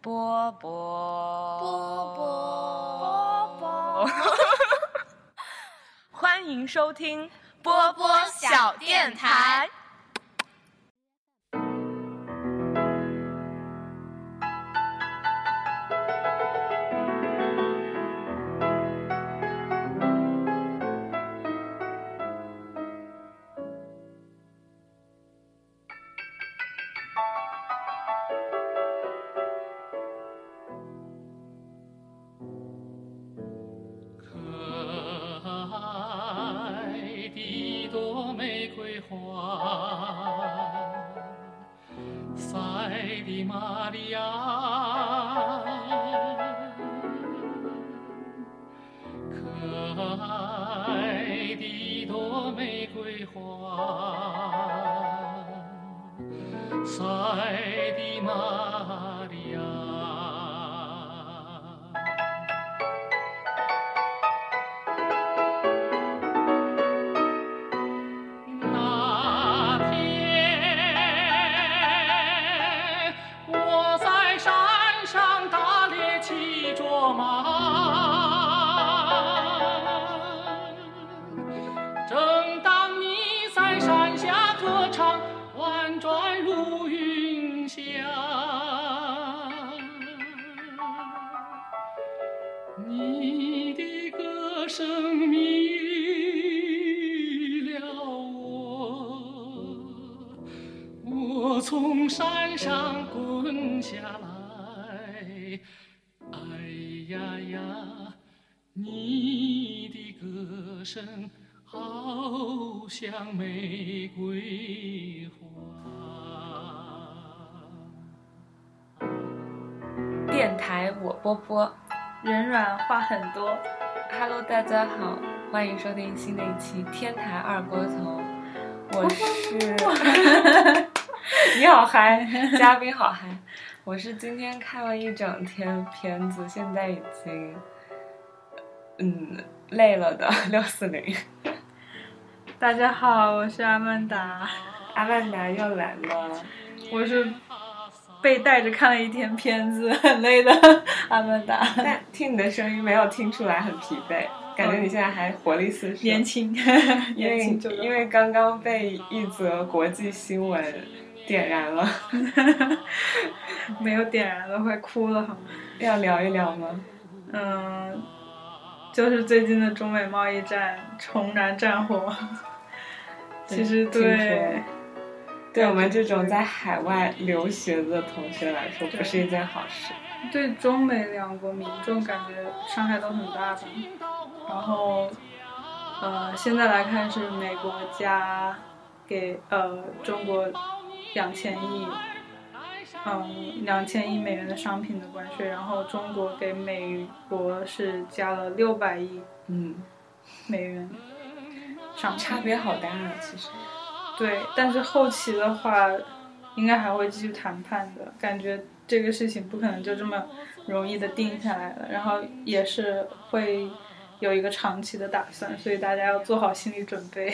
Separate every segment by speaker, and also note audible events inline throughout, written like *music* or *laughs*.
Speaker 1: 波波
Speaker 2: 波
Speaker 1: 波波，欢迎收听
Speaker 2: 波波小电台。
Speaker 3: 可爱的朵玫瑰花，塞的玛利亚，可爱的朵玫瑰花，塞的玛利亚。那天我在山上打猎骑着马，正当你在山下歌唱，婉转入云霞。你的歌声迷了我，我从山上滚下来，哎呀呀，你的歌声好像玫瑰花。
Speaker 1: 电台我波波
Speaker 4: 人软话很多。
Speaker 1: ，Hello，大家好，欢迎收听新的一期《天台二锅头》，我是， *laughs* 你好嗨，嘉宾好嗨，我是今天看了一整天片子，现在已经，嗯，累了的六四零。
Speaker 4: 大家好，我是阿曼达，
Speaker 1: 阿曼达又来了，
Speaker 4: 我是被带着看了一天片子， *laughs* 很累
Speaker 1: *laughs*
Speaker 4: 的阿曼达，
Speaker 1: 但听你的声音没有听出来很疲惫，感觉你现在还活力四射。
Speaker 4: 年轻， *laughs*
Speaker 1: *laughs* 因
Speaker 4: 年
Speaker 1: 为
Speaker 4: 轻就
Speaker 1: 因为刚刚被一则国际新闻点燃了， *laughs*
Speaker 4: 没有点燃了，快哭了好吗？
Speaker 1: 要聊一聊吗？
Speaker 4: 嗯，就是最近的中美贸易战重燃战火，其实
Speaker 1: 听
Speaker 4: 对
Speaker 1: 说。对我们这种在海外留学的同学来说，不是一件好事。
Speaker 4: 对中美两国民众感觉伤害都很大吧。然后，呃，现在来看是美国加给呃中国两千亿，嗯，两千亿美元的商品的关税，然后中国给美国是加了六百亿
Speaker 1: 嗯，
Speaker 4: 美元商品
Speaker 1: 差。别好大啊，其实。
Speaker 4: 对，但是后期的话，应该还会继续谈判的。感觉这个事情不可能就这么容易的定下来了，然后也是会有一个长期的打算，所以大家要做好心理准备，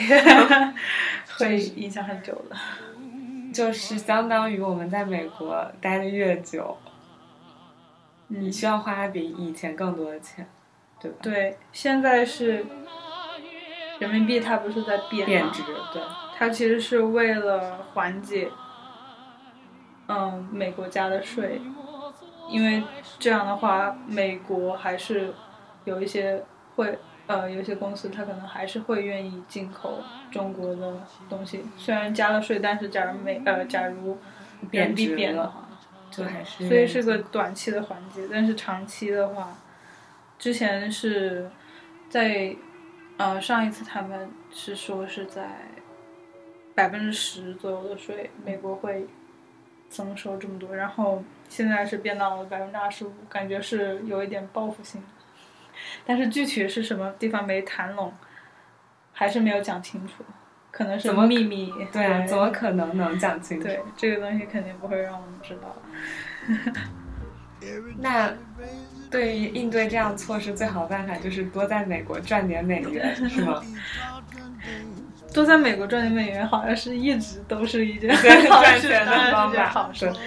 Speaker 4: *laughs* 会影响很久的。
Speaker 1: 就是相当于我们在美国待的越久，你
Speaker 4: 嗯，
Speaker 1: 需要花比以前更多的钱，对吧？
Speaker 4: 对，现在是人民币它不是在贬
Speaker 1: 贬
Speaker 4: 吗
Speaker 1: 值，对，
Speaker 4: 它其实是为了缓解，嗯，美国加的税，因为这样的话，美国还是有一些会，呃，有一些公司它可能还是会愿意进口中国的东西，虽然加了税，但是假如美，呃，假如人民
Speaker 1: 贬
Speaker 4: 币
Speaker 1: 值
Speaker 4: 贬的
Speaker 1: 了，
Speaker 4: 话，
Speaker 1: 就还是。
Speaker 4: 所以是个短期的缓解，但是长期的话，之前是在呃上一次谈判是说是在百分之十左右的税，美国会增收这么多，然后现在是变到了百分之二十五，感觉是有一点报复性的，但是具体是什么地方没谈拢，还是没有讲清楚，可能是
Speaker 1: 怎么
Speaker 4: 秘密，
Speaker 1: 对啊，怎么可能能讲清楚？
Speaker 4: 对这个东西肯定不会让我们知道。
Speaker 1: 那对于应对这样措施，最好的办法就是多在美国赚点美 *laughs* 元，是吗？
Speaker 4: 都在美国赚点美元，好像是一直都是一件
Speaker 1: 对
Speaker 4: 好
Speaker 1: 赚
Speaker 4: 事
Speaker 1: 钱的
Speaker 4: 当然是
Speaker 1: 方
Speaker 4: 件
Speaker 1: 法
Speaker 4: 好事
Speaker 1: 对。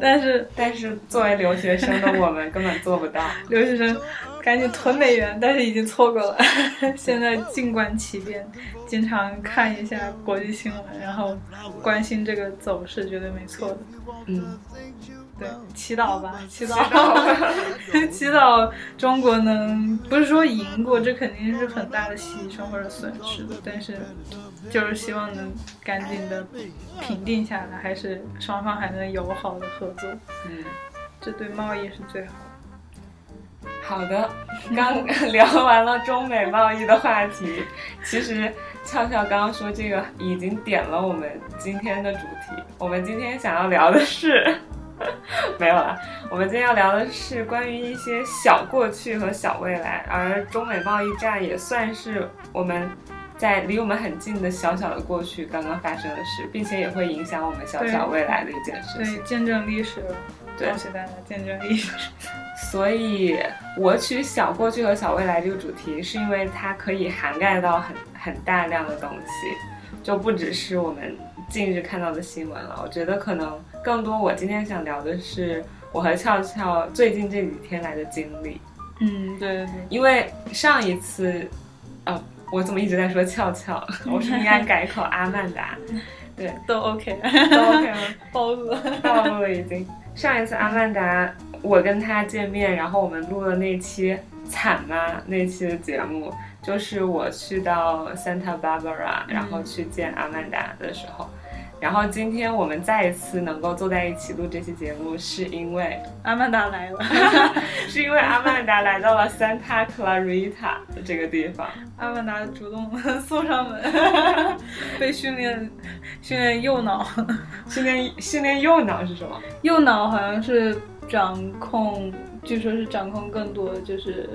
Speaker 4: 但是
Speaker 1: 但是作为留学生的我们根本做不到。
Speaker 4: 留学生赶紧囤美元，但是已经错
Speaker 1: *laughs*
Speaker 4: 过了。现在静观其变，经常看一下国际新闻，然后关心这个走势，绝对没错的。
Speaker 1: 嗯，
Speaker 4: 对，祈祷吧，嗯哦祈 *laughs* 祷，嗯祈祷中国能不是说赢过，这肯定是很大的牺牲或者损失的，但是就是希望能赶紧的平定下来，还是双方还能友好的合作，
Speaker 1: 嗯，
Speaker 4: 这对贸易是最好的。
Speaker 1: 好
Speaker 4: *laughs*
Speaker 1: 的，刚聊完了中美贸易的话题，其实俏俏刚刚说这个已经点了我们今天的主题。我们今天想要聊的是， *laughs* 没有了，我们今天要聊的是关于一些小过去和小未来，而中美贸易战也算是我们。在离我们很近的小小的过去刚刚发生的事，并且也会影响我们小小
Speaker 4: 对
Speaker 1: 未来的一件事情
Speaker 4: 对，。见证历史了，
Speaker 1: 对
Speaker 4: 恭喜大家见证历史。
Speaker 1: 所以我取“小过去”和“小未来”这个主题，是因为它可以涵盖到很很大量的东西，就不只是我们近日看到的新闻了。我觉得可能更多，我今天想聊的是我和俏俏最近这几天来的经历，
Speaker 4: 嗯，对对对，
Speaker 1: 因为上一次，呃，我怎么一直在说俏俏？ *laughs* 我是不是应该改口阿曼达，
Speaker 4: 都 OK，
Speaker 1: 都 OK 吗？
Speaker 4: 包子。
Speaker 1: *laughs* 暴露了已经。上一次阿曼达，我跟她见面，然后我们录了那期惨妈那期的节目，就是我去到 Santa Barbara，然后去见阿曼达的时候。然后今天我们再一次能够坐在一起录这期节目，是因为
Speaker 4: 阿曼达来 *laughs* 了，
Speaker 1: 是因为阿曼达来到了 Santa Clarita 这个地方。
Speaker 4: 阿曼达主动 *laughs* 送上门，被训练训练右脑，
Speaker 1: 训练训练右脑是什么？
Speaker 4: 右脑好像是掌控，据说是掌控更多就是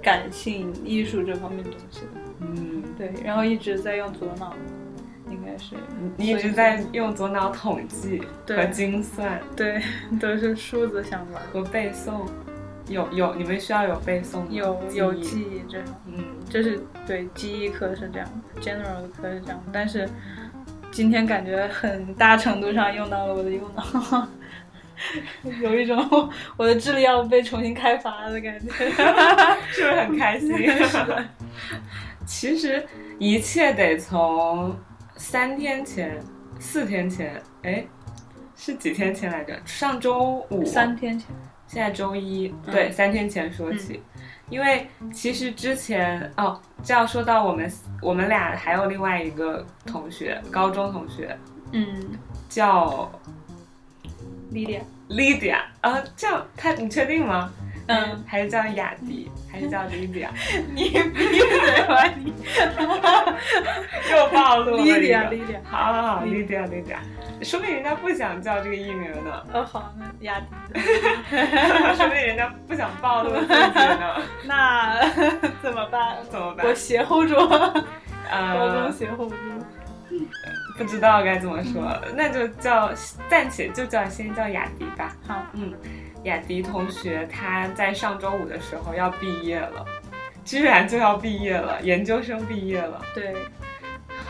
Speaker 4: 感性艺术这方面的东西的。
Speaker 1: 嗯，
Speaker 4: 对，然后一直在用左脑，应该是
Speaker 1: 你一直在用左脑统计和
Speaker 4: 对
Speaker 1: 精算。
Speaker 4: 对， *laughs* 都是数字相关，
Speaker 1: 和背诵，有有，你们需要有背诵吗？
Speaker 4: 有
Speaker 1: 记忆
Speaker 4: 有记，忆这种。
Speaker 1: 嗯，
Speaker 4: 这是对记忆课是这样，general 的课是这样，但是今天感觉很大程度上用到了我的右脑， *laughs* 有一种我的智力要被重新开发的感觉。
Speaker 1: 是不是很开
Speaker 4: *laughs*
Speaker 1: 心？
Speaker 4: 是的。
Speaker 1: 其实一切得从三天前、四天前，哎，是几天前来着？上周五，
Speaker 4: 三天前，
Speaker 1: 现在周一，
Speaker 4: 嗯
Speaker 1: 对，三天前说起。因为其实之前哦，这要说到我们我们俩还有另外一个同学，高中同学
Speaker 4: 嗯，
Speaker 1: 叫
Speaker 4: 莉莉亚，
Speaker 1: Lydia 啊，叫她，你确定吗？
Speaker 4: 嗯，
Speaker 1: 还是叫雅迪，还是叫 Lydia？
Speaker 4: *laughs* 你闭嘴吧你， *laughs*
Speaker 1: 又暴露了一
Speaker 4: 莉
Speaker 1: 个
Speaker 4: 莉亚，莉莉亚。
Speaker 1: 好好好，Lydia Lydia，说明人家不想叫这个艺名呢， *laughs*
Speaker 4: 哦，好，那雅迪，
Speaker 1: 说明人家不想暴露自己呢，
Speaker 4: 那 *laughs*
Speaker 1: *laughs*
Speaker 4: 怎么办？
Speaker 1: 怎么办
Speaker 4: 我？斜后桌，高中
Speaker 1: 呃，
Speaker 4: 斜后桌，
Speaker 1: 不知道该怎么说，那就叫暂且就叫先叫雅迪吧。
Speaker 4: 好，
Speaker 1: 嗯，雅迪同学她在上周五的时候要毕业了，居然就要毕业了，研究生毕业了，
Speaker 4: 对，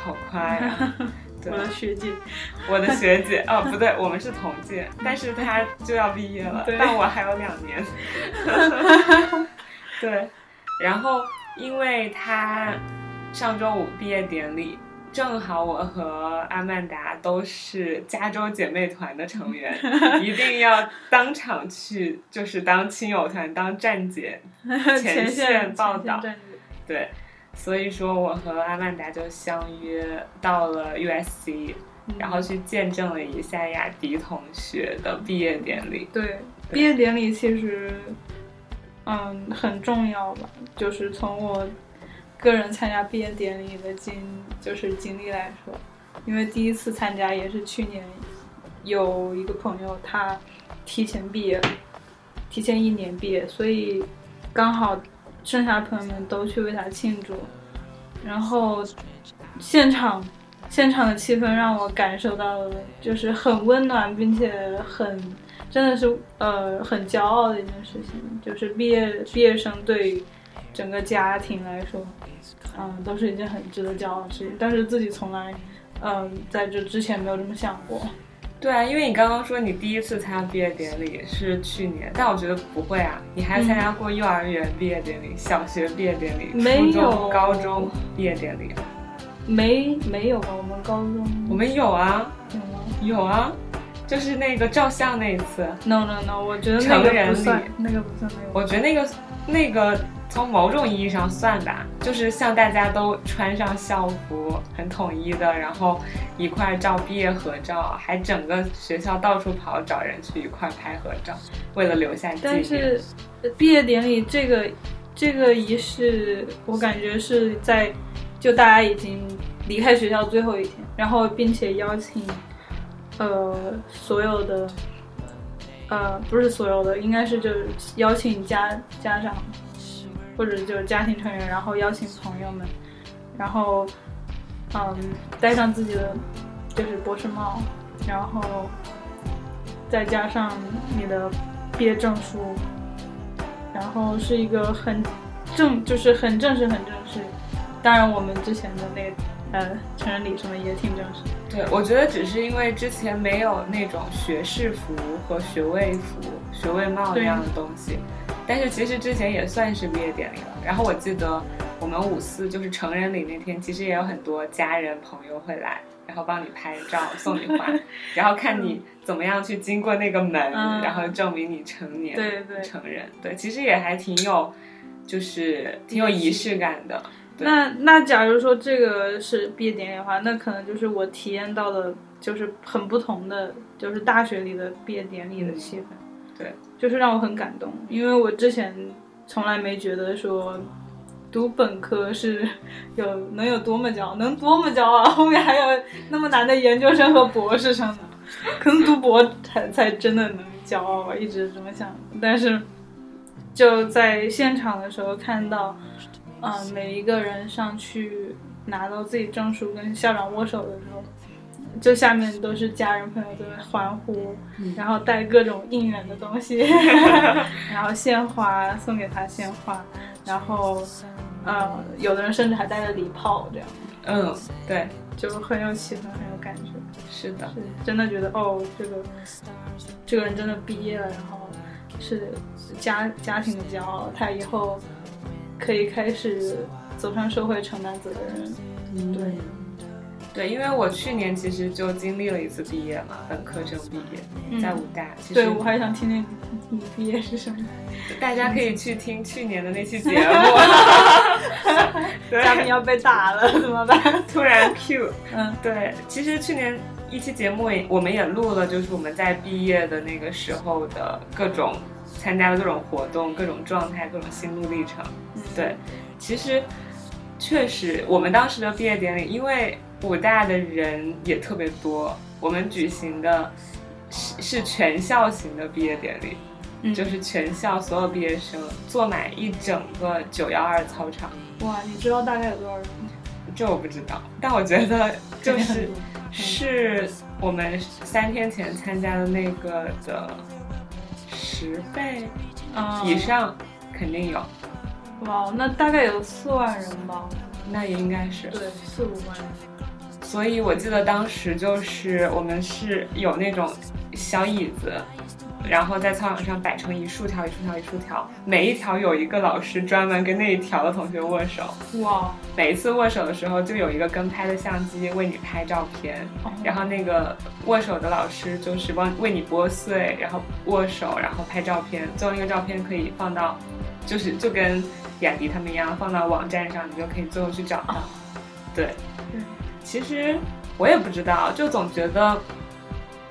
Speaker 1: 好快呀！
Speaker 4: *laughs*
Speaker 1: 对
Speaker 4: 我的学姐，
Speaker 1: 我的学姐哦，不对，我们是同届，但是她就要毕业了
Speaker 4: 对，
Speaker 1: 但我还有两年。 *laughs* 对，然后因为她上周五毕业典礼，正好我和阿曼达都是加州姐妹团的成员，一定要当场去，就是当亲友团、当站
Speaker 4: *laughs*
Speaker 1: 姐前线报道
Speaker 4: 前线战略
Speaker 1: 对，所以说我和阿曼达就相约到了 USC，、
Speaker 4: 嗯
Speaker 1: 然后去见证了一下雅迪同学的毕业典礼。
Speaker 4: 对，毕业典礼其实，嗯，很重要吧。就是从我个人参加毕业典礼的经，就是经历来说，因为第一次参加也是去年，有一个朋友他提前毕业，提前一年毕业，所以刚好剩下的朋友们都去为他庆祝，然后现场现场的气氛让我感受到了，就是很温暖，并且很真的是呃很骄傲的一件事情，就是毕业毕业生对于整个家庭来说，嗯、都是一嗯件
Speaker 1: 对啊，因为你刚刚说你第一次参加毕业典礼是去年，但我觉得不会啊，你还参加过幼儿园毕业典礼、小学毕业典礼、
Speaker 4: 没
Speaker 1: 初
Speaker 4: 有
Speaker 1: 中、高中毕业典礼啊。
Speaker 4: 没没有吧？我们高中
Speaker 1: 我们有啊，
Speaker 4: 有吗
Speaker 1: 有啊，就是那个照相那一次，
Speaker 4: ？No No No，我觉得那
Speaker 1: 成人
Speaker 4: 个不
Speaker 1: 礼
Speaker 4: 算，那个不算那个不
Speaker 1: 我觉
Speaker 4: 算。
Speaker 1: 得那个那个从某种意义上算吧，就是像大家都穿上校服，很统一的，然后一块儿照毕业合照，还整个学校到处跑找人去一块儿拍合照，为了留下纪
Speaker 4: 但
Speaker 1: 念。
Speaker 4: 是呃毕业典礼这个这个仪式，我感觉是在就大家已经离开学校最后一天，然后并且邀请呃所有的呃不是所有的，应该是就是邀请家家长或者就是家庭成员，然后邀请朋友们，然后嗯戴上自己的就是博士帽，然后再加上你的毕业证书，然后是一个很正，就是很正式，很正式。当然，我们之前的那呃成人礼什么也挺正式。
Speaker 1: 对，我觉得只是因为之前没有那种学士服和学位服、学位帽那样的东西，但是其实之前也算是毕业典礼了。然后我记得我们五四就是成人礼那天，其实也有很多家人朋友会来，然后帮你拍照、送你
Speaker 4: *laughs*
Speaker 1: 花，然后看你怎么样去经过那个门，
Speaker 4: 嗯
Speaker 1: 然后证明你成年、
Speaker 4: 对对
Speaker 1: 成人。对，其实也还挺有，就是挺有仪式感的。对
Speaker 4: 那那假如说这个是毕业典礼的话，那可能就是我体验到的，就是很不同的，就是大学里的毕业典礼的气氛。
Speaker 1: 嗯对，
Speaker 4: 就是让我很感动，因为我之前从来没觉得说读本科是有能有多么骄傲，能多么骄傲，后面还有那么难的研究生和博士生呢，可能读博才才真的能骄傲吧，一直这么想。但是就在现场的时候看到，嗯、每一个人上去拿到自己证书跟校长握手的时候。就下面都是家人朋友都在欢呼，然后带各种应援的东西，然后鲜花送给他鲜花，然后呃，有的人甚至还带着礼炮，这样
Speaker 1: 嗯，对，
Speaker 4: 就很有气氛，很有感觉，
Speaker 1: 是的。
Speaker 4: 是真的觉得哦，这个这个人真的毕业了，然后是家家庭的骄傲，他以后可以开始走上社会承担责任，对。
Speaker 1: 对，因为我去年其实就经历了一次毕业嘛，本科生毕业，
Speaker 4: 嗯
Speaker 1: 在武大。其
Speaker 4: 对
Speaker 1: 实
Speaker 4: 我还想听听你你毕业是什么，
Speaker 1: 大家可以去听去年的那期
Speaker 4: *laughs*
Speaker 1: 节目。
Speaker 4: 嘉宾
Speaker 1: *laughs* 对，
Speaker 4: 要被打了怎么办？
Speaker 1: *laughs* 突然 Q。
Speaker 4: 嗯
Speaker 1: 对，其实去年一期节目也我们也录了，就是我们在毕业的那个时候的各种参加的各种活动、各种状态、各种心路历程。对，其实确实，我们当时的毕业典礼，因为武大的人也特别多，我们举行的是是全校型的毕业典礼，
Speaker 4: 嗯，
Speaker 1: 就是全校所有毕业生坐满一整个九幺二操场。
Speaker 4: 哇，你知道大概有多少人吗？
Speaker 1: 这我不知道，但我觉得
Speaker 4: *laughs*
Speaker 1: 就
Speaker 4: 肯定很
Speaker 1: 是
Speaker 4: 多
Speaker 1: 是我们三天前参加的那个的十倍
Speaker 4: 嗯
Speaker 1: 以上，肯定有，
Speaker 4: 哇，那大概有四万人吧？
Speaker 1: 那也应该是。
Speaker 4: 对，四五万人。
Speaker 1: 所以我记得当时就是我们是有那种小椅子，然后在操场上摆成一竖条、一竖条、一竖条，每一条有一个老师专门跟那一条的同学握手。
Speaker 4: 哇，
Speaker 1: 每一次握手的时候，就有一个跟拍的相机为你拍照片，
Speaker 4: 哦
Speaker 1: 然后那个握手的老师就是帮为你拨穗，然后握手，然后拍照片，最后那个照片可以放到，就是就跟雅迪他们一样，放到网站上，你就可以最后去找到。对
Speaker 4: 啊嗯，
Speaker 1: 其实我也不知道，就总觉得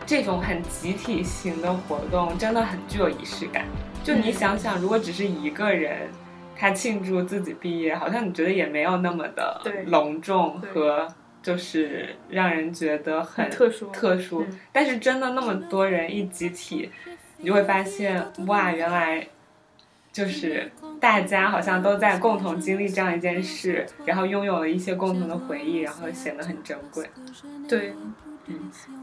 Speaker 1: 这种很集体型的活动真的很具有仪式感。就你
Speaker 4: 嗯
Speaker 1: 想想，如果只是一个人，他庆祝自己毕业，好像你觉得也没有那么的
Speaker 4: 对
Speaker 1: 隆重
Speaker 4: 对
Speaker 1: 和就是让人觉得很
Speaker 4: 很特殊
Speaker 1: 特殊
Speaker 4: 嗯。
Speaker 1: 但是真的那么多人一集体，你就会发现哇，原来就是大家好像都在共同经历这样一件事，然后拥有了一些共同的回忆，然后显得很珍贵。
Speaker 4: 对，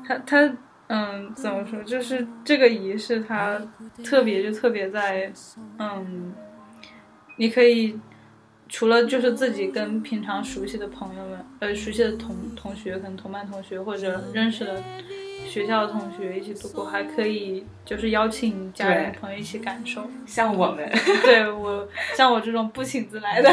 Speaker 4: 他他嗯，怎么说？就是这个仪式，它特别就特别在嗯，你可以除了就是自己跟平常熟悉的朋友们，呃，熟悉的同同学，可能同班同学或者认识的学校的同学一起度过，还可以就是邀请家人朋友一起感受。
Speaker 1: 像我们，
Speaker 4: 对我像我这种不请自来的，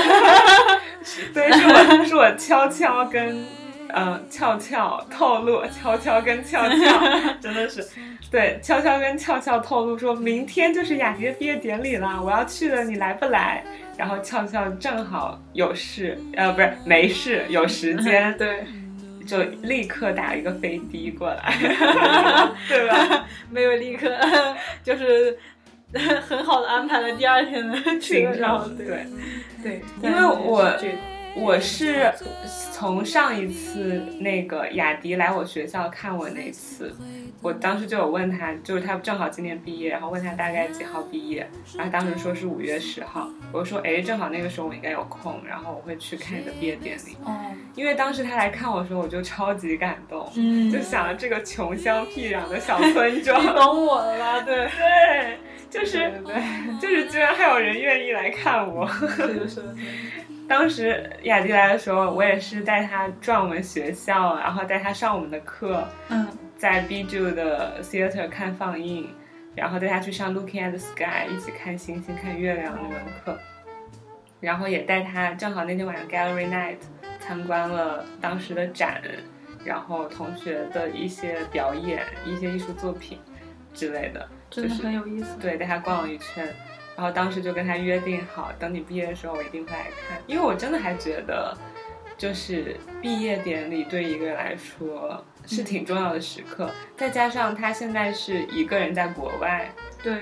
Speaker 1: 所以是我是我悄悄跟呃俏俏透露，悄悄跟俏俏真的是对悄悄跟俏俏透露说，明天就是雅洁毕业典礼啦，我要去的，你来不来？然后俏俏正好有事，呃，不是没事，有时间，
Speaker 4: *laughs* 对，
Speaker 1: 就立刻打了一个飞的过来，对吧？
Speaker 4: 没有立刻就是很好的安排了第二天的
Speaker 1: 行
Speaker 4: 然后
Speaker 1: 程
Speaker 4: 对
Speaker 1: 对。
Speaker 4: 对，
Speaker 1: 因为我
Speaker 4: 觉得
Speaker 1: 我是从上一次那个雅迪来我学校看我那次，我当时就有问他，就是他正好今年毕业，然后问他大概几号毕业，然后当时说是五月十号，我说哎，正好那个时候我应该有空，然后我会去看你的毕业典礼，
Speaker 4: 哦，
Speaker 1: 因为当时他来看我的时候，我就超级感动，
Speaker 4: 嗯，
Speaker 1: 就想了这个穷乡僻壤的小村庄，
Speaker 4: 你懂我了吧？对，
Speaker 1: 对，就是
Speaker 4: 对对
Speaker 1: 就是居然还有人愿意来看我。
Speaker 4: 对， *laughs* 是的，是
Speaker 1: *laughs*
Speaker 4: 的，
Speaker 1: 当时雅迪来的时候，我也是带他转我们学校，啊然后带他上我们的课，
Speaker 4: 嗯
Speaker 1: 在 B Ju 的 theater 看放映，然后带他去上 Looking at the Sky，一起看星星、看月亮那门课，然后也带他，正好那天晚上 Gallery Night 参观了当时的展，然后同学的一些表演、一些艺术作品之类的，
Speaker 4: 真的很有意思。
Speaker 1: 对，带他逛了一圈，然后当时就跟他约定好，等你毕业的时候我一定会来看，因为我真的还觉得，就是毕业典礼对一个人来说是挺重要的时刻，再加上他现在是一个人在国外，
Speaker 4: 对，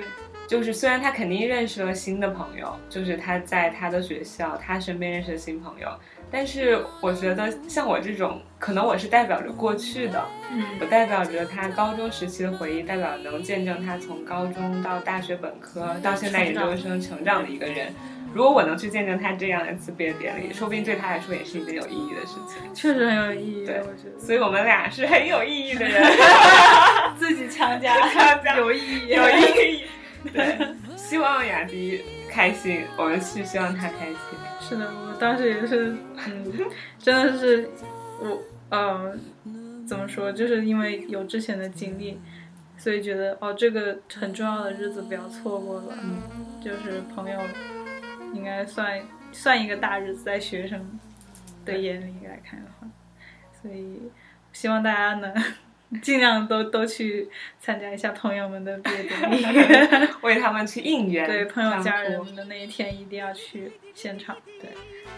Speaker 1: 就是虽然他肯定认识了新的朋友，就是他在他的学校，他身边认识的新朋友。但是我觉得像我这种，可能我是代表着过去的，
Speaker 4: 嗯
Speaker 1: 我代表着他高中时期的回忆，代表能见证他从高中到大学本
Speaker 4: 嗯
Speaker 1: 科到现在研究生成长的一个人。如果我能去见证他这样一次毕业典礼，说不定对他来说也是一件有意义的事情。
Speaker 4: 确实很有意义，
Speaker 1: 对
Speaker 4: 我觉得
Speaker 1: 所以我们俩是很有意义的人， *laughs*
Speaker 4: 自己强加
Speaker 1: 强加
Speaker 4: 有意义，
Speaker 1: 有意义。对，希望雅迪开心，我们是希望他开心。
Speaker 4: 是的，我当时也是，嗯，真的是我，呃，怎么说，就是因为有之前的经历，所以觉得哦，这个很重要的日子不要错过了。
Speaker 1: 嗯
Speaker 4: 就是朋友应该算算一个大日子，在学生的眼里来看的话，所以希望大家能尽量都都去参加一下朋友们的毕业典礼。
Speaker 1: 为他们去应援，
Speaker 4: 对朋友
Speaker 1: 相
Speaker 4: 家
Speaker 1: 互
Speaker 4: 人们的那一天一定要去现场。对，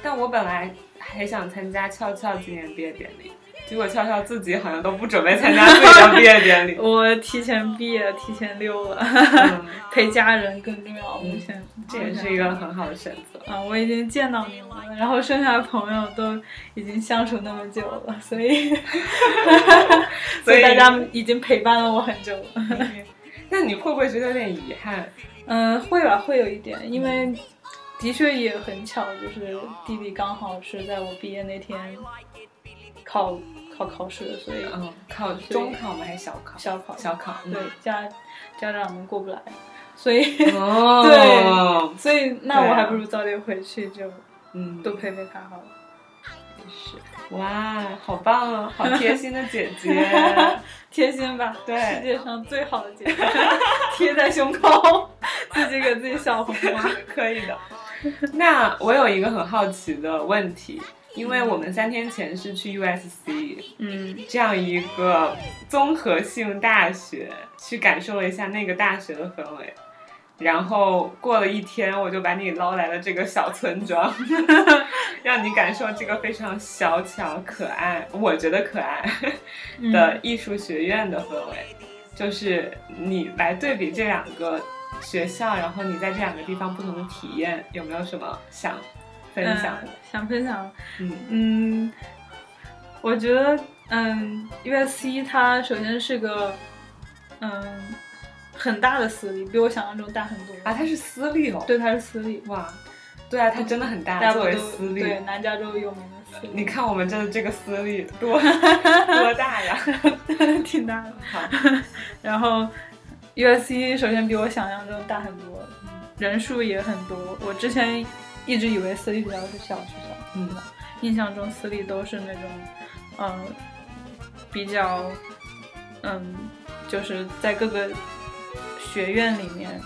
Speaker 1: 但我本来还想参加俏俏今年毕业典礼，结果俏俏自己好像都不准备参加自己的毕业典礼。
Speaker 4: 我提前毕业，提前溜了， *laughs*
Speaker 1: 嗯，
Speaker 4: 陪家人更重要。我现
Speaker 1: *laughs* 这也是一个很好的选择。
Speaker 4: 啊，我已经见到你们了，然后剩下的朋友都已经相处那么久了， *laughs* 所以所以大家已经陪伴了我很久了。 *laughs*
Speaker 1: 那你会不会觉得有点遗憾？
Speaker 4: 嗯，会吧，会有一点，因为的确也很巧，就是弟弟刚好是在我毕业那天考考考试，所以
Speaker 1: 嗯，考中考吗？还是小考？
Speaker 4: 小考
Speaker 1: 小考。嗯
Speaker 4: 对家家长们过不来，所以
Speaker 1: 哦，
Speaker 4: 所以那
Speaker 1: 对
Speaker 4: 我
Speaker 1: 啊
Speaker 4: 还不如早点回去，就
Speaker 1: 对，嗯，
Speaker 4: 多陪陪他好了。
Speaker 1: 是。哇，好棒哦，好贴心的姐姐。 *laughs*
Speaker 4: 贴心吧，
Speaker 1: 对嗯
Speaker 4: 世界上最好的姐 *laughs* 姐，贴在胸口，自己给自己小红花。
Speaker 1: 可以的。 *laughs* 那我有一个很好奇的问题，因为我们三天前是去 USC
Speaker 4: 嗯，
Speaker 1: 这样一个综合性大学去感受了一下那个大学的氛围，然后过了一天，我就把你捞来了这个小村庄， *laughs* 让你感受这个非常小巧可爱，我觉得可爱
Speaker 4: 嗯
Speaker 1: 的艺术学院的氛围。就是你来对比这两个学校，然后你在这两个地方不同的体验，有没有什么想分享的
Speaker 4: 嗯？想分享，
Speaker 1: 嗯
Speaker 4: 嗯，我觉得，嗯，USC 它首先是个，嗯，很大的私立，比我想象中大很多。
Speaker 1: 啊，它是私立哦，，
Speaker 4: 对，它是私立，
Speaker 1: 哇，对啊，它真的很
Speaker 4: 大
Speaker 1: 大，
Speaker 4: 家
Speaker 1: 作
Speaker 4: 都
Speaker 1: 为私立，
Speaker 4: 对南加州有名的私
Speaker 1: 你
Speaker 4: 立，
Speaker 1: 看我们这这个私立
Speaker 4: *laughs*
Speaker 1: 多多大呀？
Speaker 4: 挺大的。
Speaker 1: 好，
Speaker 4: 然后 USC 首先比我想象中大很多，嗯人数也很多。我之前一直以为私立学校是小学校，
Speaker 1: 嗯
Speaker 4: 呃印象中私立都是那种，嗯、比较，嗯、嗯，就是在各个学院里面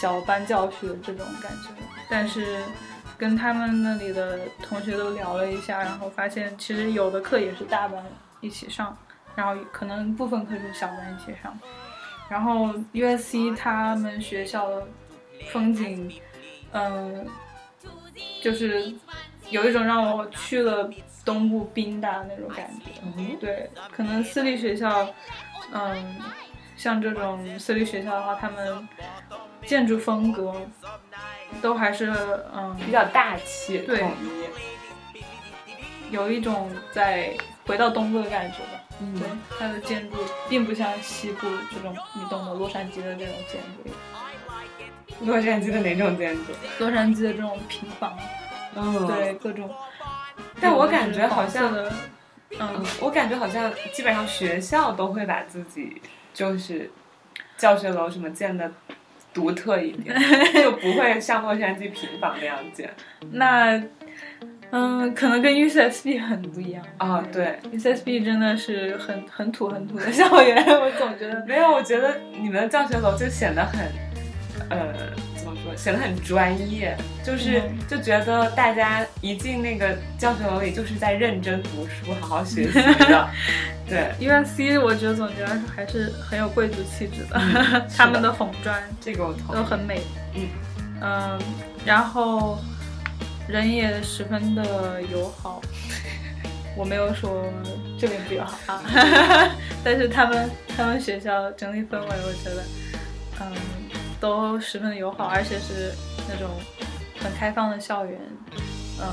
Speaker 4: 小班教学这种感觉，但是跟他们那里的同学都聊了一下，然后发现其实有的课也是大班一起上，然后可能部分课是小班一起上，然后 USC 他们学校的风景，嗯，就是有一种让我去了东部宾大那种感觉。
Speaker 1: 嗯，
Speaker 4: 对，可能私立学校，嗯，像这种私立学校的话，他们建筑风格都还是嗯，
Speaker 1: 比较大气，
Speaker 4: 对
Speaker 1: 统一
Speaker 4: 有一种在回到东部的感觉吧。
Speaker 1: 嗯
Speaker 4: 对，它的建筑并不像西部这种，你懂的，洛杉矶的这种建筑，
Speaker 1: 洛杉矶的哪种建筑？
Speaker 4: 洛杉矶的这种平房，
Speaker 1: 嗯，
Speaker 4: 对，各种。
Speaker 1: 但我感觉好像
Speaker 4: 黄色的，嗯
Speaker 1: 嗯，我感觉好像基本上学校都会把自己就是教学楼什么建的独特一
Speaker 4: *laughs*
Speaker 1: 点，就不会像洛杉矶平房那样建。
Speaker 4: 那嗯，可能跟 UCSB 很不一样。
Speaker 1: 啊、对，
Speaker 4: UCSB 真的是很很土很土的 *laughs* 校园，我总觉得
Speaker 1: 没有，我觉得你们的教学楼就显得很，呃，怎么说，显得很专业，就是、
Speaker 4: 嗯
Speaker 1: 就觉得大家一进那个教学楼里就是在认真读书、好好学习
Speaker 4: *laughs*
Speaker 1: 的，对。
Speaker 4: USC 我觉得总觉得还是很有贵族气质的， *laughs* 他们的红砖
Speaker 1: 这个我同
Speaker 4: 都
Speaker 1: 意，
Speaker 4: 很美，
Speaker 1: 嗯
Speaker 4: 嗯，然后人也十分的友好，我没有说这边不友好啊， *laughs* 但是他们他们学校整体氛围我觉得，嗯，都十分的友好，而且是那种很开放的校园，嗯。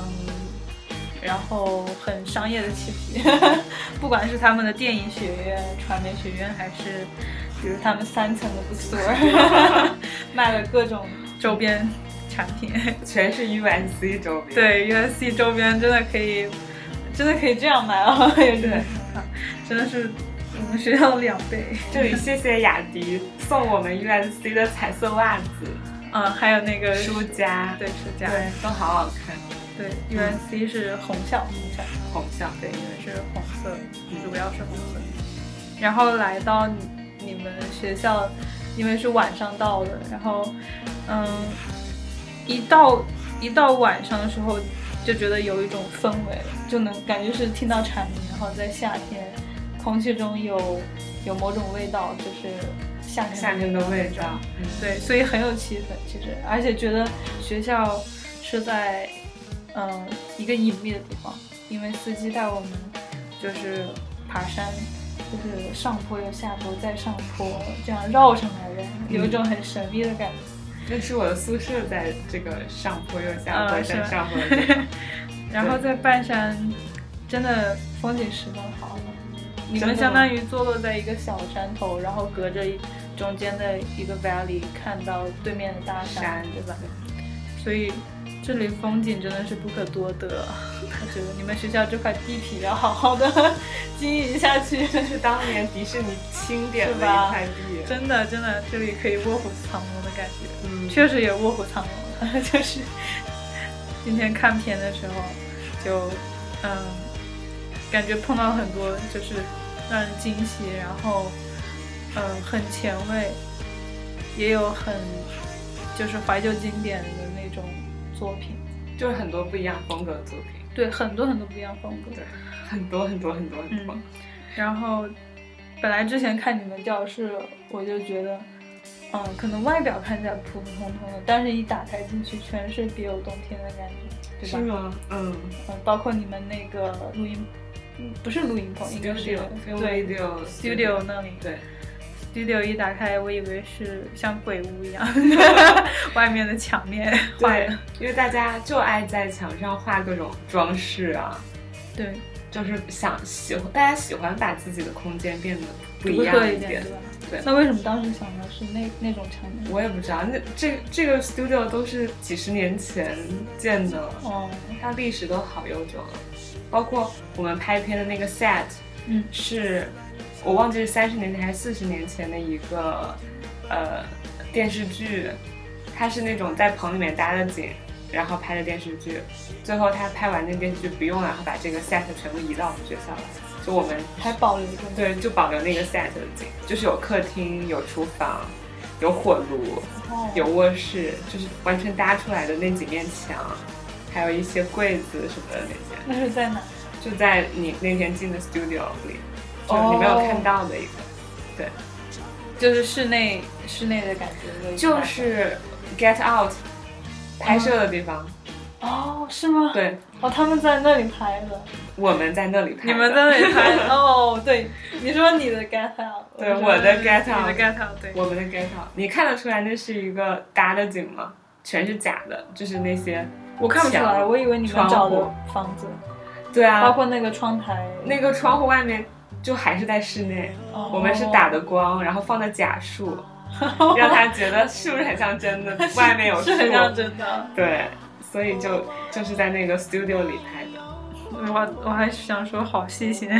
Speaker 4: 然后很商业的气息， *laughs* 不管是他们的电影学院、传媒学院，还是比如他们三层的 bookstore，卖 *laughs* 了各种周边产品。
Speaker 1: 全是 UNC 周边，，
Speaker 4: 对 USC 周边真的可以，真的可以这样买哦，也真的很好，真的是我们学校的两倍。
Speaker 1: 这里谢谢雅迪送我们 UNC 的彩色袜子、
Speaker 4: 嗯，还有那个
Speaker 1: 书夹，
Speaker 4: 对书架，
Speaker 1: 对，啊都好好看，
Speaker 4: 对 USC 是红校，红校。
Speaker 1: 红校，
Speaker 4: 对，因为是红色，主要是红色。然后来到你你们学校，因为是晚上到的，然后嗯，一到一到晚上的时候，就觉得有一种氛围，就能感觉是听到蝉鸣，然后在夏天，空气中有有某种味道，就是夏天
Speaker 1: 夏天的味道，嗯
Speaker 4: 对，所以很有气氛，其实，而且觉得学校是在嗯、呃一个隐秘的地方，因为司机带我们就是爬山，就是上坡又下坡再上坡，这样绕上来的，有一
Speaker 1: 嗯
Speaker 4: 种很神秘的感觉。
Speaker 1: 那是我的宿舍，在这个上坡又下坡，
Speaker 4: 嗯
Speaker 1: 再
Speaker 4: 是
Speaker 1: 上坡又下
Speaker 4: *laughs*
Speaker 1: 坡。
Speaker 4: 然后在半山，真的风景十分好。你
Speaker 1: 真的
Speaker 4: 们
Speaker 1: 吗
Speaker 4: 相当于坐落在一个小山头，然后隔着一中间的一个 valley，看到对面的大山，
Speaker 1: 山
Speaker 4: 对吧？所以这里风景真的是不可多得。我觉得你们学校这块地皮要好好的经营下去， *laughs*
Speaker 1: 这是当年迪士尼清点的
Speaker 4: 是吧
Speaker 1: 一块地，
Speaker 4: 真的真的，这里可以卧虎藏龙的感觉。
Speaker 1: 嗯，
Speaker 4: 确实也卧虎藏龙了，就是今天看片的时候，就嗯，感觉碰到很多就是让人惊喜，然后嗯很前卫，也有很就是怀旧经典的那种作品，
Speaker 1: 就是很多不一样风格的作品，
Speaker 4: 对，很多很多不一样风格。
Speaker 1: 对，很多很多很多很多
Speaker 4: 嗯，然后本来之前看你们教室，我就觉得，嗯，可能外表看起来普普通通的，但是一打开进去，全是别有洞天的感觉，
Speaker 1: 是
Speaker 4: 对吧？
Speaker 1: 吗？嗯
Speaker 4: 嗯，包括你们那个录音，嗯不是录音
Speaker 1: 哦
Speaker 4: 棚，应该是
Speaker 1: ，studio
Speaker 4: 对
Speaker 1: video
Speaker 4: studio 那里
Speaker 1: 对，
Speaker 4: ，studio 一打开，我以为是像鬼
Speaker 1: *laughs*
Speaker 4: 屋一样，外面的墙面画
Speaker 1: 对
Speaker 4: 的，，
Speaker 1: 因为大家就爱在墙上画各种装饰啊，
Speaker 4: 对，
Speaker 1: 就是想喜欢大家喜欢把自己的空间变得不一
Speaker 4: 独
Speaker 1: 样
Speaker 4: 特一
Speaker 1: 点
Speaker 4: 点，，对吧？
Speaker 1: 对
Speaker 4: 那为什么当时想的是那那种墙面？
Speaker 1: 我也不知道，那这这个 studio 都是几十年前建的，
Speaker 4: 哦，
Speaker 1: 它历史都好悠久了，包括我们拍片的那个 set
Speaker 4: 嗯，
Speaker 1: 是，我忘记是三十年前还是四十年前的一个呃电视剧，它是那种在棚里面搭的景，然后拍的电视剧，最后他拍完那电视剧不用了，然后把这个 set 全部移到我们学校来，就我们
Speaker 4: 还保留着。
Speaker 1: 对就保留那个 set 的景，就是有客厅、有厨房、有火炉、
Speaker 4: 哦
Speaker 1: 有卧室，就是完全搭出来的那几面墙，还有一些柜子什么的那些。
Speaker 4: 那是在哪？
Speaker 1: 就在你那天进的 studio 里，就是你没
Speaker 4: 哦
Speaker 1: 有看到的一个
Speaker 4: 就是室内室内的感觉的一个
Speaker 1: 就是 Get Out 拍摄的地方。
Speaker 4: 哦，是吗？，
Speaker 1: 对，
Speaker 4: 哦，他们在那里拍的，
Speaker 1: 我们在那里拍的。
Speaker 4: 你们在那里拍 *laughs* 的哦，对，你说你的 get out，
Speaker 1: 对
Speaker 4: 说
Speaker 1: 我的 get
Speaker 4: 你
Speaker 1: out
Speaker 4: 的 get out，对，
Speaker 1: 我们的 Get Out，你看得出来那是一个搭的景吗？全是假的，就是那些。
Speaker 4: 我看不出来，
Speaker 1: 墙
Speaker 4: 我以为你们
Speaker 1: 窗户
Speaker 4: 找的房子，
Speaker 1: 对
Speaker 4: 包
Speaker 1: 啊，
Speaker 4: 括那个窗台，
Speaker 1: 那个窗户外面就还是在室内，
Speaker 4: 哦
Speaker 1: 我们是打的光，然后放的假树， *laughs* 让
Speaker 4: *laughs*
Speaker 1: 他觉得是不是很像真的？外面有树
Speaker 4: 是，很像真的。
Speaker 1: 对，所以就就是在那个 studio 里拍的。
Speaker 4: 我我还想说好细心，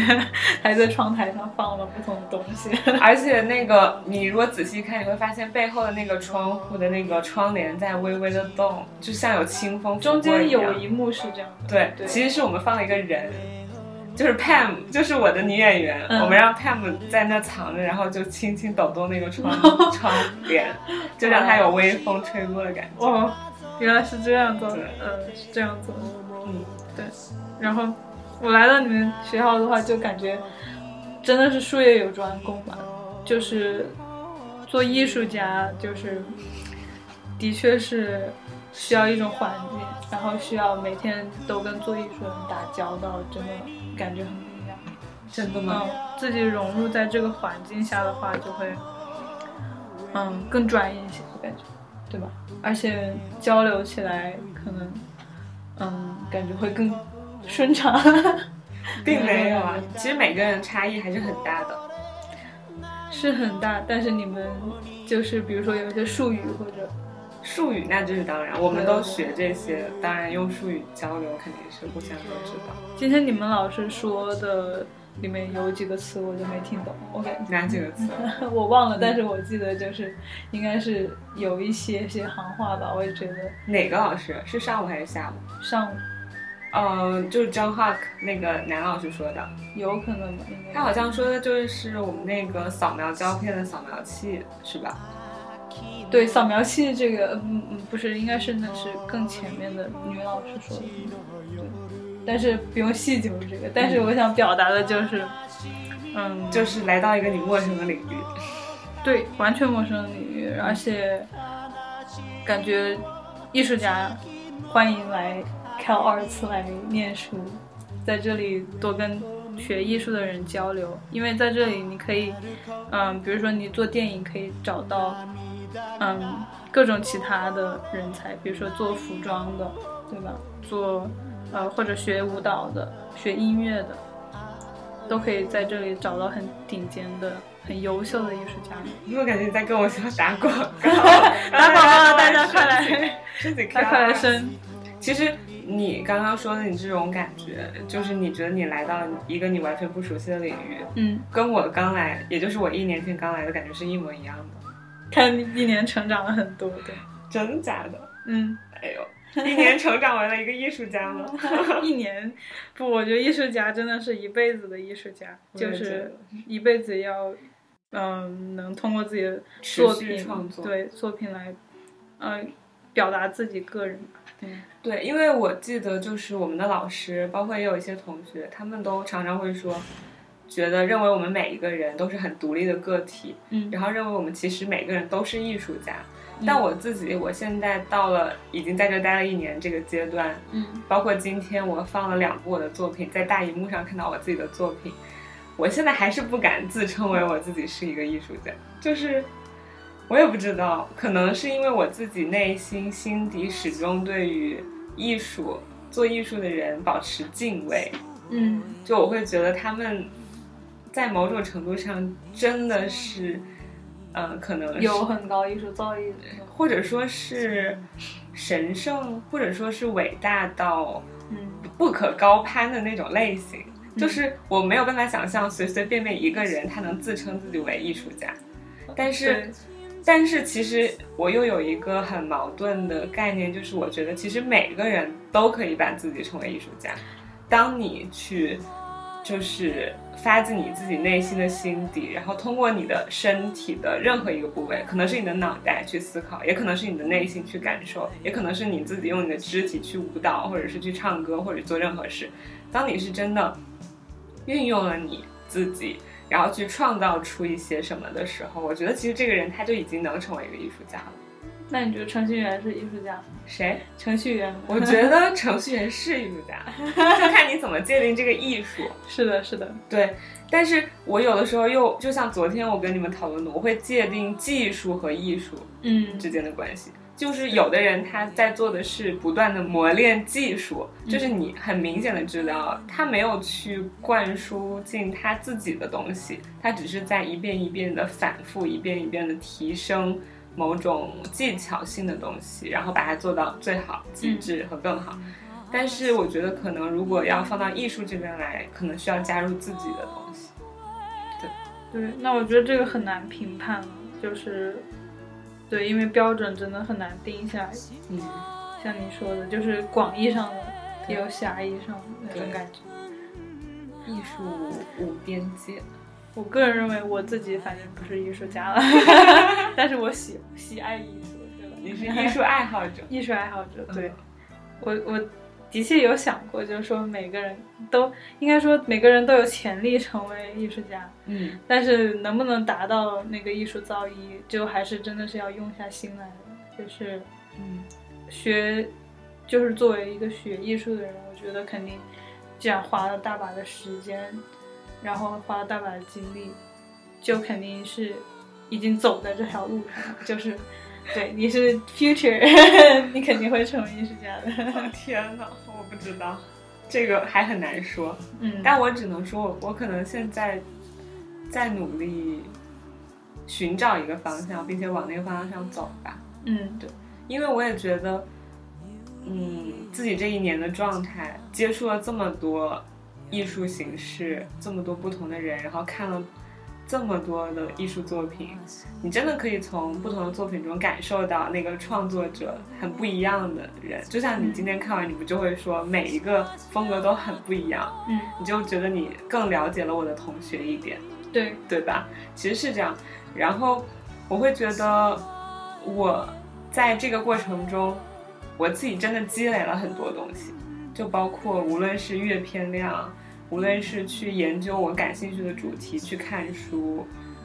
Speaker 4: 还在窗台上放了不同的东西。 *laughs*
Speaker 1: 而且那个，你如果仔细看，你会发现背后的那个窗户的那个窗帘在微微的动，就像有清风拂
Speaker 4: 中
Speaker 1: 过
Speaker 4: 间
Speaker 1: 样
Speaker 4: 有一幕是这样的，
Speaker 1: 对，
Speaker 4: 对
Speaker 1: 其实是我们放了一个人，就是 Pam，就是我的女演员，
Speaker 4: 嗯
Speaker 1: 我们让 Pam 在那藏着，然后就轻轻抖动那个窗 *laughs*
Speaker 4: 嗯
Speaker 1: 窗帘，就让它有微风吹过的感
Speaker 4: *laughs*
Speaker 1: 觉。
Speaker 4: 哦，原来是这样做的
Speaker 1: 对，
Speaker 4: 嗯，是这样做的。
Speaker 1: 嗯，
Speaker 4: 对，然后我来到你们学校的话，就感觉真的是术业有专攻吧，就是做艺术家，就是的确是需要一种环境，然后需要每天都跟做艺术的人打交道，真的感觉很不一样。
Speaker 1: 真的
Speaker 4: 嗯
Speaker 1: 吗？，
Speaker 4: 自己融入在这个环境下的话，就会嗯更专业一些，我感觉，对吧？而且交流起来可能嗯感觉会更顺畅。 *laughs*
Speaker 1: 并没有啊，其实每个人差异还是很大的。
Speaker 4: 是很大，但是你们就是比如说有一些术语或者
Speaker 1: 术语那这是当然，我们都学这些，当然用术语交流肯定是互相都知道。
Speaker 4: 今天你们老师说的里面有几个词我就没听懂，我感
Speaker 1: 哪几个词？
Speaker 4: *laughs* 觉 *laughs* 我忘了，但是我记得就是应该是有一些些行话吧，我也觉得
Speaker 1: 哪个老师？是上午还是下午？
Speaker 4: 上午
Speaker 1: 嗯，就是张浩那个男老师说的，
Speaker 4: 有可能吧，应该
Speaker 1: 他好像说的就是我们那个扫描胶片的扫描器，是吧？
Speaker 4: 对，扫描器这个，嗯嗯，不是，应该是那是更前面的女老师说的，对但是不用细究这个。但是我想表达的就是，嗯，就
Speaker 1: 就是来到一个你陌生的领域，
Speaker 4: 对，完全陌生的领域，而且感觉艺术家欢迎来 Cal 二次来念书，在这里多跟学艺术的人交流，因为在这里你可以，嗯，比如说你做电影可以找到，嗯，各种其他的人才，比如说做服装的，对吧？做呃或者学舞蹈的、学音乐的，都可以在这里找到很顶尖的、很优秀的艺术家。
Speaker 1: 因为我感觉你在跟我说打广告，
Speaker 4: *laughs* 打广告了，大家快
Speaker 1: *laughs*
Speaker 4: 来，
Speaker 1: 自己
Speaker 4: 大
Speaker 1: 看
Speaker 4: 家快来申！
Speaker 1: 其实你刚刚说的你这种感觉，就是你觉得你来到一个你完全不熟悉的领域，
Speaker 4: 嗯，
Speaker 1: 跟我刚来，也就是我一年前刚来的感觉是一模一样的。
Speaker 4: 看你一年成长了很多，对，
Speaker 1: 真的假的？
Speaker 4: 嗯，
Speaker 1: 哎
Speaker 4: *laughs*
Speaker 1: 呦，一年成长为了一个艺术家吗？
Speaker 4: 一年不，我觉得艺术家真的是一辈子的艺术家， *laughs* 就
Speaker 1: 我也觉
Speaker 4: 是
Speaker 1: 得
Speaker 4: 一辈子要，嗯，能通过自己的
Speaker 1: 持
Speaker 4: 作
Speaker 1: 续
Speaker 4: 品
Speaker 1: 创作，
Speaker 4: 对作品来，嗯、表达自己个人吧，嗯，
Speaker 1: 对，因为我记得就是我们的老师，包括也有一些同学，他们都常常会说，觉得认为我们每一个人都是很独立的个体，
Speaker 4: 嗯
Speaker 1: 然后认为我们其实每个人都是艺术家。但我自己，我现在到了已经在这待了一年这个阶段，
Speaker 4: 嗯，
Speaker 1: 包括今天我放了两部我的作品，在大荧幕上看到我自己的作品，我现在还是不敢自称为我自己是一个艺术家，就是我也不知道，可能是因为我自己内心心底始终对于艺术做艺术的人保持敬畏，
Speaker 4: 嗯，
Speaker 1: 就我会觉得他们在某种程度上真的是，嗯、可能是
Speaker 4: 有很高艺术造诣的，
Speaker 1: 或者说是神圣，或者说是伟大到
Speaker 4: 嗯
Speaker 1: 不可高攀的那种类型。就是我没有办法想象随随便便一个人他能自称自己为艺术家，但是
Speaker 4: 对
Speaker 1: 但是其实我又有一个很矛盾的概念，就是我觉得其实每个人都可以把自己称为艺术家。当你去就是发自你自己内心的心底，然后通过你的身体的任何一个部位，可能是你的脑袋去思考，也可能是你的内心去感受，也可能是你自己用你的肢体去舞蹈，或者是去唱歌，或者做任何事。当你是真的运用了你自己，然后去创造出一些什么的时候，我觉得其实这个人他就已经能成为一个艺术家了。
Speaker 4: 那你觉得程序员是艺术家吗？
Speaker 1: 谁？
Speaker 4: 程序员，
Speaker 1: 我觉得程序员是艺术家，就看你怎么界定这个艺术。
Speaker 4: 是的，是的，
Speaker 1: 对，但是我有的时候又就像昨天我跟你们讨论的，我会界定技术和艺术
Speaker 4: 嗯，
Speaker 1: 之间的关系。就是有的人他在做的是不断的磨练技术，就是你很明显的知道他没有去灌输进他自己的东西，他只是在一遍一遍的反复，一遍一遍的提升某种技巧性的东西，然后把它做到最好、极致和更好。但是我觉得可能如果要放到艺术这边来，可能需要加入自己的东西。
Speaker 4: 对，那我觉得这个很难评判了，就是，对，因为标准真的很难定下来。
Speaker 1: 嗯，
Speaker 4: 像你说的，就是广义上的，
Speaker 1: 对
Speaker 4: 也有狭义上的那种
Speaker 1: 对
Speaker 4: 感觉。
Speaker 1: 艺术无边界。
Speaker 4: 我个人认为我自己反正不是艺术家
Speaker 1: *laughs*
Speaker 4: 了， *laughs* 但是我喜喜爱艺术，对吧？，
Speaker 1: 你是艺术爱好者
Speaker 4: 艺术爱好者，对。
Speaker 1: 嗯
Speaker 4: 我我的确有想过，就是说每个人都应该说每个人都有潜力成为艺术家，
Speaker 1: *laughs* 嗯，
Speaker 4: 但是能不能达到那个艺术造诣，就还是真的是要用下心来的，就是
Speaker 1: 嗯
Speaker 4: 学，就是作为一个学艺术的人，我觉得肯定这样花了大把的时间，然后花了大把的精力，就肯定是已经走在这条路上，就是。 *laughs* 对，你是 future，你 *laughs* 肯定会成为艺术家的。
Speaker 1: *laughs* 天哪，我不知道，这个还很难说。
Speaker 4: 嗯，
Speaker 1: 但我只能说我，我可能现在在努力寻找一个方向，并且往那个方向上走吧。
Speaker 4: 嗯，对，
Speaker 1: 因为我也觉得，嗯，自己这一年的状态，接触了这么多艺术形式，这么多不同的人，然后看了这么多的艺术作品，你真的可以从不同的作品中感受到那个创作者很不一样的人。就像你今天看完，你不就会说每一个风格都很不一样，
Speaker 4: 嗯，
Speaker 1: 你就觉得你更了解了我的同学一点。
Speaker 4: 对，
Speaker 1: 对吧？其实是这样。然后我会觉得，我在这个过程中，我自己真的积累了很多东西，就包括无论是阅片量，无论是去研究我感兴趣的主题，去看书，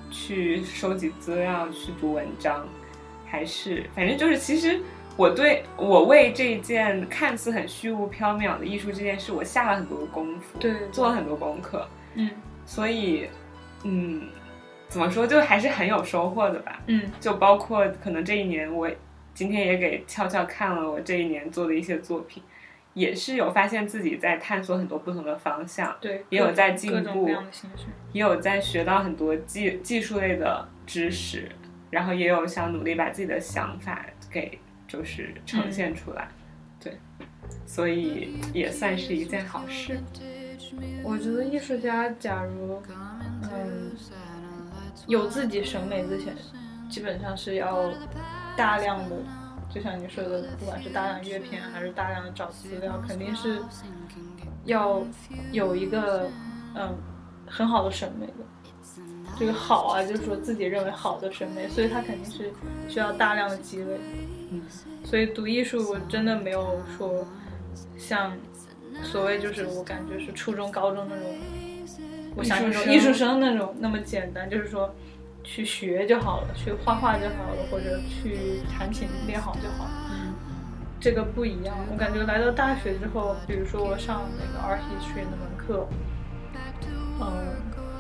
Speaker 1: 去收集资料，去读文章，还是反正就是，其实我对我为这件看似很虚无缥缈的艺术这件事，我下了很多功夫，
Speaker 4: 对对
Speaker 1: 做了很多功课，
Speaker 4: 嗯
Speaker 1: 所以，嗯，怎么说，就还是很有收获的吧。
Speaker 4: 嗯
Speaker 1: 就包括可能这一年，我今天也给俏俏看了我这一年做的一些作品，也是有发现自己在探索很多不同的方向，
Speaker 4: 对，
Speaker 1: 也有在进
Speaker 4: 各种
Speaker 1: 步
Speaker 4: 各样的形式。
Speaker 1: 也有在学到很多技技术类的知识，然后也有想努力把自己的想法给就是呈现出来，对，所以也算是一件好事。
Speaker 4: 我觉得艺术家，假如嗯有自己审美之前，基本上是要大量的，就像你说的，不管是大量阅片还是大量的找资料，肯定是要有一个嗯很好的审美的。这个好啊，就是说自己认为好的审美，所以他肯定是需要大量的积累。
Speaker 1: 嗯，
Speaker 4: 所以读艺术，我真的没有说像所谓就是我感觉是初中、高中那种，我想那种艺
Speaker 1: 艺术生
Speaker 4: 术生那种那么简单，就是说去学就好了，去画画就好了，或者去弹琴练好就好了。这个不一样，我感觉来到大学之后，比如说我上那个 art history 那门课，嗯，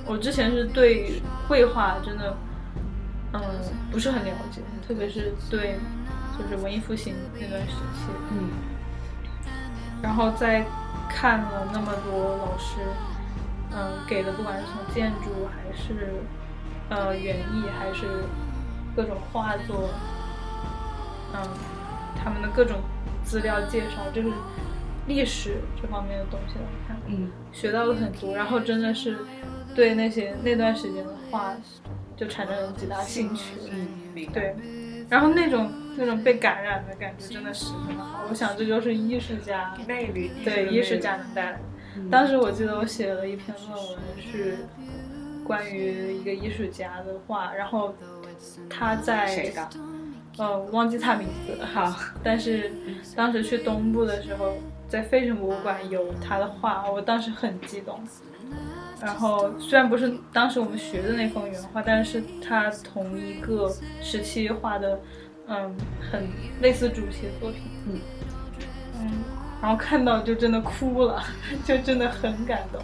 Speaker 4: 我之前是对绘画真的，嗯，不是很了解，特别是对就是文艺复兴那段时期，
Speaker 1: 嗯
Speaker 4: 然后再看了那么多老师，嗯、给的不管是从建筑还是呃园艺还是各种画作，嗯、他们的各种资料介绍，就是历史这方面的东西来看，
Speaker 1: 嗯
Speaker 4: 学到了很多，然后真的是对那些那段时间的画就产生了极大兴趣，
Speaker 1: 嗯，明白。
Speaker 4: 对，然后那种那种被感染的感觉真的十分的好，我想这就是艺术家。
Speaker 1: 魅力，
Speaker 4: 对
Speaker 1: 艺
Speaker 4: 艺
Speaker 1: 术的魅
Speaker 4: 术
Speaker 1: 力
Speaker 4: 家能带来。
Speaker 1: 嗯
Speaker 4: 当时我记得我写了一篇论文是关于一个艺术家的画，然后他在
Speaker 1: 谁的？
Speaker 4: 呃，忘记他名字了。
Speaker 1: 好，
Speaker 4: 但是当时去东部的时候，在费城博物馆有他的画，我当时很激动。然后虽然不是当时我们学的那封原画，但是他同一个时期画的，嗯，很类似主题的作品。
Speaker 1: 嗯
Speaker 4: 嗯，然后看到就真的哭了， *laughs* 就真的很感动，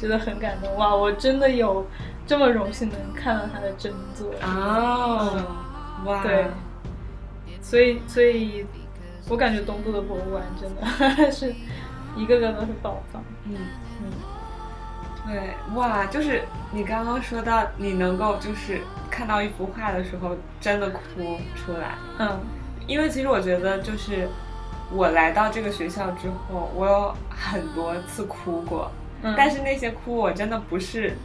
Speaker 4: 觉得很感动。哇，我真的有这么荣幸能看到他的真作。
Speaker 1: 啊哦，哇，
Speaker 4: 对所以，所以我感觉东部的博物馆真的 *laughs* 是一个个都是宝藏。
Speaker 1: 嗯
Speaker 4: 嗯，
Speaker 1: 对，哇，就是你刚刚说到你能够就是看到一幅画的时候真的哭出来，
Speaker 4: 嗯
Speaker 1: 因为其实我觉得就是我来到这个学校之后，我有很多次哭过，
Speaker 4: 嗯，
Speaker 1: 但是那些哭我真的不是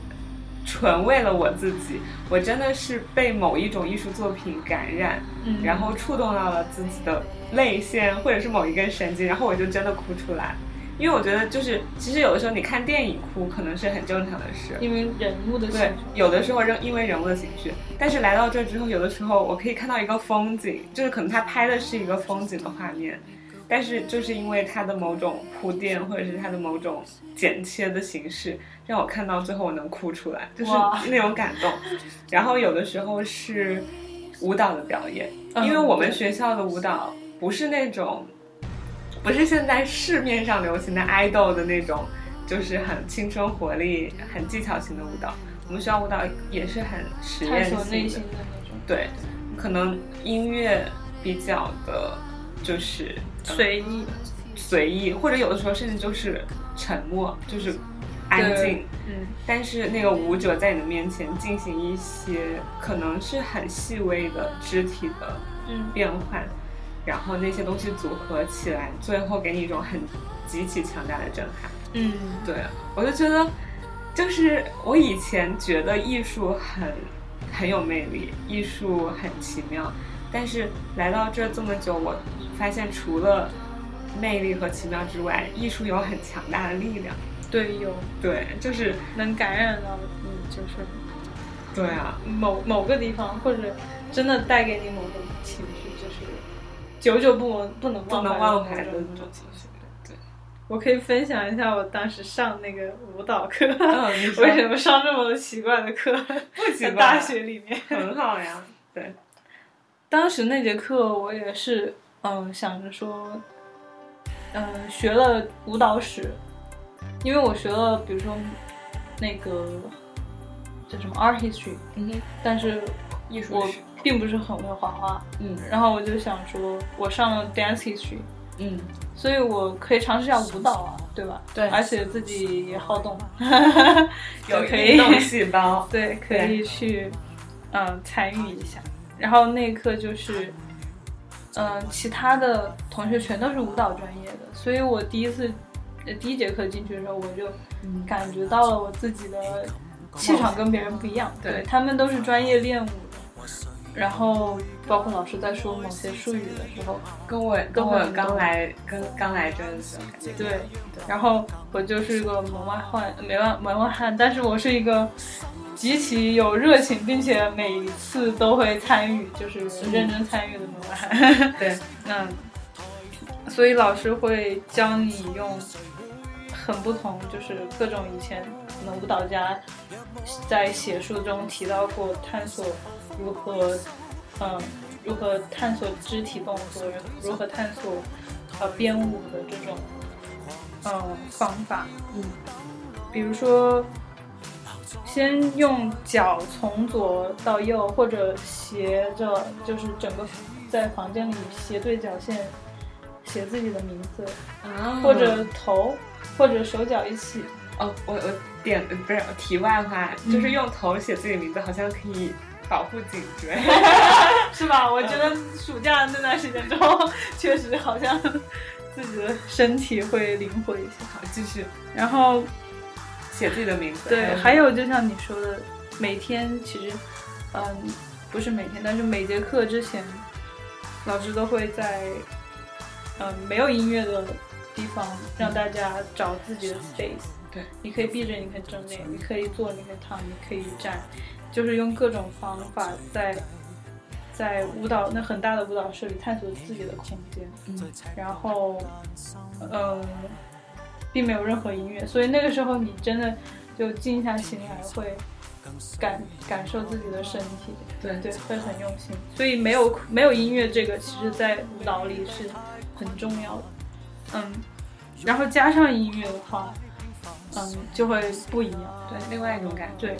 Speaker 1: 纯为了我自己，我真的是被某一种艺术作品感染，
Speaker 4: 嗯
Speaker 1: 然后触动到了自己的泪腺或者是某一根神经，然后我就真的哭出来。因为我觉得就是，其实有的时候你看电影哭可能是很正常的事，
Speaker 4: 因为人物的
Speaker 1: 对
Speaker 4: 形，
Speaker 1: 有的时候人因为人物的情绪，但是来到这之后，有的时候我可以看到一个风景，就是可能他拍的是一个风景的画面，但是就是因为他的某种铺垫或者是他的某种剪切的形式，让我看到最后我能哭出来，就是
Speaker 4: 哇
Speaker 1: 那种感动。然后有的时候是舞蹈的表演，
Speaker 4: 嗯
Speaker 1: 因为我们
Speaker 4: 对
Speaker 1: 学校的舞蹈不是那种，不是现在市面上流行的 idol 的那种，就是很青春活力、很技巧型的舞蹈。我们学校舞蹈也是很实
Speaker 4: 探
Speaker 1: 验
Speaker 4: 索
Speaker 1: 性
Speaker 4: 内
Speaker 1: 的
Speaker 4: 心，的那种，
Speaker 1: 对，可能音乐比较的，就是呃
Speaker 4: 随意，
Speaker 1: 随意，或者有的时候甚至就是沉默，就是安
Speaker 4: 对
Speaker 1: 静。
Speaker 4: 嗯
Speaker 1: 但是那个舞者在你的面前进行一些可能是很细微的肢体的
Speaker 4: 嗯
Speaker 1: 变换，然后那些东西组合起来，最后给你一种很极其强大的震撼。
Speaker 4: 嗯，
Speaker 1: 对啊我就觉得，就是我以前觉得艺术很很有魅力，艺术很奇妙，但是来到这这么久，我发现除了魅力和奇妙之外，艺术有很强大的力量。
Speaker 4: 对，有
Speaker 1: 对，就是
Speaker 4: 能感染到你，就是
Speaker 1: 对啊，
Speaker 4: 某某个地方，或者真的带给你某种情绪，就是久久不能不能
Speaker 1: 不
Speaker 4: 忘
Speaker 1: 能忘怀的
Speaker 4: 的
Speaker 1: 那
Speaker 4: 那
Speaker 1: 种
Speaker 4: 种。
Speaker 1: 情绪。对，
Speaker 4: 我可以分享一下我当时上那个舞蹈课，
Speaker 1: 嗯，你说 *laughs*
Speaker 4: 为什么上这么多奇怪的课？
Speaker 1: 不奇
Speaker 4: 在
Speaker 1: 怪？
Speaker 4: 大学里面，
Speaker 1: 很好呀，对，
Speaker 4: 当时那节课我也是，嗯，想着说，嗯，学了舞蹈史，因为我学了，比如说那个叫什么 art history，
Speaker 1: 嗯哼，
Speaker 4: 但是
Speaker 1: 艺术
Speaker 4: 我
Speaker 1: 史
Speaker 4: 并不是很会画画，
Speaker 1: 嗯
Speaker 4: 然后我就想说，我上了 dance history，
Speaker 1: 嗯，
Speaker 4: 所以我可以尝试一下舞蹈啊，对吧？
Speaker 1: 对
Speaker 4: 而且自己也好动， *laughs*
Speaker 1: 有
Speaker 4: 就可以
Speaker 1: 运动细胞，
Speaker 4: 对，可以去嗯、呃参与一下。然后那一刻就是，嗯、其他的同学全都是舞蹈专业的，所以我第一次呃第一节课进去的时候，我就
Speaker 1: 嗯
Speaker 4: 感觉到了我自己的气场跟别人不一样。
Speaker 1: 对
Speaker 4: 他们都是专业练舞的，然后包括老师在说某些术语的时候，
Speaker 1: 跟我跟
Speaker 4: 跟我
Speaker 1: 我
Speaker 4: 很
Speaker 1: 刚
Speaker 4: 多
Speaker 1: 来跟刚来这的时候感觉
Speaker 4: 对，然后我就是个门外汉，门外门外汉，但是我是一个极其有热情，并且每一次都会参与，就是认真参与的门外汉。
Speaker 1: 嗯
Speaker 4: *laughs*
Speaker 1: 对，
Speaker 4: 嗯，所以老师会教你用很不同，就是各种以前可能舞蹈家在写书中提到过，探索如何，嗯、如何探索肢体动作，如何探索呃编舞的这种嗯、呃方法。
Speaker 1: 嗯，
Speaker 4: 比如说，先用脚从左到右，或者斜着，就是整个在房间里斜对角线写自己的名字，
Speaker 1: 啊
Speaker 4: 或者头，或者手脚一起。
Speaker 1: 哦，我我点不是题外话，就是用头写自己名字，好像可以保护颈椎。
Speaker 4: 是吧？
Speaker 1: 嗯
Speaker 4: 我觉得暑假那段时间之后， *laughs* 确实好像自己的身体会灵活一些。
Speaker 1: 好， *laughs* 继续
Speaker 4: 然后
Speaker 1: 写自己的名字。
Speaker 4: 对，
Speaker 1: 嗯
Speaker 4: 还有就像你说的，每天其实，嗯、不是每天，但是每节课之前，老师都会在，嗯、没有音乐的地方让大家找自己的 space。
Speaker 1: 对，
Speaker 4: 你可以闭着，你可以睁着，你可以坐，你可以躺，你可以站，就是用各种方法在在舞蹈那很大的舞蹈室里探索自己的空间。
Speaker 1: 嗯，
Speaker 4: 然后，嗯，并没有任何音乐，所以那个时候你真的就静下心来，会感感受自己的身体，
Speaker 1: 对
Speaker 4: 对，会很用心。所以没有没有音乐这个，其实在舞蹈里是很重要的，嗯，然后加上音乐的话，嗯，就会不一样，对
Speaker 1: 对，另外一种感觉。
Speaker 4: 对。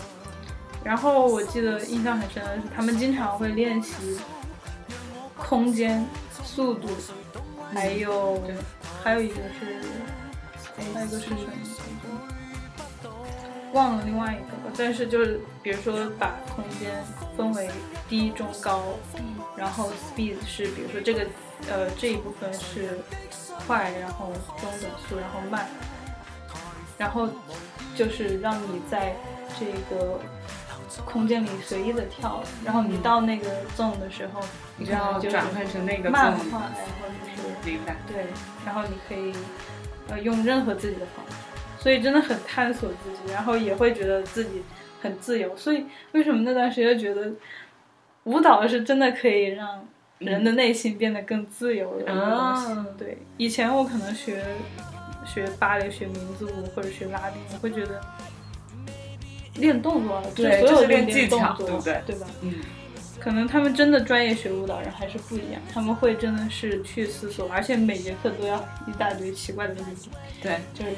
Speaker 4: 然后我记得印象很深的是，他们经常会练习空间、速度，还有、
Speaker 1: 对
Speaker 4: 还有一个是，还有一个是什么？忘了另外一个了，但是就是比如说把空间分为低、中、高，然后 speed 是比如说这个呃这一部分是快，然后中等速，然后慢，然后就是让你在这个空间里随意的跳，然后你到那个 zone 的时候，
Speaker 1: 你
Speaker 4: 可
Speaker 1: 就要
Speaker 4: 能就是
Speaker 1: 转换成那个
Speaker 4: 慢
Speaker 1: 字母
Speaker 4: 化，然后就是
Speaker 1: 明白。
Speaker 4: 对，然后你可以呃用任何自己的方式，所以真的很探索自己，然后也会觉得自己很自由。所以为什么那段时间觉得舞蹈是真的可以让人的内心变得更自由的一个东西？
Speaker 1: 嗯
Speaker 4: 对，以前我可能学学芭蕾、学民族舞或者学拉丁，我会觉得。练动作啊，就
Speaker 1: 对
Speaker 4: 所
Speaker 1: 就
Speaker 4: 有
Speaker 1: 是
Speaker 4: 都
Speaker 1: 练技
Speaker 4: 动
Speaker 1: 巧
Speaker 4: 作，
Speaker 1: 对不对
Speaker 4: 对吧？
Speaker 1: 嗯，
Speaker 4: 可能他们真的专业学舞蹈人还是不一样，他们会真的是去思索，而且每节课都要一大堆奇怪的问题，
Speaker 1: 对，
Speaker 4: 就是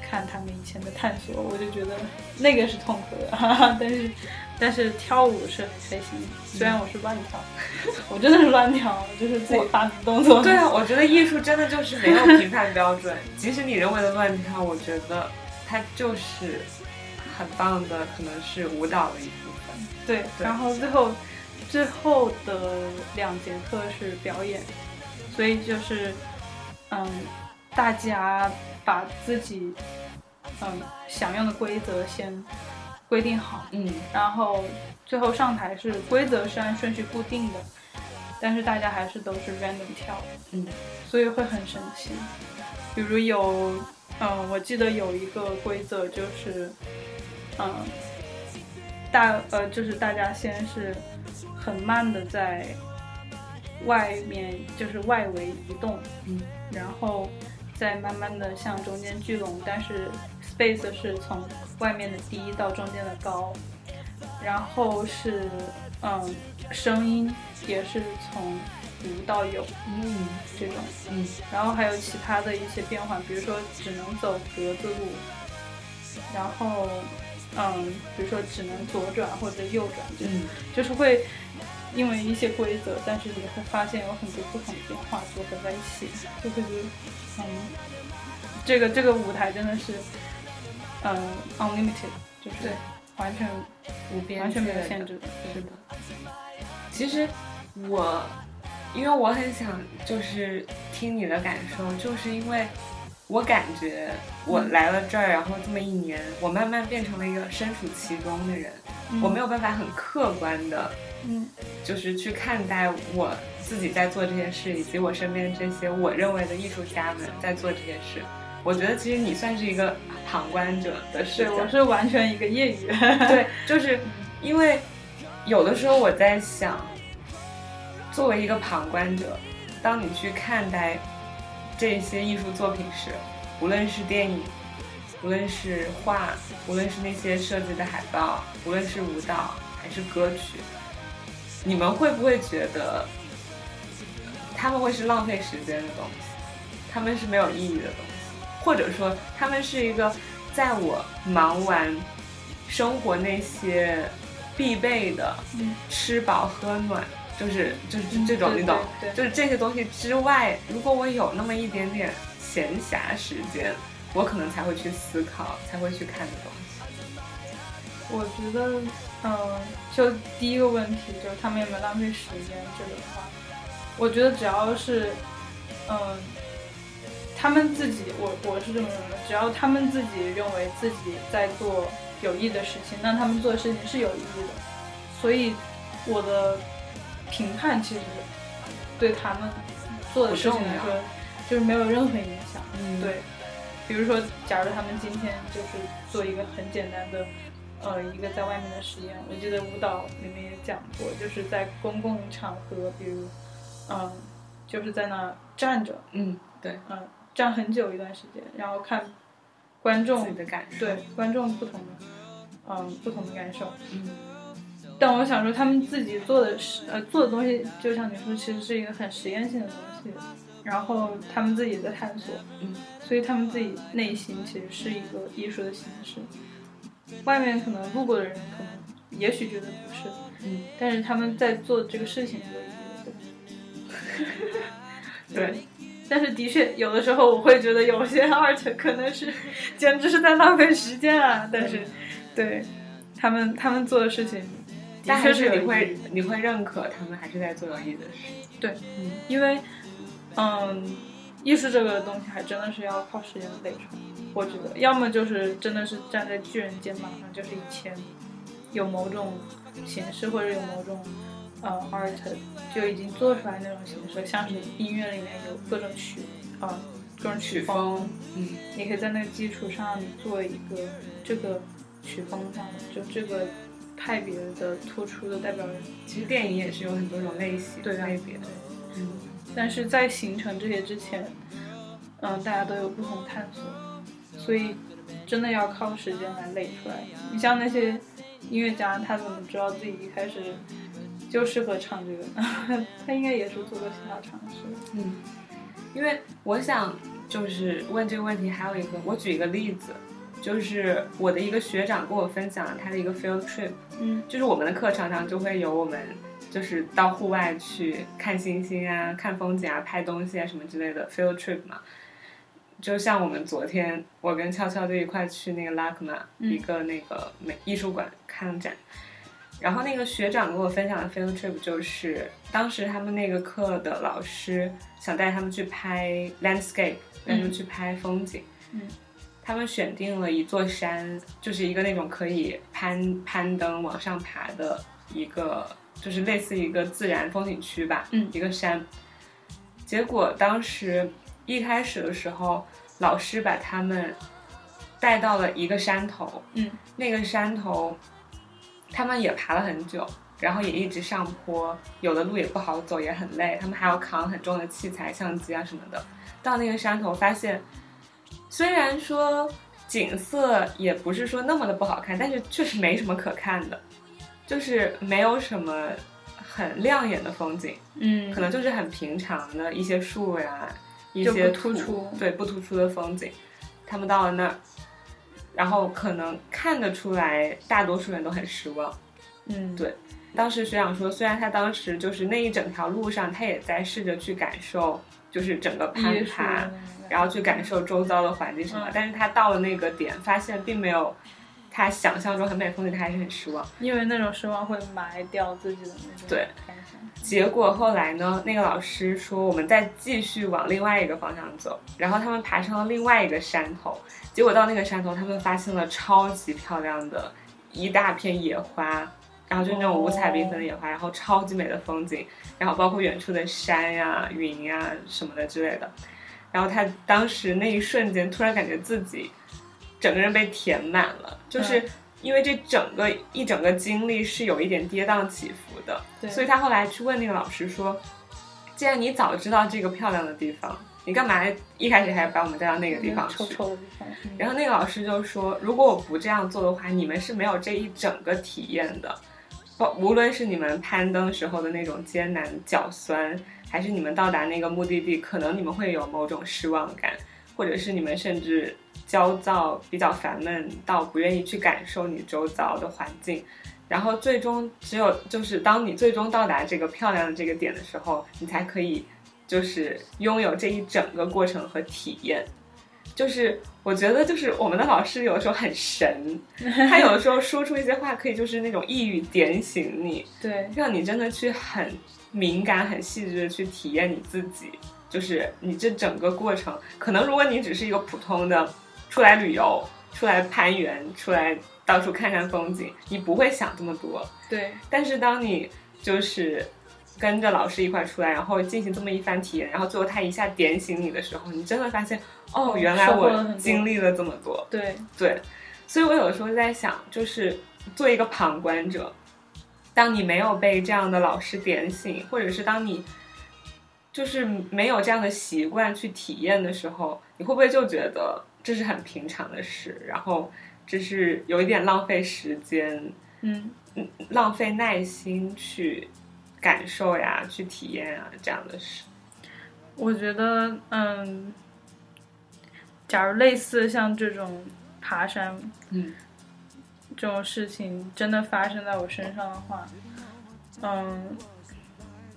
Speaker 4: 看他们以前的探索，我就觉得那个是痛苦的，哈哈但是但是跳舞是很开心的，虽
Speaker 1: 嗯
Speaker 4: 然我是乱跳， *laughs* 我真的是乱跳，就是自己发明动作，
Speaker 1: 对啊，我觉得艺术真的就是没有评判标准， *laughs* 即使你认为的乱跳，我觉得它就是很棒的，可能是舞蹈的一部分。
Speaker 4: 对，
Speaker 1: 对
Speaker 4: 然后最后最后的两节课是表演，所以就是嗯，大家把自己嗯想用的规则先规定好，
Speaker 1: 嗯，
Speaker 4: 然后最后上台是规则是按顺序固定的，但是大家还是都是 random 跳的，
Speaker 1: 嗯，
Speaker 4: 所以会很神奇。比如有，嗯，我记得有一个规则就是，嗯，大呃就是大家先是很慢的在外面就是外围移动，
Speaker 1: 嗯，
Speaker 4: 然后再慢慢的向中间聚拢，但是 space 是从外面的低到中间的高，然后是嗯声音也是从无到有
Speaker 1: 嗯
Speaker 4: 这种，
Speaker 1: 嗯，
Speaker 4: 然后还有其他的一些变化，比如说只能走格子路，然后嗯，比如说只能左转或者右转，就是
Speaker 1: 嗯，
Speaker 4: 就是会因为一些规则，但是你会发现有很多不同的变化组合在一起，就会觉得，嗯，这个这个舞台真的是，嗯，unlimited，就是
Speaker 1: 对
Speaker 4: 完全
Speaker 1: 无边
Speaker 4: 完全没
Speaker 1: 界
Speaker 4: 有
Speaker 1: 的
Speaker 4: 限制的，
Speaker 1: 是的。其实我，因为我很想就是听你的感受，就是因为我感觉我
Speaker 4: 嗯
Speaker 1: 来了这儿，然后这么一年，我慢慢变成了一个身处其中的人，我没
Speaker 4: 有，
Speaker 1: 有办法很客观的，
Speaker 4: 嗯
Speaker 1: 就是去看待我自己在做这件事，以及我身边这些我认为的艺术家们在做这件事。我觉得其实你算是一个旁观者的视
Speaker 4: 对，
Speaker 1: 角，
Speaker 4: 我是完全一个业余， *laughs*
Speaker 1: 对，就是因为有的时候我在想，作为一个旁观者，当你去看待这些艺术作品时，无论是电影，无论是画，无论是那些设计的海报，无论是舞蹈还是歌曲，你们会不会觉得他们会是浪费时间的东西？他们是没有意义的东西，或者说他们是一个在我忙完生活那些必备的
Speaker 4: 嗯
Speaker 1: 吃饱喝暖，就是就是
Speaker 4: 嗯
Speaker 1: 这种
Speaker 4: 对
Speaker 1: 你懂，
Speaker 4: 对对
Speaker 1: 就是这些东西之外，如果我有那么一点点闲暇时间，我可能才会去思考，才会去看的东西。
Speaker 4: 我觉得，嗯、就第一个问题就是他们有没有浪费时间这个的话，我觉得只要是，嗯、他们自己，我我是这么认为的，只要他们自己认为自己在做有益的事情，那他们做的事情是有意义的，所以我的评判其实对他们做的事情来
Speaker 1: 不重
Speaker 4: 说
Speaker 1: 要，
Speaker 4: 就是没有任何影响。
Speaker 1: 嗯
Speaker 4: 对，比如说，假如他们今天就是做一个很简单的，呃，一个在外面的实验，我记得舞蹈里面也讲过，就是在公共场合，比如，嗯、就是在那站着，
Speaker 1: 嗯，对，
Speaker 4: 嗯、站很久一段时间，然后看观
Speaker 1: 自己
Speaker 4: 众
Speaker 1: 的感受，
Speaker 4: 嗯对观众不同的，嗯、不同的感受。
Speaker 1: 嗯，
Speaker 4: 但我想说，他们自己做的实呃做的东西，就像你说，其实是一个很实验性的东西，然后他们自己在探索，
Speaker 1: 嗯，
Speaker 4: 所以他们自己内心其实是一个艺术的形式。外面可能路过的人可能也许觉得不是，
Speaker 1: 嗯，
Speaker 4: 但是他们在做这个事情的时候也觉得不是。
Speaker 1: 对，
Speaker 4: 但是的确，有的时候我会觉得有些 art 可能是简直是在浪费时间啊，但是，对他们他们做的事情
Speaker 1: 但
Speaker 4: 的确
Speaker 1: 还是
Speaker 4: 有
Speaker 1: 你
Speaker 4: 意
Speaker 1: 会
Speaker 4: 义
Speaker 1: 你会认可他们还是在做有意义的事，
Speaker 4: 因为，嗯，艺术这个东西还真的是要靠时间累出来。我觉得，要么就是真的是站在巨人肩膀上，就是以前有某种形式或者有某种呃 art 就已经做出来那种形式，像是音乐里面有各种曲，呃，各种曲风，
Speaker 1: 嗯，
Speaker 4: 你可以在那个基础上做一个这个曲风上的就这个派别的突出的代表人。
Speaker 1: 其实电影也是有很多种类型
Speaker 4: 对啊
Speaker 1: 类别的，嗯，
Speaker 4: 但是在形成这些之前，嗯、大家都有不同探索，所以真的要靠时间来垒出来。你像那些音乐家，他怎么知道自己一开始就适合唱这个 *laughs* 呢？他应该也是做过其他尝试。
Speaker 1: 嗯，因为我想就是问这个问题，还有一个，我举一个例子，就是我的一个学长跟我分享了他的一个 field trip，
Speaker 4: 嗯
Speaker 1: 就是我们的课常常就会有我们就是到户外去看星星啊、看风景啊、拍东西啊什么之类的 field trip 嘛。就像我们昨天，我跟俏俏就一块去那个拉克纳、
Speaker 4: 嗯
Speaker 1: 一个那个美艺术馆看展，然后那个学长跟我分享的 field trip 就是，当时他们那个课的老师想带他们去拍 landscape，带他们去拍风景。
Speaker 4: 嗯
Speaker 1: 他们选定了一座山，就是一个那种可以攀攀登往上爬的一个，就是类似一个自然风景区吧，
Speaker 4: 嗯
Speaker 1: 一个山。结果当时一开始的时候，老师把他们带到了一个山头，
Speaker 4: 嗯
Speaker 1: 那个山头，他们也爬了很久，然后也一直上坡，有的路也不好走，也很累，他们还要扛很重的器材、相机啊什么的。到那个山头，发现虽然说景色也不是说那么的不好看，但是确实没什么可看的，就是没有什么很亮眼的风景。
Speaker 4: 嗯
Speaker 1: 可能就是很平常的一些树呀、一
Speaker 4: 就
Speaker 1: 些
Speaker 4: 不突
Speaker 1: 土
Speaker 4: 出
Speaker 1: 对不突出的风景。他们到了那儿，然后可能看得出来，大多数人都很失望。
Speaker 4: 嗯
Speaker 1: 对当时学长说，虽然他当时就是那一整条路上，他也在试着去感受，就是整个攀
Speaker 4: 艺术
Speaker 1: 爬
Speaker 4: 的，那个
Speaker 1: 然后去感受周遭的环境什么。
Speaker 4: 嗯
Speaker 1: 但是他到了那个点，发现并没有他想象中很美的风景，他还是很失望。
Speaker 4: 因为那种失望会埋掉自己的那种
Speaker 1: 对
Speaker 4: 感想。
Speaker 1: 结果后来呢，那个老师说我们再继续往另外一个方向走，然后他们爬上了另外一个山头，结果到那个山头，他们发现了超级漂亮的一大片野花，然后就是那种五彩缤纷的野花，然后超级美的风景，然后包括远处的山呀、云呀、什么的之类的。然后他当时那一瞬间，突然感觉自己整个人被填满了，就是
Speaker 4: 嗯
Speaker 1: 因为这整个一整个经历是有一点跌宕起伏的，
Speaker 4: 对
Speaker 1: 所以他后来去问那个老师说：“既然你早知道这个漂亮的地方，你干嘛一开始还把我们带到那个地方去？”
Speaker 4: 臭臭的地方。嗯
Speaker 1: 然后那个老师就说，如果我不这样做的话，你们是没有这一整个体验的。不，无论是你们攀登时候的那种艰难、脚酸，还是你们到达那个目的地，可能你们会有某种失望感，或者是你们甚至焦躁、比较烦闷到不愿意去感受你周遭的环境。然后最终只有就是当你最终到达这个漂亮的这个点的时候，你才可以就是拥有这一整个过程和体验。就是我觉得就是我们的老师有的时候很神，他有的时候说出一些话可以就是那种一语点醒你，
Speaker 4: 对，
Speaker 1: 让你真的去很敏感、很细致的去体验你自己，就是你这整个过程。可能如果你只是一个普通的出来旅游、出来攀援、出来到处看看风景，你不会想这么多。
Speaker 4: 对，
Speaker 1: 但是当你就是跟着老师一块儿出来，然后进行这么一番体验，然后最后他一下点醒你的时候，你真的发现，哦，原来
Speaker 4: 收获了
Speaker 1: 我
Speaker 4: 很多
Speaker 1: 经历了这么多。
Speaker 4: 对，
Speaker 1: 对，所以我有时候在想，就是做一个旁观者，当你没有被这样的老师点醒，或者是当你就是没有这样的习惯去体验的时候，你会不会就觉得这是很平常的事，然后这是有一点浪费时间、
Speaker 4: 嗯，
Speaker 1: 浪费耐心去感受呀、去体验啊这样的事？
Speaker 4: 我觉得，嗯，假如类似像这种爬山
Speaker 1: 嗯
Speaker 4: 这种事情真的发生在我身上的话，嗯，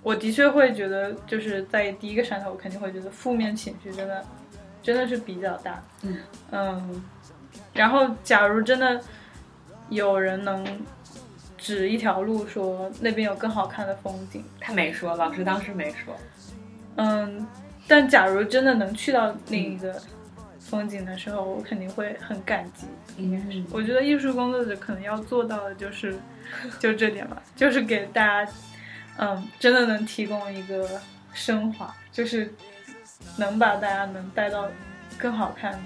Speaker 4: 我的确会觉得，就是在第一个山头，我肯定会觉得负面情绪真的真的是比较大。
Speaker 1: 嗯
Speaker 4: 嗯然后假如真的有人能指一条路说那边有更好看的风景，
Speaker 1: 他没说，老师当时没说。
Speaker 4: 嗯，但假如真的能去到另一个风景的时候，我肯定会很感激。
Speaker 1: 嗯， *laughs*
Speaker 4: 我觉得艺术工作者可能要做到的就是，就这点吧，就是给大家，嗯，真的能提供一个升华，就是能把大家能带到更好看的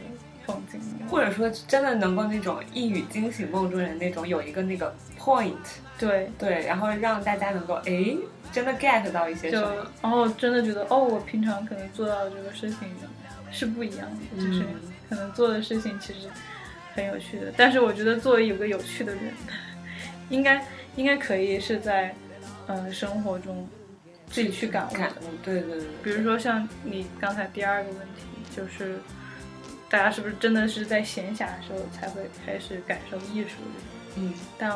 Speaker 4: 风景里。
Speaker 1: 或者说真的能够那种一语惊醒梦中人那种嗯有一个那个 point，
Speaker 4: 对，
Speaker 1: 对，然后让大家能够诶真的 get 到一些
Speaker 4: 就
Speaker 1: 什么，
Speaker 4: 然后真的觉得，哦，我平常可能做到的这个事情是不一样的，就是
Speaker 1: 嗯
Speaker 4: 可能做的事情其实很有趣的。但是我觉得作为有个有趣的人， *laughs* 应该应该可以是在嗯、呃生活中自己去感悟
Speaker 1: 感
Speaker 4: 的。
Speaker 1: 悟，对对对，对
Speaker 4: 比如说像你刚才第二个问题，就是大家是不是真的是在闲暇的时候才会开始感受艺术？
Speaker 1: 嗯
Speaker 4: 但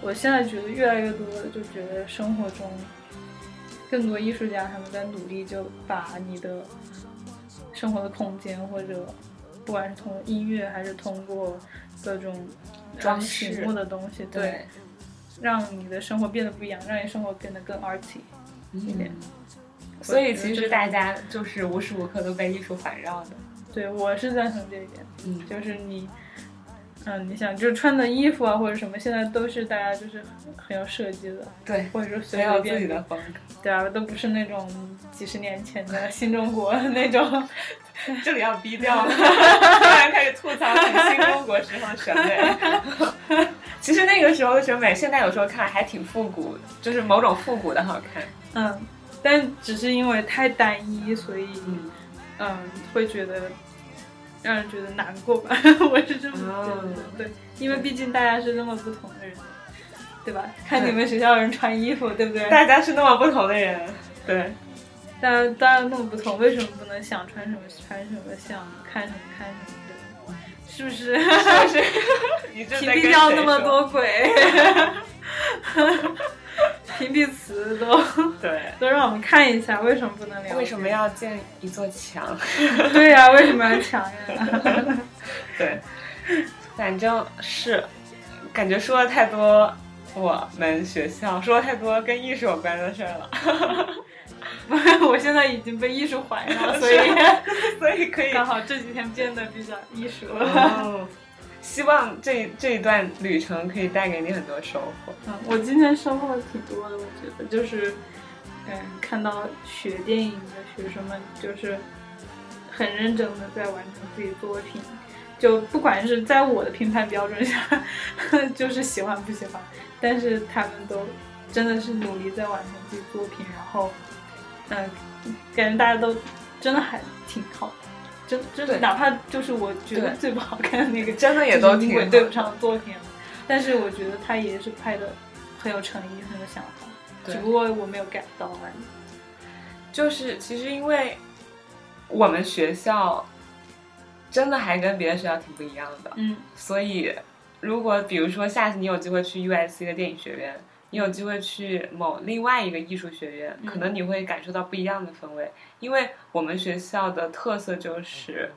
Speaker 4: 我现在觉得越来越多的就觉得生活中更多艺术家他们在努力就把你的生活的空间或者不管是通过音乐还是通过各种呃
Speaker 1: 装饰
Speaker 4: 醒目的东西，对，
Speaker 1: 对，
Speaker 4: 让你的生活变得不一样，让你生活变得更 arty。
Speaker 1: 嗯。所以其实大家就是无时无刻都被艺术环绕的，
Speaker 4: 对我是赞成这一点。
Speaker 1: 嗯，
Speaker 4: 就是你，嗯，你想就是穿的衣服啊或者什么，现在都是大家就是很有设计的，
Speaker 1: 对，
Speaker 4: 或者说
Speaker 1: 很
Speaker 4: 随随
Speaker 1: 有自己
Speaker 4: 便
Speaker 1: 的风
Speaker 4: 对啊，都不是那种几十年前的新中国那种，
Speaker 1: 格。这里要逼掉了，突然开始吐槽起新中国时候审美。 *laughs* 其实那个时候的审美，现在有时候看还挺复古，就是某种复古的好看。
Speaker 4: 嗯，但只是因为太单一，所以
Speaker 1: 嗯，
Speaker 4: 嗯，会觉得让人觉得难过吧， *laughs* 我是这么觉得的
Speaker 1: 哦，
Speaker 4: 对，因为毕竟大家是那么不同的人，对吧？看你们学校人穿衣服，对不对？
Speaker 1: 大家是那么不同的人，对，
Speaker 4: 大家大家那么不同，为什么不能想穿什么穿什么，想看什么看什么，对吧？是不是？
Speaker 1: 就是你这
Speaker 4: *laughs* 屏
Speaker 1: 在
Speaker 4: 蔽
Speaker 1: 跟
Speaker 4: 掉
Speaker 1: 谁
Speaker 4: 那么
Speaker 1: 说，
Speaker 4: 多鬼， *laughs* 屏蔽词都
Speaker 1: 对。
Speaker 4: 都让我们看一下，为什么不能聊？
Speaker 1: 为什么？要建一座墙？
Speaker 4: 对呀、为什么要强呀？ *laughs*
Speaker 1: 对，反正是感觉说了太多我们学校，说了太多跟艺术有关的事儿了，
Speaker 4: 我现在已经被艺术环绕，所以
Speaker 1: 是啊所以可以。
Speaker 4: 刚好这几天变得比较艺术了。
Speaker 1: 哦 *laughs* 希望这这一段旅程可以带给你很多收获。
Speaker 4: 嗯，我今天收获了挺多的，我觉得就是，嗯，看到学电影的学生们就是很认真的在完成自己作品，就不管是在我的评判标准下， *laughs* 就是喜欢不喜欢，但是他们都真的是努力在完成自己作品，然后，嗯，感觉大家都真的还挺好的，真真的
Speaker 1: 对
Speaker 4: 哪怕就是我觉得
Speaker 1: 对
Speaker 4: 最不好看的
Speaker 1: *laughs*
Speaker 4: 那个
Speaker 1: 真的也都挺
Speaker 4: 就是
Speaker 1: 好
Speaker 4: 对不上作品了，但是我觉得他也是拍的很有诚意，很有想法，
Speaker 1: 对
Speaker 4: 只不过我没有 get 到而已。
Speaker 1: 就是其实因为我们学校真的还跟别的学校挺不一样的。
Speaker 4: 嗯
Speaker 1: 所以，如果比如说下次你有机会去 USC 的电影学院，你有机会去某另外一个艺术学院，
Speaker 4: 嗯
Speaker 1: 可能你会感受到不一样的氛围。因为我们学校的特色就是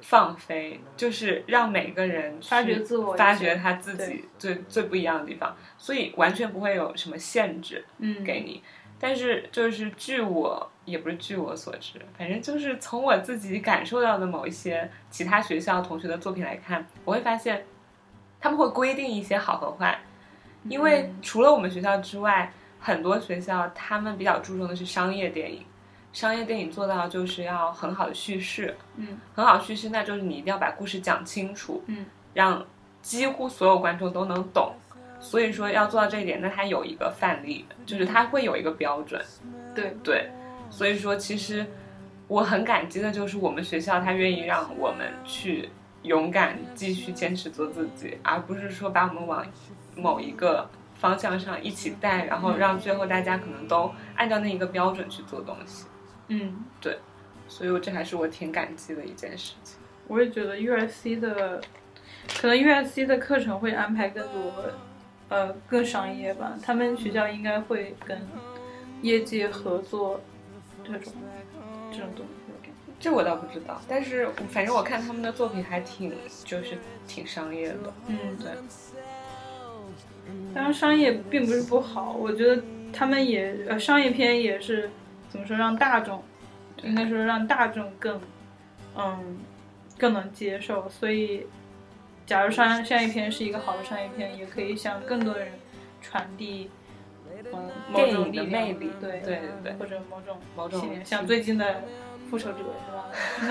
Speaker 1: 放飞，就是让每个人去
Speaker 4: 发掘自我一些
Speaker 1: 发掘他自己最最不一样的地方，所以完全不会有什么限制
Speaker 4: 嗯，
Speaker 1: 给你。但是，就是据我也不是据我所知，反正就是从我自己感受到的某一些其他学校同学的作品来看，我会发
Speaker 4: 嗯
Speaker 1: 现他们会规定一些好和坏，因为除了我们学校之外，很多学校他们比较注重的是商业电影，商业电影做到就是要很好的叙事，
Speaker 4: 嗯
Speaker 1: 很好叙事，那就是你一定要把故事讲清楚，
Speaker 4: 嗯，
Speaker 1: 让几乎所有观众都能懂。所以说要做到这一点，那它有一个范例，就是它会有一个标准，
Speaker 4: 对，
Speaker 1: 对。所以说，其实我很感激的就是我们学校，它愿意让我们去勇敢继续坚持做自己，而不是说把我们往某一个方向上一起带，然后让最后大家可能都按照那一个标准去做东西。
Speaker 4: 嗯，
Speaker 1: 所以我这还是我挺感激的一件事情。
Speaker 4: 我也觉得 USC 的，可能 USC 的课程会安排更多，呃，更商业吧。他们学校应该会跟业界合作这种这种东西我感觉。
Speaker 1: 这我倒不知道，但是反正我看他们的作品还挺，就是挺商业的。
Speaker 4: 嗯，
Speaker 1: 对，
Speaker 4: 当然商业并不是不好，我觉得他们也呃商业片也是怎么说让大众，应该说让大众更嗯更能接受，所以假如商商业片是一个好的商业片，也可以向更多的人传递嗯某
Speaker 1: 电
Speaker 4: 种
Speaker 1: 影的
Speaker 4: 力量
Speaker 1: 魅力，
Speaker 4: 对
Speaker 1: 对对
Speaker 4: 或者某种
Speaker 1: 某种
Speaker 4: 信念像最近的复仇者是吧？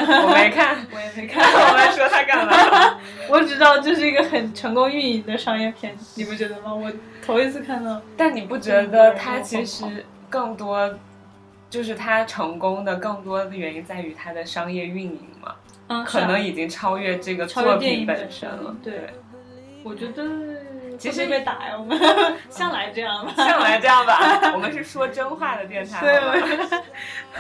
Speaker 1: 对，我没看，
Speaker 4: 我也没看，
Speaker 1: 我在说他干嘛？
Speaker 4: 我只知道这是一个很成功运营的商业片，你不觉得吗？我头一次看到。
Speaker 1: 但你不觉得他其实更多，就是他成功的更多的原因在于他的商业运营吗？
Speaker 4: 嗯，
Speaker 1: 可
Speaker 4: 是啊
Speaker 1: 能已经超越这个
Speaker 4: 超
Speaker 1: 作
Speaker 4: 越电
Speaker 1: 品
Speaker 4: 影
Speaker 1: 本身了。
Speaker 4: 对，我觉得
Speaker 1: 其实
Speaker 4: 会不会被打呀，我 *laughs* 们向来这样嘛。
Speaker 1: 像我来这样吧，我们是说真话的电台，
Speaker 4: 对
Speaker 1: 好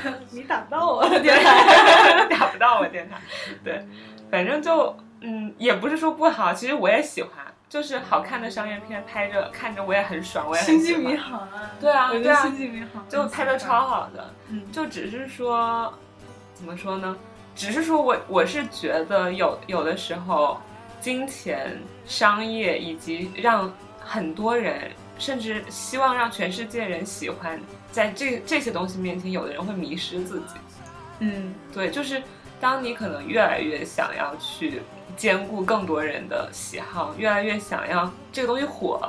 Speaker 1: 吗，
Speaker 4: 你打不到我，电台。
Speaker 1: 打不到我电台。对，反正就嗯，也不是说不好，其实我也喜欢，就是好看的商业片拍着看着我也很爽，我也很
Speaker 4: 星
Speaker 1: 喜
Speaker 4: 际迷
Speaker 1: 欢，
Speaker 4: 航啊，
Speaker 1: 对啊
Speaker 4: 我觉
Speaker 1: 对
Speaker 4: 得
Speaker 1: 啊
Speaker 4: 星际迷航
Speaker 1: 就拍的超，好的。
Speaker 4: 嗯，
Speaker 1: 就只是说，怎么说呢？只是说我我是觉得有有的时候，金钱、商业以及让很多人，甚至希望让全世界人喜欢，在这这些东西面前，有的人会迷失自己。
Speaker 4: 嗯，
Speaker 1: 对，就是当你可能越来越想要去兼顾更多人的喜好，越来越想要这个东西火，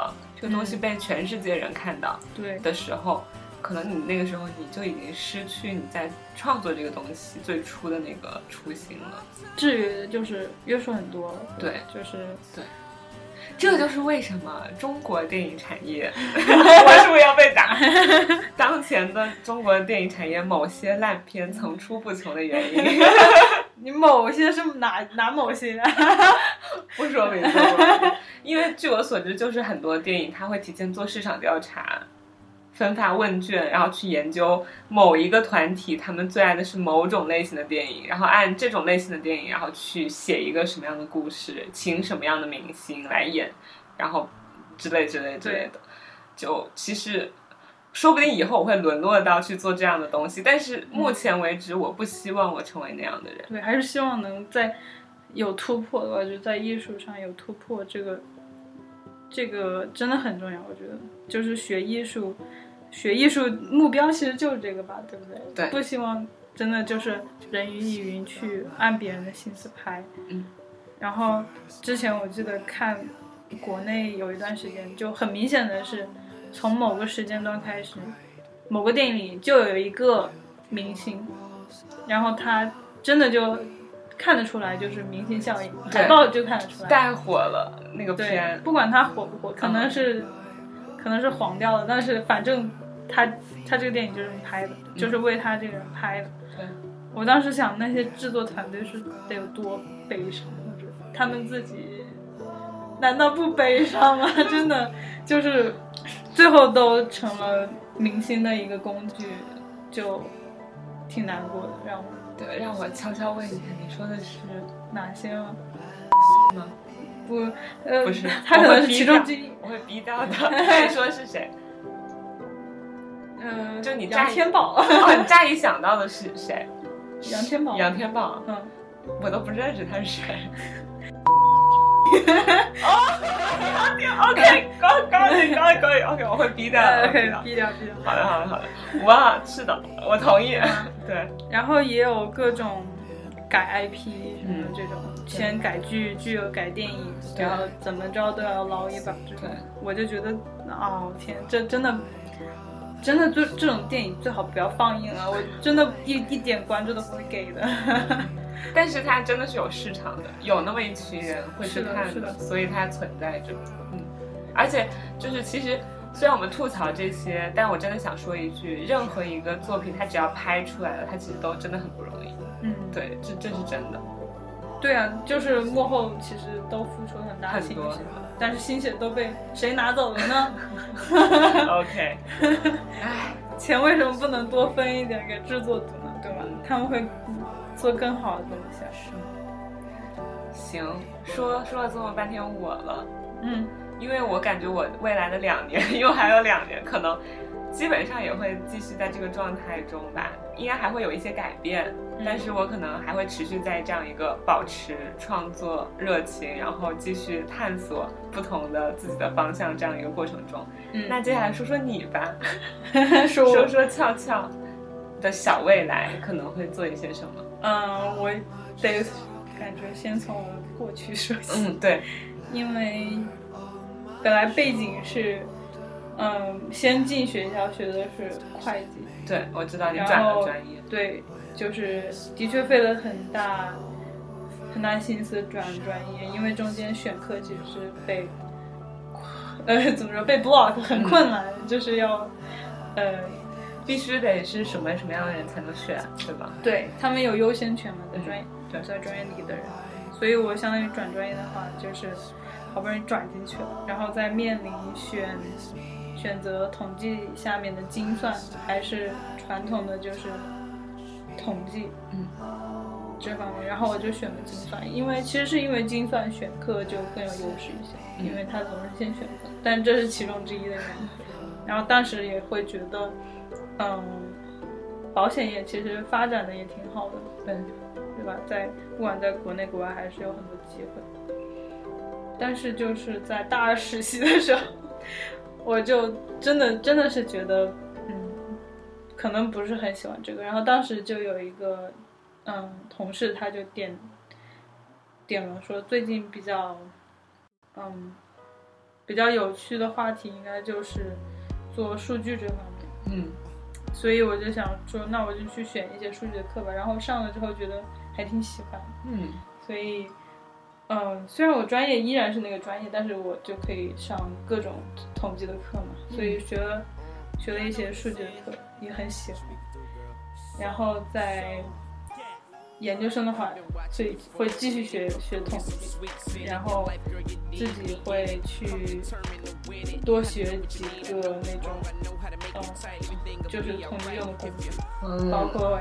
Speaker 1: 这个东西
Speaker 4: 嗯
Speaker 1: 被全世界人看到，
Speaker 4: 对，
Speaker 1: 的时候，可能你那个时候你就已经失去你在创作这个东西最初的那个初心了。
Speaker 4: 至于的就是约束很多，
Speaker 1: 对，
Speaker 4: 就是
Speaker 1: 这就是为什么中国电影产业，我是不是要被打？当前的中国电影产业某些烂片层出不穷的原因，
Speaker 4: 你某些是哪哪某些啊，
Speaker 1: *laughs* 不说明说了。因为据我所知，就是很多电影它会提前做市场调查。分发问卷，然后去研究某一个团体他们最爱的是某种类型的电影，然后按这种类型的电影，然后去写一个什么样的故事，请什么样的明星来演，然后之类之类之类的。就其实，说不定以后我会沦落到去做这样的东西，但是目前为止，我不希望我成为那样的人。
Speaker 4: 对，还是希望能在有突破的话，就在艺术上有突破，这个这个真的很重要。我觉得，就是学艺术，学艺术目标其实就是这个吧，对不对？
Speaker 1: 对
Speaker 4: 不希望真的就是人云亦云去按别人的心思拍。
Speaker 1: 嗯。
Speaker 4: 然后之前我记得看国内有一段时间，就很明显的是从某个时间段开始，某个电影里就有一个明星，然后他真的就看得出来，就是明星效应，
Speaker 1: 对
Speaker 4: 海报就看得出来。
Speaker 1: 带火了那个
Speaker 4: 对
Speaker 1: 片，，
Speaker 4: 不管他火不火，可
Speaker 1: 嗯
Speaker 4: 能是、可能是黄掉了，但是反正他他这个电影就是拍的，就是为他这个人拍的。
Speaker 1: 嗯对
Speaker 4: 我当时想，那些制作团队是得有多悲伤，我觉得他们自己难道不悲伤吗？ *laughs* 真的就是最后都成了明星的一个工具，就挺难过的。让我
Speaker 1: 对，让我悄悄问一下，你说的是
Speaker 4: 哪些吗？
Speaker 1: 吗？
Speaker 4: 不，呃，
Speaker 1: 不是
Speaker 4: 他可
Speaker 1: 我会
Speaker 4: 能是
Speaker 1: 逼
Speaker 4: 其中
Speaker 1: 掉
Speaker 4: 之一。
Speaker 1: 我会逼掉 *laughs* 的。你说是谁？
Speaker 4: 嗯，
Speaker 1: 就你
Speaker 4: 杨
Speaker 1: 乍一
Speaker 4: 天宝，
Speaker 1: 哦，你乍一想到的是谁？
Speaker 4: 杨天宝，
Speaker 1: 杨天宝，
Speaker 4: 嗯，
Speaker 1: 我都不认识他是谁。哦，OK，高高级高级高级，OK，我会逼掉
Speaker 4: *laughs*
Speaker 1: 的，我会逼掉 *laughs*
Speaker 4: 以。低调低调。
Speaker 1: 好的，好的，好的。哇，是的，我同意。对，
Speaker 4: 然后也有各种改 IP 什
Speaker 1: 嗯
Speaker 4: 么这种，先改剧，剧又改电影，
Speaker 1: 对
Speaker 4: 然后怎么着都要捞一把这种
Speaker 1: 对。
Speaker 4: 啊我就觉得，哦天，这真的真的就这种电影最好不要放映啊！我真的一一点关注都不会给的。 *laughs*
Speaker 1: 嗯但是它真的是有市场的，有那么一群人会去
Speaker 4: 是的
Speaker 1: 看
Speaker 4: 是的
Speaker 1: 所以它存在着。嗯，而且就是其实虽然我们吐槽这些，但我真的想说一句，任何一个作品它只要拍出来了，它其实都真的很不容易。
Speaker 4: 嗯，
Speaker 1: 对，这这是真
Speaker 4: *laughs*
Speaker 1: 的。
Speaker 4: 对啊，就是幕后其实都付出了很大的
Speaker 1: 很
Speaker 4: 心
Speaker 1: 多
Speaker 4: 血，但是心血都被谁拿走了呢？ *laughs*
Speaker 1: OK，
Speaker 4: 钱为什么不能多分一点给制作组呢？对吧？他们会做更好的东西啊。
Speaker 1: 行，说说了这么半天我了。
Speaker 4: 嗯，
Speaker 1: 因为我感觉我未来的两年， *laughs* 因为还有两年，可能基本上也会继续在这个状态中吧，应该还会有一些改变，
Speaker 4: 嗯
Speaker 1: 但是我可能还会持续在这样一个保持创作热情，然后继续探索不同的自己的方向这样一个过程中。
Speaker 4: 嗯
Speaker 1: 那接下来说说你吧，
Speaker 4: 说
Speaker 1: 说说俏俏的小未来可能会做一些什么？
Speaker 4: 嗯，我得感觉先从我的过去说起，
Speaker 1: 嗯，对，
Speaker 4: 因为本来背景是，嗯，先进学校学的是会计，
Speaker 1: 对，我知道你转
Speaker 4: 然
Speaker 1: 了
Speaker 4: 后
Speaker 1: 专业，
Speaker 4: 对，就是的确费了很大很大心思转专业，因为中间选课其实是被，呃，怎么说被 block 很困难，就是要，呃，
Speaker 1: 必须得是什么什么样的人才能选，对吧？
Speaker 4: 对他们有优先权嘛，在
Speaker 1: 嗯
Speaker 4: 专业、
Speaker 1: 对
Speaker 4: 在专业里的人，所以我相当于转专业的话，就是好不容易转进去了，然后再面临选选择统计下面的精算，还是传统的就是统计，
Speaker 1: 嗯，
Speaker 4: 这方面，然后我就选了精算，因为其实是因为精算选课就更有优势一些，
Speaker 1: 嗯
Speaker 4: 因为他总是先选课，但这是其中之一的原因。然后当时也会觉得，嗯，保险业其实发展的也挺好的，
Speaker 1: 对。
Speaker 4: 对吧？在不管在国内国外还是有很多机会。但是就是在大二实习的时候，我就真的真的是觉得，嗯，可能不是很喜欢这个。然后当时就有一个嗯同事，他就点点了说，最近比较嗯比较有趣的话题，应该就是做数据这方面。
Speaker 1: 嗯
Speaker 4: 所以我就想说，那我就去选一些数学课吧。然后上了之后觉得还挺喜欢，
Speaker 1: 嗯
Speaker 4: 所以，嗯，虽然我专业依然是那个专业，但是我就可以上各种统计的课嘛，所以学了学了一些数学课，也很喜欢。然后在研究生的话，所以会继续学学统计，然后自己会去多学几个那种，嗯，就是统计用的工具。包
Speaker 1: 嗯，
Speaker 4: 括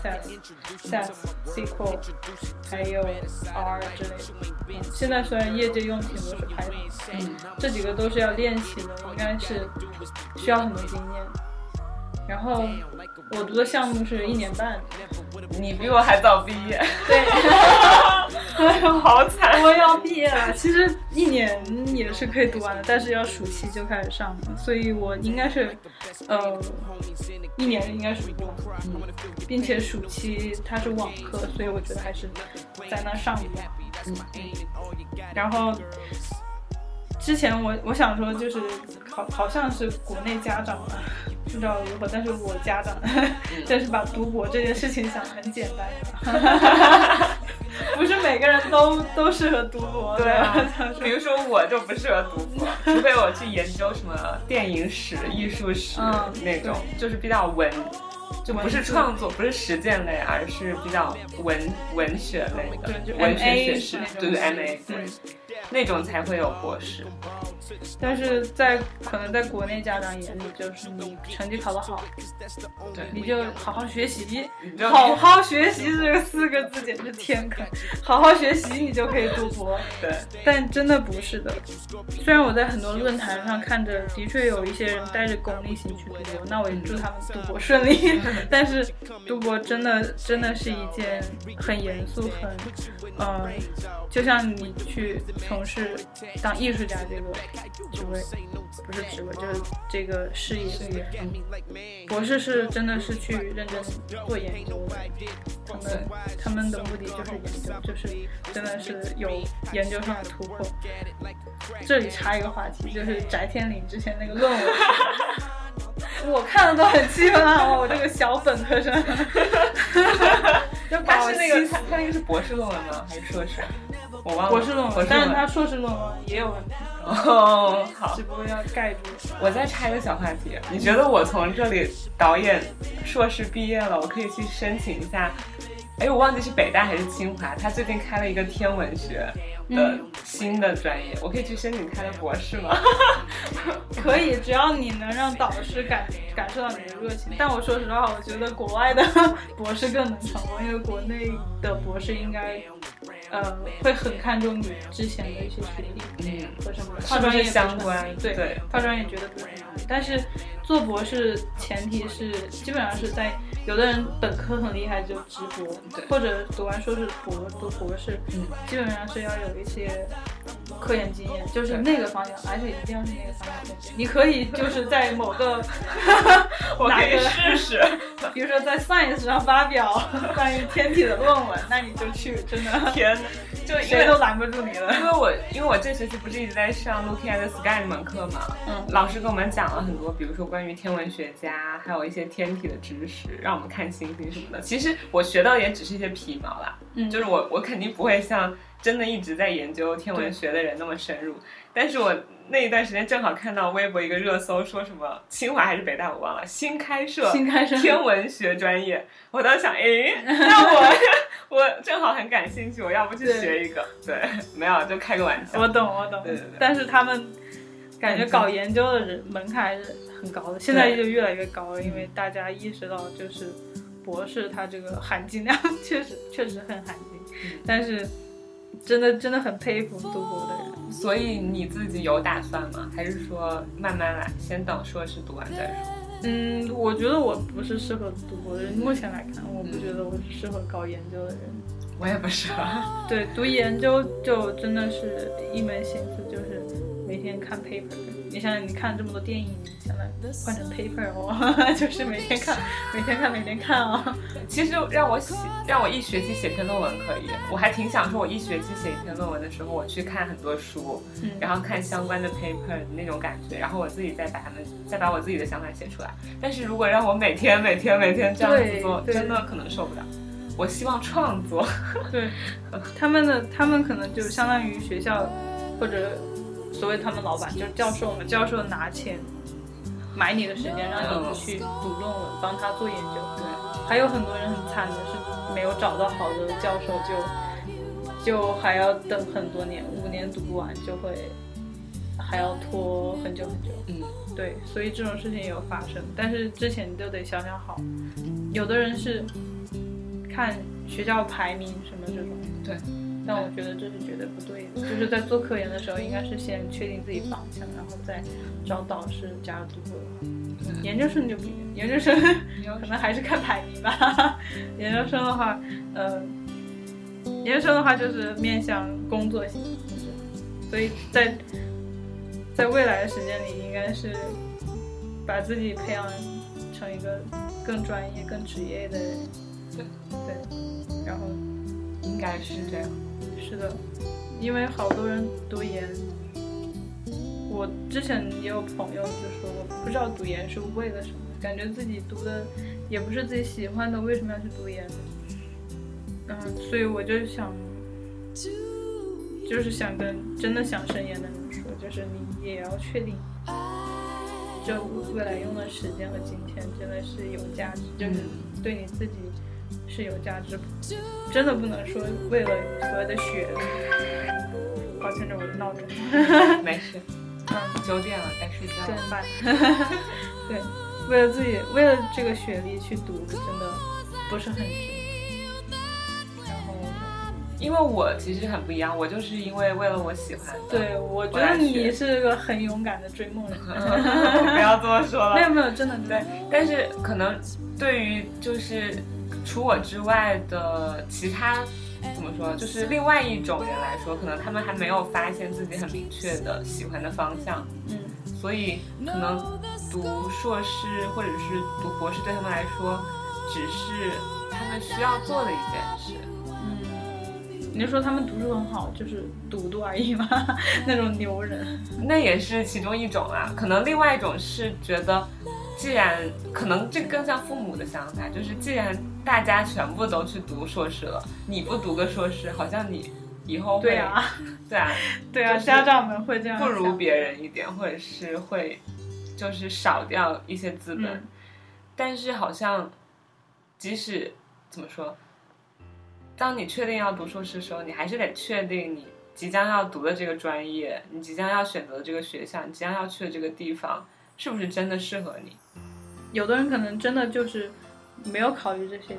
Speaker 4: SAS、SAS、SQL，还有 R 之类的。嗯现在虽然业界用的挺多是 Python，这几个都是要练习的，应该是需要很多经验。然后我读的项目是一年半，
Speaker 1: 你比我还早毕
Speaker 4: *laughs*
Speaker 1: 业，
Speaker 4: 对，
Speaker 1: 好惨。
Speaker 4: *laughs* 我要毕业了。其实一年也是可以读完的，但是要暑期就开始上了，所以我应该是，呃，一年应该是读完，
Speaker 1: 嗯
Speaker 4: 并且暑期它是网课，所以我觉得还是在那上一下。然后之前我我想说就是好好像是国内家长吧，不知道如何，但是我家长 *laughs* 就是把读博这件事情想得很简单。 *laughs* 不是每个人都都适合读博的。
Speaker 1: 对啊
Speaker 4: 他，说
Speaker 1: *laughs* 比如说我就不适合读博，除非我去研究什么电影史、艺术史
Speaker 4: 嗯
Speaker 1: 那种，就是比较文，就不是
Speaker 4: 文字
Speaker 1: 创作，不是实践类，而是比较文文学类的
Speaker 4: 对就
Speaker 1: 文
Speaker 4: MA
Speaker 1: 学学士
Speaker 4: 那，种
Speaker 1: 对对
Speaker 4: 是
Speaker 1: M A，
Speaker 4: 嗯
Speaker 1: 那种才会有博士。
Speaker 4: 但是在可能在国内家长眼里，就是你成绩考得好，
Speaker 1: 对
Speaker 4: 你就好好学习
Speaker 1: 你，就
Speaker 4: 好好学习这个四个字简直天坑，好好学习你就可以读博。
Speaker 1: 对，
Speaker 4: 但真的不是的。虽然我在很多论坛上看着，的确有一些人带着功利心去读博，那我也祝他们读博顺利。 *laughs* 但是读博真的真的是一件很严肃、很嗯、呃就像你去从事当艺术家这个职位，不是职位，就是这个事业。博士是真的是去认真做研究的，他们他们的目的就是研究，就是真的是有研究上的突破。这里插一个话题，就是翟天临之前那个论文， *laughs* 我看的都很气愤啊！我这个小本科生， *laughs* 就把
Speaker 1: 他
Speaker 4: 我
Speaker 1: 是那个
Speaker 4: 气死
Speaker 1: 他他那个是博士论文吗？还是硕士？我忘了。
Speaker 4: 博士论
Speaker 1: 博
Speaker 4: 文
Speaker 1: 士，
Speaker 4: 但是他硕士论文也有问题，
Speaker 1: *laughs* 哦，好
Speaker 4: 只。不过要盖住。
Speaker 1: 我再插一个小话题，你觉得我从这里导演硕士毕业了，我可以去申请一下？哎，我忘记是北大还是清华，他最近开了一个天文学的
Speaker 4: 嗯
Speaker 1: 新的专业，我可以去申请他的博士吗？
Speaker 4: 可以，只要你能让导师感感受到你的热情。但我说实话，我觉得国外的 *laughs* 博士更能成功，因为国内的博士应该，呃，会很看重你之前的一些学历
Speaker 1: 嗯
Speaker 4: 和什么
Speaker 1: 是
Speaker 4: 跨
Speaker 1: 不
Speaker 4: 专业
Speaker 1: 是
Speaker 4: 不
Speaker 1: 相
Speaker 4: 成
Speaker 1: 关
Speaker 4: 对
Speaker 1: 对
Speaker 4: 跨专业绝对不是难，但是做博士前提是基本上是在有的人本科很厉害就直博，
Speaker 1: 对
Speaker 4: 或者读完硕士博读博士，
Speaker 1: 嗯
Speaker 4: 基本上是要有一些科研经验，就是
Speaker 1: 对
Speaker 4: 那个方向，而且一定要是那个方向。你可以就是在某个
Speaker 1: *laughs* 我
Speaker 4: 哪
Speaker 1: 可以
Speaker 4: 个，
Speaker 1: 试试。
Speaker 4: *laughs* 比如说在 Science 上发表关于天体的论文，那你就去，真的
Speaker 1: 天哪，就因
Speaker 4: 谁
Speaker 1: 为
Speaker 4: 都拦不住你了。
Speaker 1: 因为我因为我这学期不是一直在上 Looking at the Sky 那门课嘛，
Speaker 4: 嗯
Speaker 1: 老师给我们讲了很多，比如说关于天文学家，还有一些天体的知识，让我们看星星什么的。其实我学到也只是一些皮毛啦，
Speaker 4: 嗯
Speaker 1: 就是我我肯定不会像真的一直在研究天文学的人那么深入。但是我那一段时间正好看到微博一个热搜，说什么清华还是北大我忘了，新开设
Speaker 4: 新开 *laughs* 设
Speaker 1: 天文学专业，我当时想，诶，那我 *laughs* 我正好很感兴趣，我要不去学一个？对，没有，就开个玩笑。
Speaker 4: *laughs* 我懂，我懂。
Speaker 1: 对对对
Speaker 4: 但是他们感觉搞研究的人门槛还是很高的，现在就越来越高了，因为大家意识到就是博士它这个含金量 *laughs* 确实确实很含金，但是真的真的很佩服读博的人。
Speaker 1: 所以你自己有打算吗？还是说慢慢来，先等硕士读完再说？
Speaker 4: 嗯，我觉得我不是适合读博的人，目前来看，我不觉得我是适合搞研究的人。
Speaker 1: 我也不是啊，
Speaker 4: 对，读研究就真的是一门心思，就是每天看 paper。你想想，你看这么多电影，你想想换成 paper 哦， *laughs* 就是每天看，每天看，每天看啊、
Speaker 1: 其实让我写，让我一学期写篇论文可以，我还挺想说，我一学期写一篇论文的时候，我去看很多书，
Speaker 4: 嗯，
Speaker 1: 然后看相关的 paper 那种感觉，然后我自己再把它们，再把我自己的想法写出来。但是如果让我每天每天每天这样子做，
Speaker 4: 对对
Speaker 1: 真的可能受不了。我希望创作，
Speaker 4: 对，他们的他们可能就相当于学校或者所谓他们老板就是教授嘛，教授拿钱买你的时间，让你去读论文，帮他做研究。对，还有很多人很惨的是没有找到好的教授就就还要等很多年，五年读不完就会还要拖很久很久。
Speaker 1: 嗯，
Speaker 4: 对，所以这种事情也有发生，但是之前你就得想想好。有的人是看学校排名什么这种，
Speaker 1: 对，
Speaker 4: 但我觉得这是绝对不对的。就是在做科研的时候，应该是先确定自己方向，然后再找导师加入读博。研究生就不一样，研究生可能还是看排名吧。 *laughs* 研究生的话，呃，研究生的话就是面向工作型，所以在在未来的时间里，应该是把自己培养成一个更专业、更职业的人。
Speaker 1: 对
Speaker 4: 对，然后
Speaker 1: 应该是这样。
Speaker 4: 是的，因为好多人读研，我之前也有朋友就说，我不知道读研是为了什么，感觉自己读的也不是自己喜欢的，为什么要去读研呢？嗯，所以我就想，就是想跟真的想升研的人说，就是你也要确定。这未来用的时间和金钱真的是有价值，就是对你自己是有价值，真的不能说为了所谓的学历。抱歉，这我的闹钟，
Speaker 1: 没事，
Speaker 4: 嗯，
Speaker 1: 九点了，该睡觉
Speaker 4: 真
Speaker 1: 了。
Speaker 4: 烦。对，为了自己，为了这个学历去读，真的不是很值。然后，
Speaker 1: 因为我其实很不一样，我就是因为为了我喜欢的。
Speaker 4: 对我觉
Speaker 1: 我来
Speaker 4: 得
Speaker 1: 学
Speaker 4: 你是个很勇敢的追梦人。
Speaker 1: *laughs* 不要这么说了。
Speaker 4: *laughs* 没有没有，真的真
Speaker 1: 对
Speaker 4: 的，，
Speaker 1: 但是可能对于就是除我之外的其他怎么说，就是另外一种人来说，可能他们还没有发现自己很明确的喜欢的方向，
Speaker 4: 嗯，
Speaker 1: 所以可能读硕士或者是读博士对他们来说，只是他们需要做的一件事。
Speaker 4: 嗯，你说他们读书很好，就是读读而已嘛， *laughs* 那种牛人。
Speaker 1: 啊那也是其中一种啦、可能另外一种是觉得既然可能这更像父母的想法，就是既然大家全部都去读硕士了，你不读个硕士，好像你以后会
Speaker 4: 对啊，
Speaker 1: 对啊
Speaker 4: *laughs* 对啊，
Speaker 1: 就是
Speaker 4: 家长们会这样
Speaker 1: 不如
Speaker 4: 想
Speaker 1: 别人一点，或者是会就是少掉一些资本，
Speaker 4: 嗯
Speaker 1: 但是好像即使怎么说，当你确定要读硕士的时候，你还是得确定你即将要读的这个专业，你即将要选择的这个学校，你即将要去的这个地方，是不是真的适合你？
Speaker 4: 有的人可能真的就是没有考虑这些，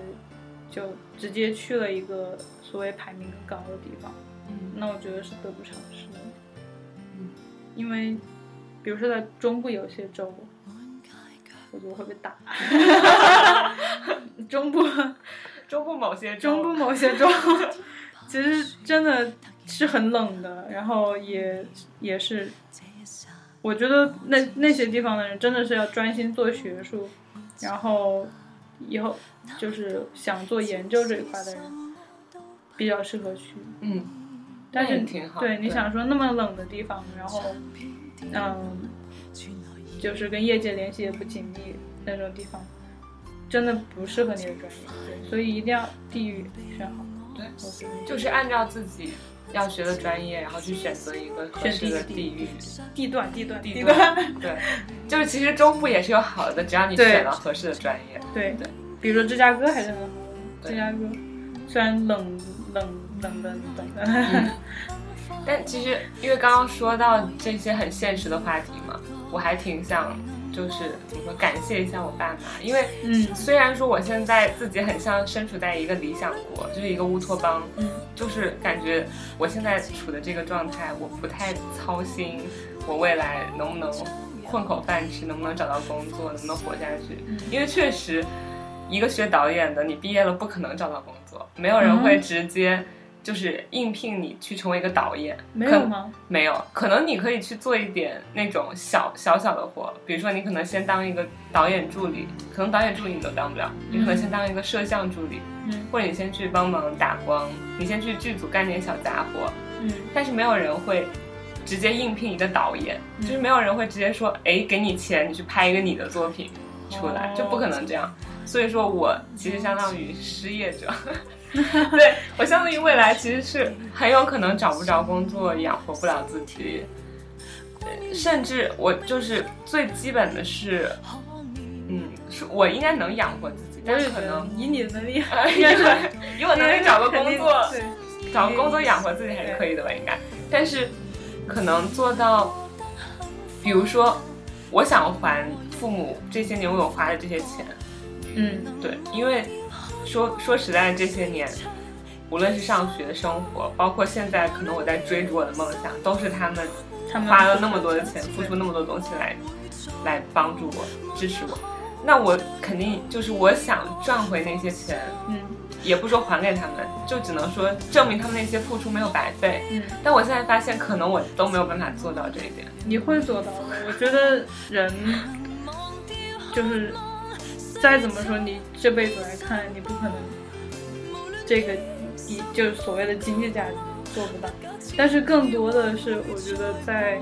Speaker 4: 就直接去了一个所谓排名更高的地方，
Speaker 1: 嗯
Speaker 4: 那我觉得是得不偿失的。
Speaker 1: 嗯，
Speaker 4: 因为比如说在中部有些州，我觉得会被打。 *laughs* 中部
Speaker 1: 中部某些州
Speaker 4: 中部某些州，其实真的是很冷的，然后也也是，我觉得那那些地方的人真的是要专心做学术，然后以后就是想做研究这一块的人比较适合去。
Speaker 1: 嗯，
Speaker 4: 但
Speaker 1: 那
Speaker 4: 是
Speaker 1: 也挺好
Speaker 4: 对，
Speaker 1: 对
Speaker 4: 你想说那么冷的地方，然后嗯，就是跟业界联系也不紧密那种地方，真的不适合你的专业，对所以一定要地域选好。
Speaker 1: 对
Speaker 4: 我觉得
Speaker 1: 就是按照自己要学的专业，然后去选择一个合适的地域。
Speaker 4: 地段，地段，
Speaker 1: 地段
Speaker 4: 段，
Speaker 1: 对，就是其实中部也是有好的，只要你
Speaker 4: 对
Speaker 1: 选了合适的专业。
Speaker 4: 对
Speaker 1: 对，
Speaker 4: 比如说芝加哥还是很好的，
Speaker 1: 对
Speaker 4: 芝加哥虽然冷冷冷的冷的，
Speaker 1: 但其实因为刚刚说到这些很现实的话题嘛，我还挺想就是怎么说感谢一下我爸妈，因为
Speaker 4: 嗯
Speaker 1: 虽然说我现在自己很像身处在一个理想国，就是一个乌托邦，
Speaker 4: 嗯
Speaker 1: 就是感觉我现在处的这个状态，我不太操心我未来能不能混口饭吃，能不能找到工作，能不能活下去。因为确实，一个学导演的，你毕业了不可能找到工作，没有人会直接就是应聘你去成为一个导演。
Speaker 4: *laughs* 没
Speaker 1: 可
Speaker 4: 有？吗？
Speaker 1: 没有，可能你可以去做一点那种小小小的活，比如说你可能先当一个导演助理，可能导演助理你都当不了，你可能先当一个摄像助理，
Speaker 4: 嗯
Speaker 1: 或者你先去帮忙打光，你先去剧组干点小杂活，
Speaker 4: 嗯
Speaker 1: 但是没有人会直接应聘一个导演，
Speaker 4: 嗯
Speaker 1: 就是没有人会直接说，哎，给你钱，你去拍一个你的作品出来，
Speaker 4: 哦
Speaker 1: 就不可能这样。所以说我其实相当于失业
Speaker 4: *laughs*
Speaker 1: 者，对我相当于未来其实是很有可能找不着工作，养活不了自己。呃甚至我就是最基本的是，嗯，是我应该能养活自己，
Speaker 4: 我
Speaker 1: 但
Speaker 4: 也
Speaker 1: 是
Speaker 4: 觉
Speaker 1: 可
Speaker 4: 得
Speaker 1: 能
Speaker 4: 以你的能力，
Speaker 1: 呃
Speaker 4: 应该是
Speaker 1: 以我能力找个工作，
Speaker 4: 对，
Speaker 1: 找工作养活自己还是可以的吧，应该。但是可能做到，比如说，我想还父母这些年为我花的这些钱，
Speaker 4: 嗯
Speaker 1: 对，因为说说实在，这些年，无论是上学、生活，包括现在，可能我在追逐我的梦想，都是他们
Speaker 4: 他们
Speaker 1: 花了那么多的钱，付出那么多东西来来帮助我、支持我。那我肯定就是我想赚回那些钱，
Speaker 4: 嗯
Speaker 1: 也不说还给他们，就只能说证明他们那些付出没有白费。
Speaker 4: 嗯，
Speaker 1: 但我现在发现，可能我都没有办法做到这一点。
Speaker 4: 你会做到的。我觉得人就是再怎么说，你这辈子来看，你不可能这个一就是所谓的经济价值做不到。但是更多的是，我觉得在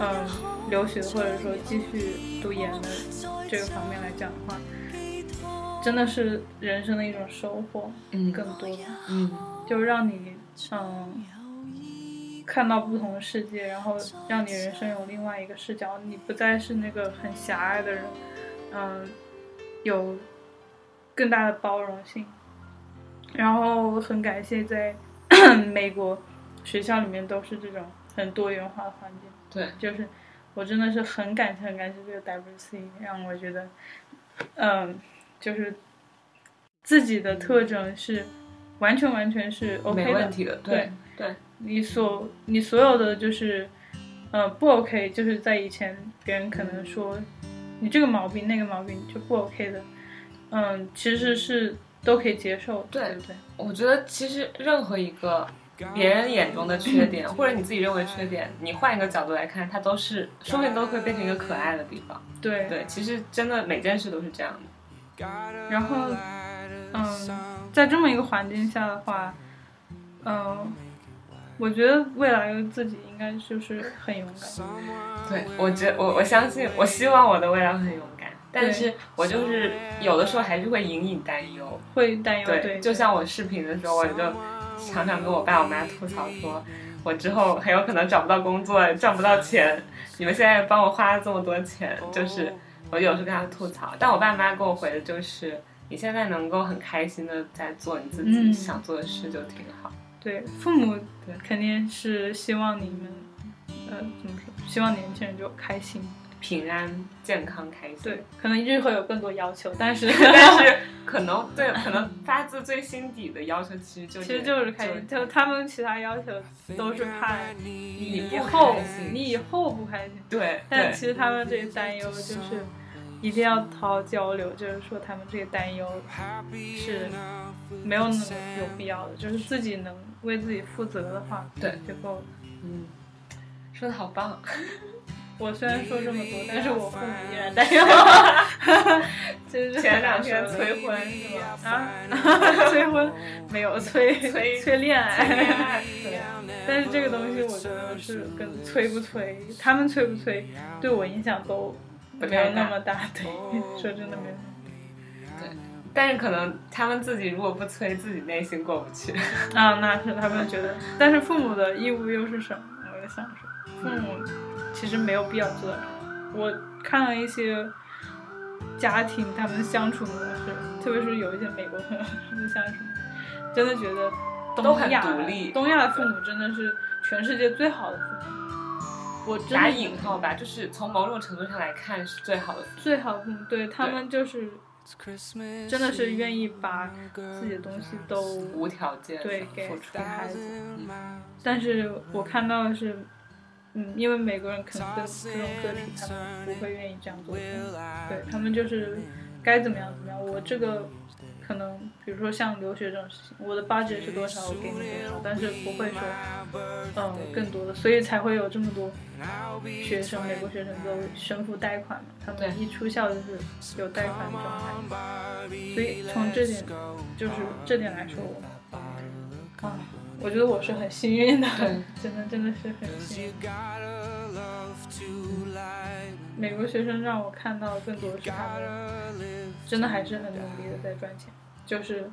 Speaker 4: 嗯留学或者说继续读研的这个方面来讲的话，真的是人生的一种收获，
Speaker 1: 嗯
Speaker 4: 更多的。
Speaker 1: 嗯
Speaker 4: 就让你嗯看到不同的世界，然后让你人生有另外一个视角，你不再是那个很狭隘的人，嗯，有更大的包容性。然后很感谢在 *clears throat* 美国学校里面都是这种很多元化的环境，
Speaker 1: 对，
Speaker 4: 就是我真的是很感谢很感谢这个 WC，让我觉得，嗯，就是自己的特征是完全完全是 OK 的，
Speaker 1: 没问题的。对对，
Speaker 4: 你所你所有的就是，呃，不 OK，就是在以前别人可能说你这个毛病那个毛病就不 OK 的，嗯，其实是都可以接受的，
Speaker 1: 对
Speaker 4: 对不对？
Speaker 1: 我觉得其实任何一个别人眼中的 *laughs* 缺点，或者你自己认为缺点，你换一个角度来看，它都是说不定都会变成一个可爱的地方。
Speaker 4: 对
Speaker 1: 对，其实真的每件事都是这样的。
Speaker 4: 然后，嗯，在这么一个环境下的话，嗯，我觉得未来的自己应该就是很勇敢，
Speaker 1: 对我觉我我相信，我希望我的未来会很勇敢，但是我就是有的时候还是会隐隐担忧。
Speaker 4: 会担忧，
Speaker 1: 对，就像我视频的时候，我就常常跟我爸我妈吐槽说，我之后很有可能找不到工作，赚不到钱。你们现在帮我花了这么多钱，就是
Speaker 4: 哦
Speaker 1: 我有时候跟他吐槽，但我爸妈给我回的就是，你现在能够很开心的在做你自己
Speaker 4: 嗯
Speaker 1: 想做的事就挺好。
Speaker 4: 对，父母
Speaker 1: 对
Speaker 4: 肯定是希望你们，呃，怎么说？希望年轻人就开心。
Speaker 1: 平安、健康、开心，
Speaker 4: 对，可能日后有更多要求，
Speaker 1: *laughs*
Speaker 4: 但是
Speaker 1: 但是可能对，可能发自最心底的要求，其实就
Speaker 4: 其
Speaker 1: 是
Speaker 4: 实就是开心。就他们其他要求都是怕
Speaker 1: 你
Speaker 4: 你以
Speaker 1: 不
Speaker 4: 后
Speaker 1: 开心
Speaker 4: 你以后不开心，
Speaker 1: 对
Speaker 4: 但
Speaker 1: 对
Speaker 4: 其实他们这些担忧就是一定要好好交流，就是说他们这些担忧是没有那么有必要的，就是自己能为自己负责的话，
Speaker 1: 对，
Speaker 4: 就够了。
Speaker 1: 嗯，说的好
Speaker 4: *laughs*
Speaker 1: 棒，
Speaker 4: 我虽然说这么多，但是我父母依然担忧， *laughs* 就是
Speaker 1: 前两天催婚是吧？
Speaker 4: 啊，催婚没有催
Speaker 1: 催
Speaker 4: 催恋
Speaker 1: 恋
Speaker 4: 爱，
Speaker 1: 爱对，
Speaker 4: 但是这个东西我觉得是跟催不催，他们催不催对我影响都
Speaker 1: 不
Speaker 4: 没
Speaker 1: 太
Speaker 4: 有
Speaker 1: 大哦
Speaker 4: 那么大，对，说真的没有。
Speaker 1: 但是可能他们自己如果不催，自己内心过不去。
Speaker 4: 啊，那是他们觉得，但是父母的义务又是什么？我在想说，父母
Speaker 1: 嗯
Speaker 4: 其实没有必要做到这个。我看了一些家庭他们的相处模式，特别是有一些美国朋友 *laughs* 他们相处模式，真的觉得
Speaker 1: 都
Speaker 4: 东
Speaker 1: 很
Speaker 4: 亚
Speaker 1: 独立
Speaker 4: 东亚的父母真的是全世界最好的父母。我真
Speaker 1: 打
Speaker 4: 的
Speaker 1: 引号吧，就是从某种程度上来看是最好的。
Speaker 4: 最好的父母，对他
Speaker 1: 对
Speaker 4: 们就是真的是愿意把自己的东西都
Speaker 1: 无条件
Speaker 4: 对
Speaker 1: 地
Speaker 4: 给
Speaker 1: 付出
Speaker 4: 给，孩子。但是我看到的是，嗯，因为美国人可能跟这种个体他们不会愿意这样做，嗯对他们就是该怎么样怎么样。我这个可能比如说像留学这种事情，我的 budget 是多少，我给你多少，但是不会说，嗯，更多的，所以才会有这么多学生，美国学生都身负贷款嘛，他
Speaker 1: 对
Speaker 4: 们一出校就是有贷款状态，所以从这点就是这点来说，我啊，我觉得我是很幸运的，
Speaker 1: 对
Speaker 4: 真的真的是很幸运。美国学生让我看到更多是他们真的还是很努力的在赚钱，就是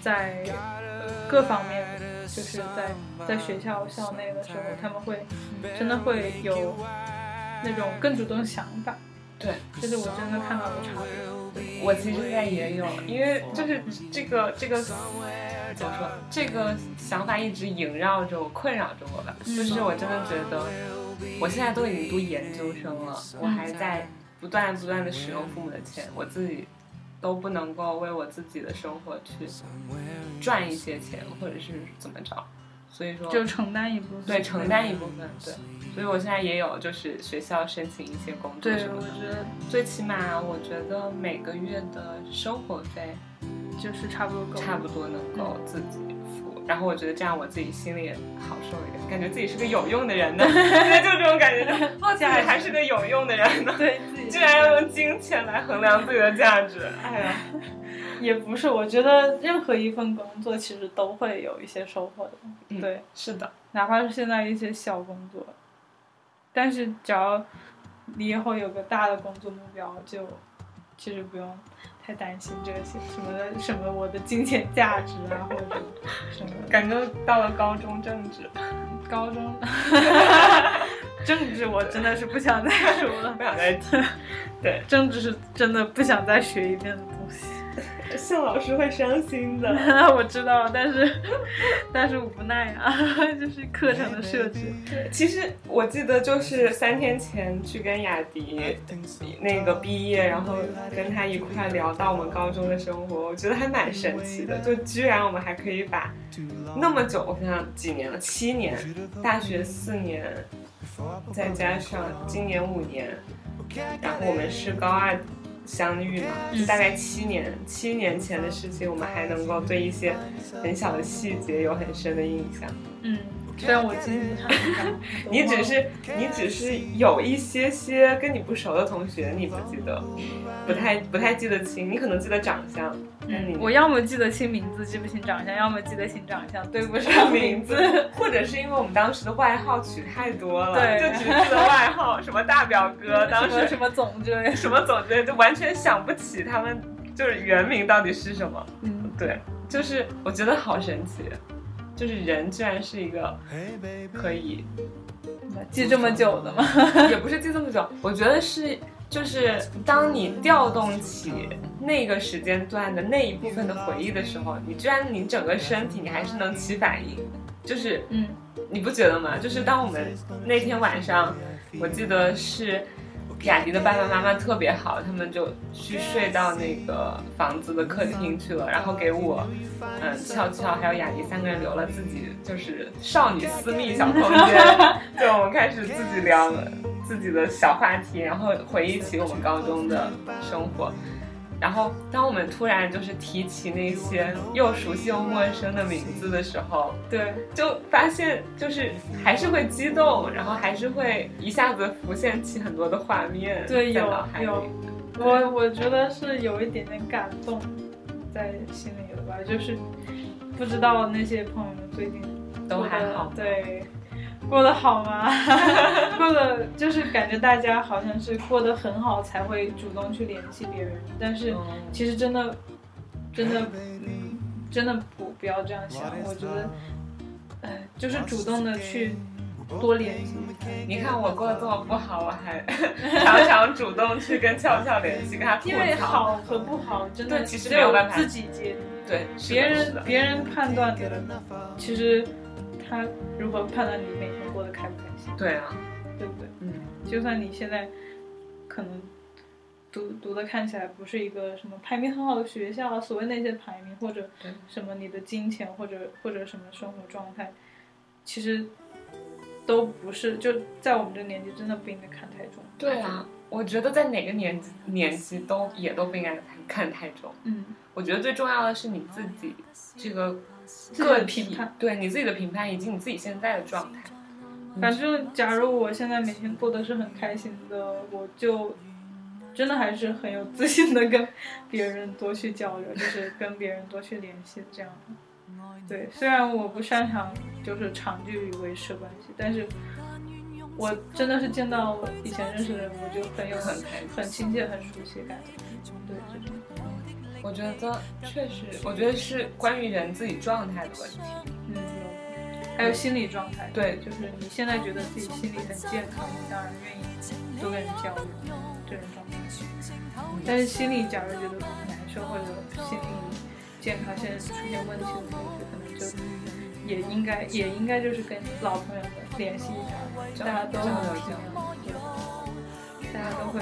Speaker 4: 在呃各方面，就是在在学校校内的时候，他们会真的会有那种更主动想法，
Speaker 1: 对。
Speaker 4: 这是我真的看到的差别。
Speaker 1: 我其实现在也有，因为就是这个这个怎么说，这个想法一直萦绕着我，困扰着我吧。就是我真的觉得，我现在都已经读研究生了，我还在不断不断的使用父母的钱，我自己都不能够为我自己的生活去赚一些钱，或者是怎么着。所以说，
Speaker 4: 就承担一部分，
Speaker 1: 对承担一部分，对。所以我现在也有就是学校申请一些工作
Speaker 4: 对，
Speaker 1: 什么
Speaker 4: 我
Speaker 1: 的。
Speaker 4: 觉得
Speaker 1: 最起码我觉得每个月的生活费
Speaker 4: 就是差不多够了。
Speaker 1: 差不多能够自己付，然后我觉得这样我自己心里也好受一点，感觉自己是个有用的人呢，对，就这种感觉，就哦，自己还是个有用的人呢，
Speaker 4: 对自己
Speaker 1: 居然要用金钱来衡量自己的价值，哎呀，
Speaker 4: 也不是，我觉得任何一份工作其实都会有一些收获的，
Speaker 1: 嗯
Speaker 4: 对，
Speaker 1: 是的，
Speaker 4: 哪怕是现在一些小工作，但是只要你以后有个大的工作目标，就其实不用太担心这个些什么的什么我的金钱价值啊，或者什么
Speaker 1: 感觉到了高中政治，
Speaker 4: 高中政治，我真的是不想再说了
Speaker 1: 不，想再提，对，
Speaker 4: 政治是真的不想再学一遍的东西。
Speaker 1: 向老师会伤心的，
Speaker 4: *laughs* 我知道，但是但是无奈啊， *laughs* 就是课程的设置。
Speaker 1: 其实我记得就是三天前去跟雅迪那个毕业，然后跟他一块聊到我们高中的生活，我觉得还蛮神奇的，就居然我们还可以把那么久，我想想几年了，七年，大学四年，再加上今年五年，然后我们是高二相遇嘛，大概七年，七年前的事情，我们还能够对一些很小的细节有很深的印象。
Speaker 4: 嗯，虽然我经济上 *laughs*
Speaker 1: *laughs* 你只是你只是有一些些跟你不熟的同学，你不记得，不太不太记得清，你可能记得长相，但你
Speaker 4: 嗯我要么记得清名字，记不清长相；要么记得清长相，对不上名字。
Speaker 1: *laughs* 或者是因为我们当时的外号取太多了，
Speaker 4: 对
Speaker 1: 就只记得外号，什么大表
Speaker 4: *laughs*
Speaker 1: 哥，当
Speaker 4: 什么
Speaker 1: 时
Speaker 4: 什么总之类的。
Speaker 1: 什么总之就完全想不起他们就是原名到底是什么。
Speaker 4: 嗯，
Speaker 1: 对，就是我觉得好神奇，就是人居然是一个可以
Speaker 4: 记这么久的吗？
Speaker 1: *laughs* 也不是记这么久，我觉得是就是当你调动起那个时间段的那一部分的回忆的时候，你居然你整个身体你还是能起反应，就是
Speaker 4: 嗯，
Speaker 1: 你不觉得吗？就是当我们那天晚上，我记得是雅迪的爸爸妈妈特别好，他们就去睡到那个房子的客厅去了，然后给我，嗯，俏俏还有雅迪三个人留了自己就是少女私密小空间， *laughs* 对，我们开始自己聊自己的小话题，然后回忆起我们高中的生活。然后，当我们突然就是提起那些又熟悉又陌生的名字的时候，
Speaker 4: 对，
Speaker 1: 就发现就是还是会激动，然后还是会一下子浮现起很多的画面，
Speaker 4: 对
Speaker 1: 在
Speaker 4: 有
Speaker 1: 脑海里
Speaker 4: 有我我觉得是有一点点感动在心里的吧，就是不知道那些朋友们最近
Speaker 1: 都还好
Speaker 4: 过得，对，过得好吗？ *laughs* 过得就是感觉大家好像是过得很好才会主动去联系别人，但是
Speaker 1: 嗯
Speaker 4: 其实真的真的嗯真的不不要这样想，我觉得，呃，就是主动的去多联系一下。
Speaker 1: 你看我过得这么不好，我还 *laughs* 常常主动去跟俏俏联系，跟他吐
Speaker 4: 因为
Speaker 1: 槽。
Speaker 4: 好和不好，真的
Speaker 1: 对其实
Speaker 4: 只
Speaker 1: 没有
Speaker 4: 有
Speaker 1: 办法
Speaker 4: 自己界定。
Speaker 1: 对，是的
Speaker 4: 别
Speaker 1: 是
Speaker 4: 人
Speaker 1: 的
Speaker 4: 别人判断的，其实他如何判断你每天过得开不开心，
Speaker 1: 对啊，
Speaker 4: 对不对？
Speaker 1: 嗯，
Speaker 4: 就算你现在可能读读的看起来不是一个什么排名很好的学校，所谓那些排名或者
Speaker 1: 对
Speaker 4: 什么你的金钱或者或者什么生活状态，其实都不是，就在我们这年纪真的不应该看太重。
Speaker 1: 对啊，我觉得在哪个年纪年纪都也都不应该看太重。
Speaker 4: 嗯，
Speaker 1: 我觉得最重要的是你自己这个
Speaker 4: 己的
Speaker 1: 个体
Speaker 4: 评判
Speaker 1: 对你自己的评判以及你自己现在的状态。
Speaker 4: 反正，假如我现在每天过得是很开心的，我就真的还是很有自信的跟别人多去交流，就是跟别人多去联系，这样。对，虽然我不擅长就是长距离维持关系，但是我真的是见到以前认识的人，我就很有很很亲切、很熟悉感。对，就是
Speaker 1: 我觉得确实，我觉得是关于人自己状态的问题。
Speaker 4: 嗯，还有心理状态，
Speaker 1: 对
Speaker 4: 就是你现在觉得自己心理很健康，你当然愿意多跟人交流，这种状态。但是心里假如觉得难受或者心理健康现在出现问题的时候，可能就也应该也应该就是跟老朋友们联系一下，大家都很有经对，大家都会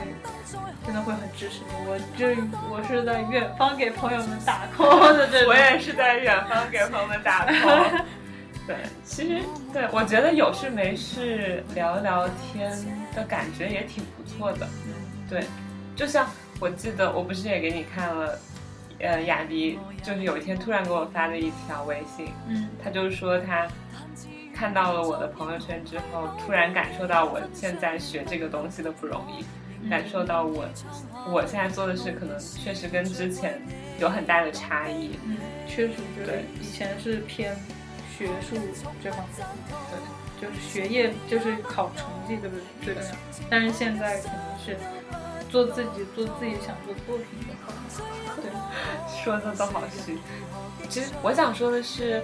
Speaker 4: 真的会很支持你。我这我是在远方给朋友们打 call 的 *laughs* 这种，
Speaker 1: 我也是在远方给朋友们打 call。对， *laughs* 其实对我觉得有事没事聊聊天的感觉也挺不错的。对，就像我记得我不是也给你看了，呃，雅迪就是有一天突然给我发了一条微信，
Speaker 4: 嗯
Speaker 1: 他就说他看到了我的朋友圈之后，突然感受到我现在学这个东西的不容易，感受到我我现在做的事可能确实跟之前有很大的差异。
Speaker 4: 嗯，确实就是
Speaker 1: 对
Speaker 4: 以前是偏学术这方面。
Speaker 1: 对，
Speaker 4: 就是学业就是考成绩，对不对？对的。但是现在可能是做自己，做自己想做的作品就好了。对，
Speaker 1: 说的都好虚。其实我想说的是，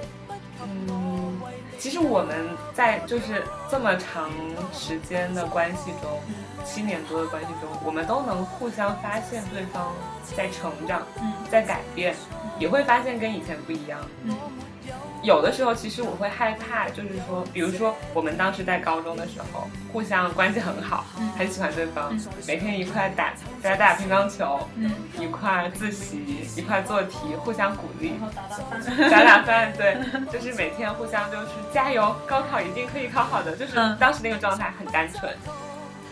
Speaker 1: 嗯，其实我们在就是这么长时间的关系中，七年多的关系中，我们都能互相发现对方在成长，
Speaker 4: 嗯
Speaker 1: 在改变，也会发现跟以前不一样。
Speaker 4: 嗯
Speaker 1: 有的时候，其实我会害怕，就是说，比如说我们当时在高中的时候，互相关系很好，很喜欢对方，每天一块打在打乒乓球，
Speaker 4: 嗯，
Speaker 1: 一块自习，一块做题，互相鼓励
Speaker 4: 然，后打打饭。
Speaker 1: *laughs* 打打饭，对，就是每天互相就是加油，高考一定可以考好的，就是
Speaker 4: 嗯
Speaker 1: 当时那个状态很单纯。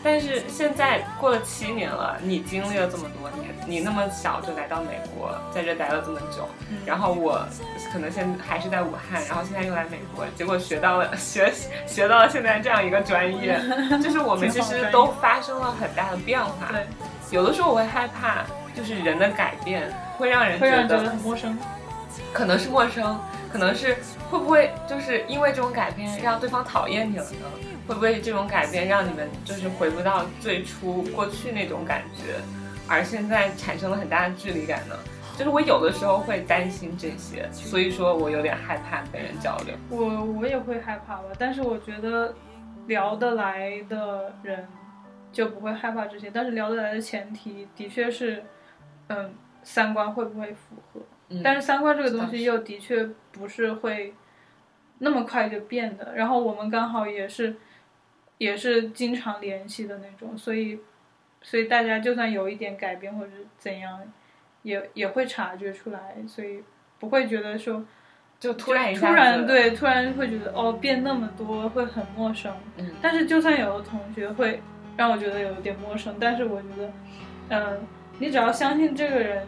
Speaker 1: 但是现在过了七年了，你经历了这么多年，你那么小就来到美国，在这待了这么久，
Speaker 4: 嗯
Speaker 1: 然后我可能现在还是在武汉，然后现在又来美国，结果学到了 *laughs* 学学到了现在这样一个专
Speaker 4: *laughs*
Speaker 1: 业，就是我们其
Speaker 4: 挺好的
Speaker 1: 实
Speaker 4: 专业
Speaker 1: 都发生了很大的变化。
Speaker 4: 对，
Speaker 1: 有的时候我会害怕，就是人的改变会让人
Speaker 4: 会
Speaker 1: 觉
Speaker 4: 让人觉
Speaker 1: 得
Speaker 4: 得很陌生。
Speaker 1: 可能是陌生，可能是会不会就是因为这种改变让对方讨厌你了呢？会不会这种改变让你们就是回不到最初过去那种感觉，而现在产生了很大的距离感呢？就是我有的时候会担心这些，所以说我有点害怕跟人交流。
Speaker 4: 我我也会害怕吧，但是我觉得聊得来的人就不会害怕这些。但是聊得来的前提的确是，嗯，三观会不会符合？
Speaker 1: 嗯
Speaker 4: 但是三观这个东
Speaker 1: 倒是
Speaker 4: 西又的确不是会那么快就变的。然后我们刚好也是也是经常联系的那种，所以所以大家就算有一点改变或者怎样，也也会察觉出来，所以不会觉得说
Speaker 1: 就突然一下
Speaker 4: 突然
Speaker 1: 子，
Speaker 4: 对突然会觉得哦变那么多会很陌生。
Speaker 1: 嗯，
Speaker 4: 但是就算有的同学会让我觉得有点陌生，但是我觉得，嗯、你只要相信这个人，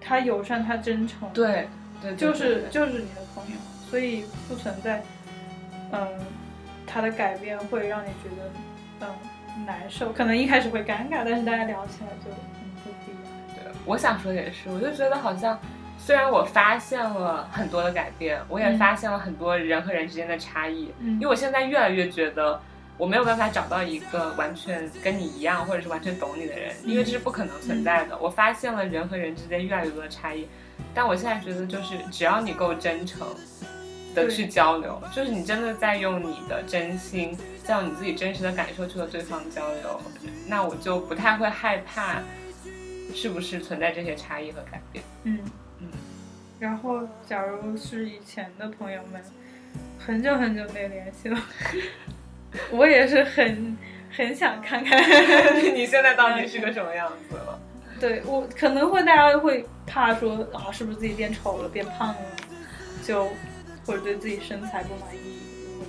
Speaker 4: 他友善，他真诚，
Speaker 1: 对对，对
Speaker 4: 就是
Speaker 1: 对
Speaker 4: 就是你的朋友，所以不存在，嗯、他的改变会让你觉得，嗯、难受，可能一开始会尴尬，但是大家聊起来就嗯就不一样。
Speaker 1: 对我想说的也是，我就觉得好像，虽然我发现了很多的改变，我也
Speaker 4: 嗯
Speaker 1: 发现了很多人和人之间的差异，
Speaker 4: 嗯
Speaker 1: 因为我现在越来越觉得。我没有办法找到一个完全跟你一样，或者是完全懂你的人，因为这是不可能存
Speaker 4: 嗯
Speaker 1: 在的。我发现了人和人之间越来越多的差异，但我现在觉得就是只要你够真诚的
Speaker 4: 对
Speaker 1: 去交流，就是你真的在用你的真心，再用你自己真实的感受去和对方交流，那我就不太会害怕是不是存在这些差异和改变。 *laughs*
Speaker 4: 嗯
Speaker 1: 嗯，
Speaker 4: 然后假如是以前的朋友们，很久很久没联系了， *laughs* 我也是很很想看 *laughs* 看。
Speaker 1: 你现在到底是个什么样子了？
Speaker 4: 对我可能会大家会怕说啊，是不是自己变丑了、变胖了，就或者对自己身材不满意，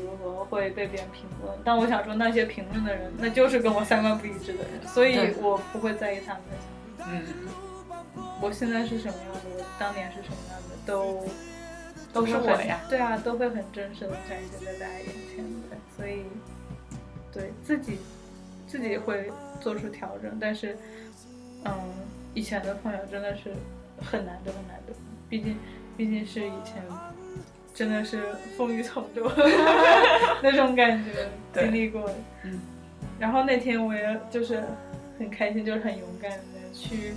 Speaker 4: 如何会被别人评论？但我想说，那些评论的人，那就是跟我三观不一致的人，所以
Speaker 1: 对
Speaker 4: 我不会在意他们的想法。
Speaker 1: 嗯，
Speaker 4: 我现在是什么样的，我当年是什么样的，都
Speaker 1: 都是
Speaker 4: 会
Speaker 1: 我
Speaker 4: 很
Speaker 1: 呀。
Speaker 4: 对啊，都会很真实的展现在大家眼前的，所以对自己自己会做出调整，但是嗯，以前的朋友真的是很难得很难得，毕竟毕竟是以前真的是风雨同
Speaker 1: *laughs*
Speaker 4: 舟那种感觉
Speaker 1: 对
Speaker 4: 经历过的，
Speaker 1: 嗯，
Speaker 4: 然后那天我也就是很开心，就是很勇敢的去。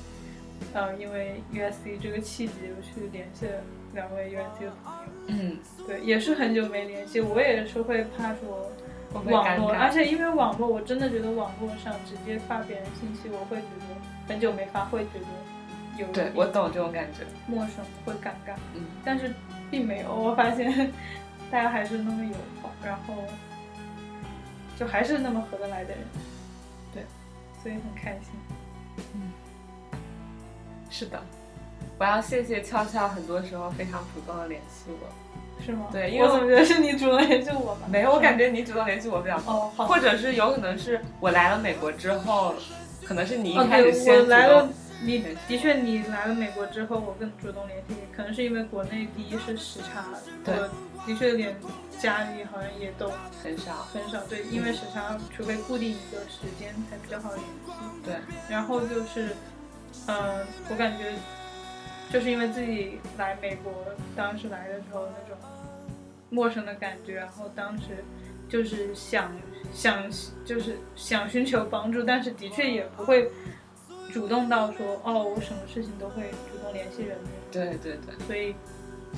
Speaker 4: 呃，因为 USC 这个契机，我去联系了两位 USC 的朋友，
Speaker 1: 嗯，
Speaker 4: 对，也是很久没联系，我也是会怕说
Speaker 1: 会不会
Speaker 4: 网
Speaker 1: 尴
Speaker 4: 络，
Speaker 1: 尬？
Speaker 4: 而且因为网络，我真的觉得网络上直接发别人信息，我会觉得很久没发，会觉得有
Speaker 1: 对
Speaker 4: 一
Speaker 1: 我懂这种感觉。
Speaker 4: 陌生，会尴尬，
Speaker 1: 嗯
Speaker 4: 但是并没有，我发现 *laughs* 大家还是那么友好，然后就还是那么合得来的人，对，所以很开心。
Speaker 1: 是的，我要谢谢俏俏，很多时候非常主动的联系我。
Speaker 4: 是吗？
Speaker 1: 对因为
Speaker 4: 我怎么觉得是你主动联系我吧？
Speaker 1: 没有，我感
Speaker 4: 觉
Speaker 1: 觉你主动联系我比较多，
Speaker 4: 哦，好，
Speaker 1: 或者是有可能是我来了美国之后，可能是你
Speaker 4: 哦，
Speaker 1: 一开
Speaker 4: 对，
Speaker 1: 始先
Speaker 4: 我
Speaker 1: 主
Speaker 4: 来了
Speaker 1: 动。，
Speaker 4: 你的确你来了美国之后，我更主动联系你，可能是因为国内第一是时差，
Speaker 1: 对
Speaker 4: 我的确连家里好像也都
Speaker 1: 很少。
Speaker 4: 很少对，因为时差除非固定一个时间才比较好联系，
Speaker 1: 对，
Speaker 4: 然后就是，呃，我感觉就是因为自己来美国，当时来的时候那种陌生的感觉，然后当时就是想想就是想寻求帮助，但是的确也不会主动到说哦，我什么事情都会主动联系人的，
Speaker 1: 对对对。
Speaker 4: 所以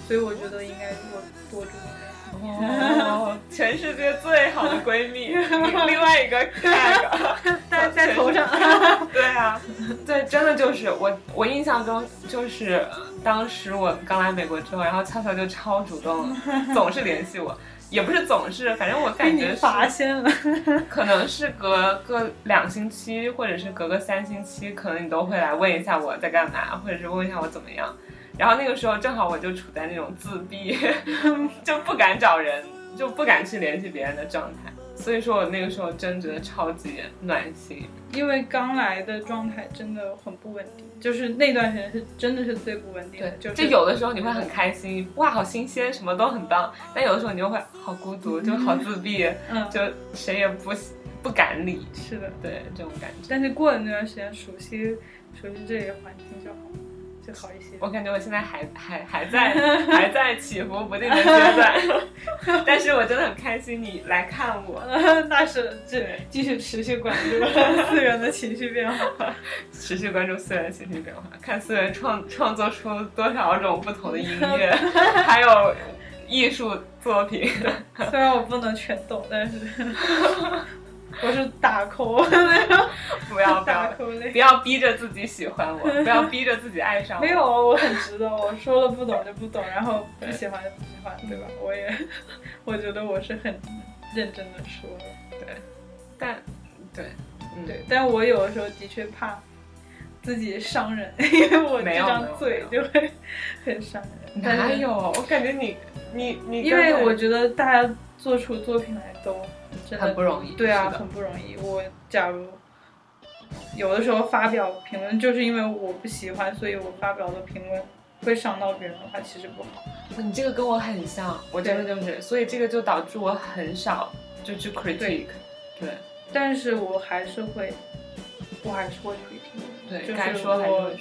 Speaker 4: 所以我觉得应该我多主动联系。
Speaker 1: 哦，全世界最好的闺 *laughs* 蜜，另另外一个 *laughs* 啊 tag
Speaker 4: 戴
Speaker 1: *laughs*
Speaker 4: 戴头上，
Speaker 1: 对啊，对，真的就是我，我印象中就是当时我刚来美国之后，然后俏俏就超主动，总是联系我，也不是总是，反正我
Speaker 4: 被
Speaker 1: 感
Speaker 4: 你
Speaker 1: 觉是
Speaker 4: 发现了。
Speaker 1: 可能是隔个两星期，或者是隔个三星期，可能你都会来问一下我在干嘛，或者是问一下我怎么样。然后那个时候正好我就处在 *laughs* 那种自闭，就不敢找人，就不敢去联系别人的状态，所以说我那个时候真觉得超级暖心。
Speaker 4: 因为刚来的状态真的很不稳定，就是那段时间是真的是最不稳定的，
Speaker 1: 对，
Speaker 4: 就是嗯
Speaker 1: 就有的时候你会很开心，哇，好新鲜，什么都很棒；但有的时候你又会好孤独，就好自闭，
Speaker 4: 嗯，
Speaker 1: 就谁也不不敢理，
Speaker 4: 是的。
Speaker 1: 对这种感觉。
Speaker 4: 但是过了那段时间，熟悉熟悉这里的环境就好，就好一些。
Speaker 1: 我感觉我现在还还还在还在起伏不定的阶
Speaker 4: *laughs*
Speaker 1: 段，但是我真的很开心你来看我，
Speaker 4: *laughs* 那是这继续持续关注
Speaker 1: *laughs*
Speaker 4: 四元的情绪变化。
Speaker 1: 持续关注思源的情绪变化，看思源创创作出多少种不同的音
Speaker 4: *laughs*
Speaker 1: 乐，还有艺术作品。 *laughs*
Speaker 4: 虽然我不能全懂，但是 *laughs* 我是打 call
Speaker 1: 不要不
Speaker 4: *laughs* 打
Speaker 1: 要
Speaker 4: call 类
Speaker 1: 不。要逼着自己喜欢我，不要逼着自己爱上我。
Speaker 4: *laughs* 没有，我很直的，我说了不懂就不懂，然后不喜欢就不喜欢，对吧？我也，我觉得我是很认真的说的，
Speaker 1: 但对，嗯，
Speaker 4: 对。但我有的时候的确怕自己伤人， *laughs* 因为我这
Speaker 1: 没有
Speaker 4: 张嘴
Speaker 1: 没
Speaker 4: 就会很伤人。但
Speaker 1: 哪
Speaker 4: 是？
Speaker 1: 有？我感觉你你你
Speaker 4: 因
Speaker 1: 刚才，
Speaker 4: 为我觉得大家做出作品来都真的
Speaker 1: 很不容易
Speaker 4: 对啊，
Speaker 1: 是的
Speaker 4: 很不容易。我假如有的时候发表评论，就是因为我不喜欢，所以我发表的评论会伤到别人的话，其实不好。
Speaker 1: 你这个跟我很像，我真的就是，所以这个就导致我很少就去 critique，对
Speaker 4: 但是我还是会，我还是会去听。
Speaker 1: 对，
Speaker 4: 就是
Speaker 1: 该说还是
Speaker 4: 我
Speaker 1: 会，说。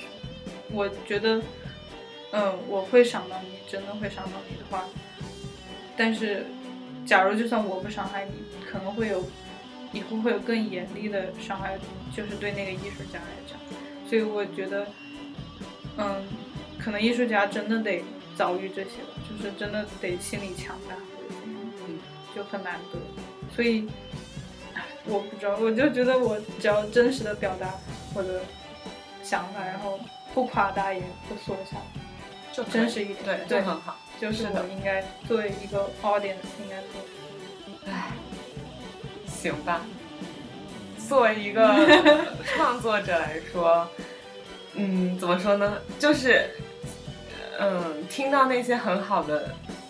Speaker 4: 我觉得，嗯，我会伤到你，真的会伤到你的话，但是，假如就算我不伤害你，可能会有以后会有更严厉的伤害，就是对那个艺术家来讲。所以我觉得，嗯，可能艺术家真的得遭遇这些吧，就是真的得心理强大，或者怎样
Speaker 1: 嗯
Speaker 4: 就很难得。所以，唉我不知道，我就觉得我只要真实的表达我的想法，然后不夸大也不缩小，
Speaker 1: 就可以
Speaker 4: 真实一点
Speaker 1: 对，
Speaker 4: 对
Speaker 1: 就很好。
Speaker 4: 就是
Speaker 1: 是的
Speaker 4: 我应该作为一个 audience 应该做。
Speaker 1: 唉，行吧。作为一个创作者来说，嗯，怎么说呢？就是，嗯，听到那些很好的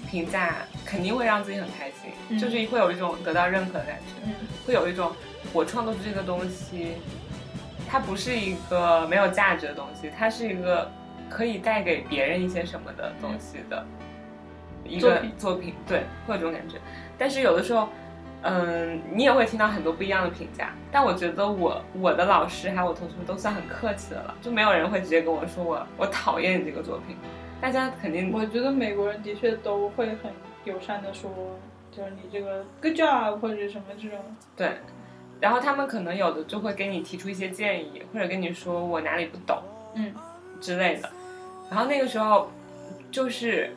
Speaker 1: 评价，肯定会让自己很开心，
Speaker 4: 嗯
Speaker 1: 就是会有一种得到认可的感觉。
Speaker 4: 嗯
Speaker 1: 会有一种我创作出这个东西，它不是一个没有价值的东西，它是一个可以带给别人一些什么的东西的一
Speaker 4: 作
Speaker 1: 个
Speaker 4: 品
Speaker 1: 作品，对，会有这种感觉。但是有的时候，嗯，你也会听到很多不一样的评价，但我觉得我我的老师还有我同学都算很客气的了，就没有人会直接跟我说我我讨厌你这个作品，大家肯定
Speaker 4: 嗯我觉得美国人的确都会很友善的说，就是你这个 good job 或者什么这种。
Speaker 1: 对，然后他们可能有的就会给你提出一些建议，或者跟你说我哪里不懂，
Speaker 4: 嗯，
Speaker 1: 之类的。然后那个时候，就是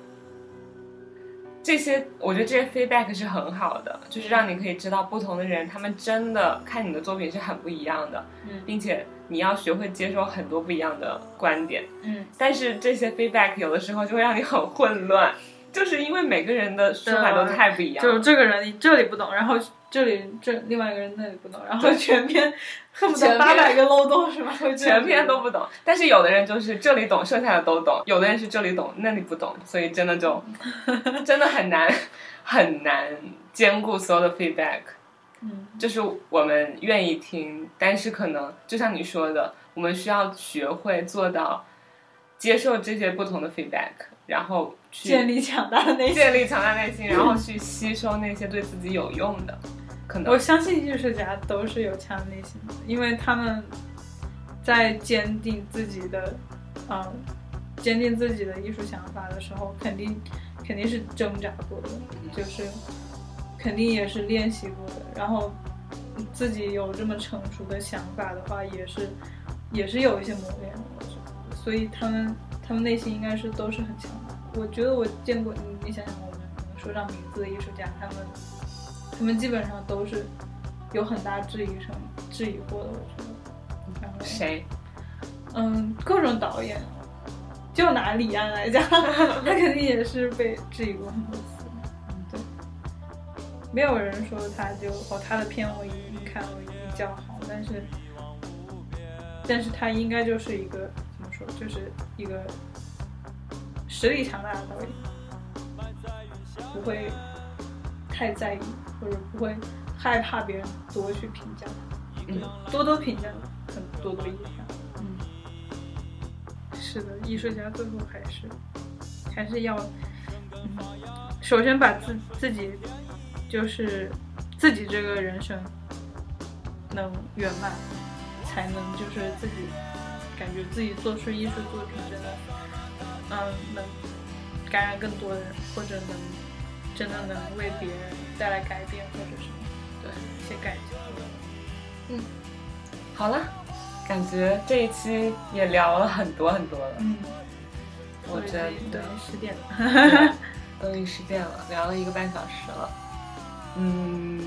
Speaker 1: 这些，我觉得这些 feedback 是很好的，就是让你可以知道不同的人，他们真的看你的作品是很不一样的，
Speaker 4: 嗯
Speaker 1: 并且你要学会接受很多不一样的观点。
Speaker 4: 嗯，
Speaker 1: 但是这些 feedback 有的时候就会让你很混乱，就是因为每个人的说法都
Speaker 4: 对啊
Speaker 1: 太不一样
Speaker 4: 就是
Speaker 1: 了。
Speaker 4: 这个人你这里不懂，然后这里这另外一个人那里不懂，然后全篇恨不
Speaker 1: 全
Speaker 4: 得
Speaker 1: 篇
Speaker 4: 八百个漏洞 *laughs* 是吧？会这样
Speaker 1: *laughs* 全篇都不懂，但是有的人就是这里懂，剩下的都懂；有的人是这里懂，那里不懂，所以真的
Speaker 4: *laughs*
Speaker 1: 就真的很难很难兼顾所有的 feedback。
Speaker 4: 嗯
Speaker 1: 就是我们愿意听，但是可能就像你说的，我们需要学会做到接受这些不同的 feedback，然后去
Speaker 4: 建立强大的内心。
Speaker 1: *laughs* 建立强大内心，然后去吸收那些对自己有用的。可能
Speaker 4: 我相信艺术家都是有强内心的，因为他们在坚定自己的，嗯，坚定自己的艺术想法的时候，肯定肯定是挣扎过的，
Speaker 1: 嗯
Speaker 4: 就是肯定也是练习过的。然后自己有这么成熟的想法的话，也是也是有一些磨练的，我觉得。所以他们他们内心应该是都是很强大的。我觉得我见过，你你想想，我们我们说上名字的艺术家，他们。他们基本上都是有很大质疑声质疑过的，我觉得。然后，
Speaker 1: 谁？
Speaker 4: 嗯，各种导演，就拿李安来讲，他肯定也是被质疑过很多次。对，没有人说他就哦，他的片我一定看，我一定叫好，但是，但是他应该就是一个怎么说，就是一个实力强大的导演，不会太在意，或者不会害怕别人多去评价他，
Speaker 1: 嗯
Speaker 4: 多多评价很多多益善。
Speaker 1: 嗯，
Speaker 4: 是的，艺术家最后还是还是要，嗯，首先把自自己就是自己这个人生能圆满，才能就是自己感觉自己做出艺术作品真的，嗯，能感染更多人，或者能真的能为别人带来改变或者什么，对一些改进。
Speaker 1: 好了，感觉这一期也聊了很多很多了，
Speaker 4: 嗯，
Speaker 1: 我觉得
Speaker 4: 对十点了，
Speaker 1: 都已经十点了，聊了一个半小时了。嗯，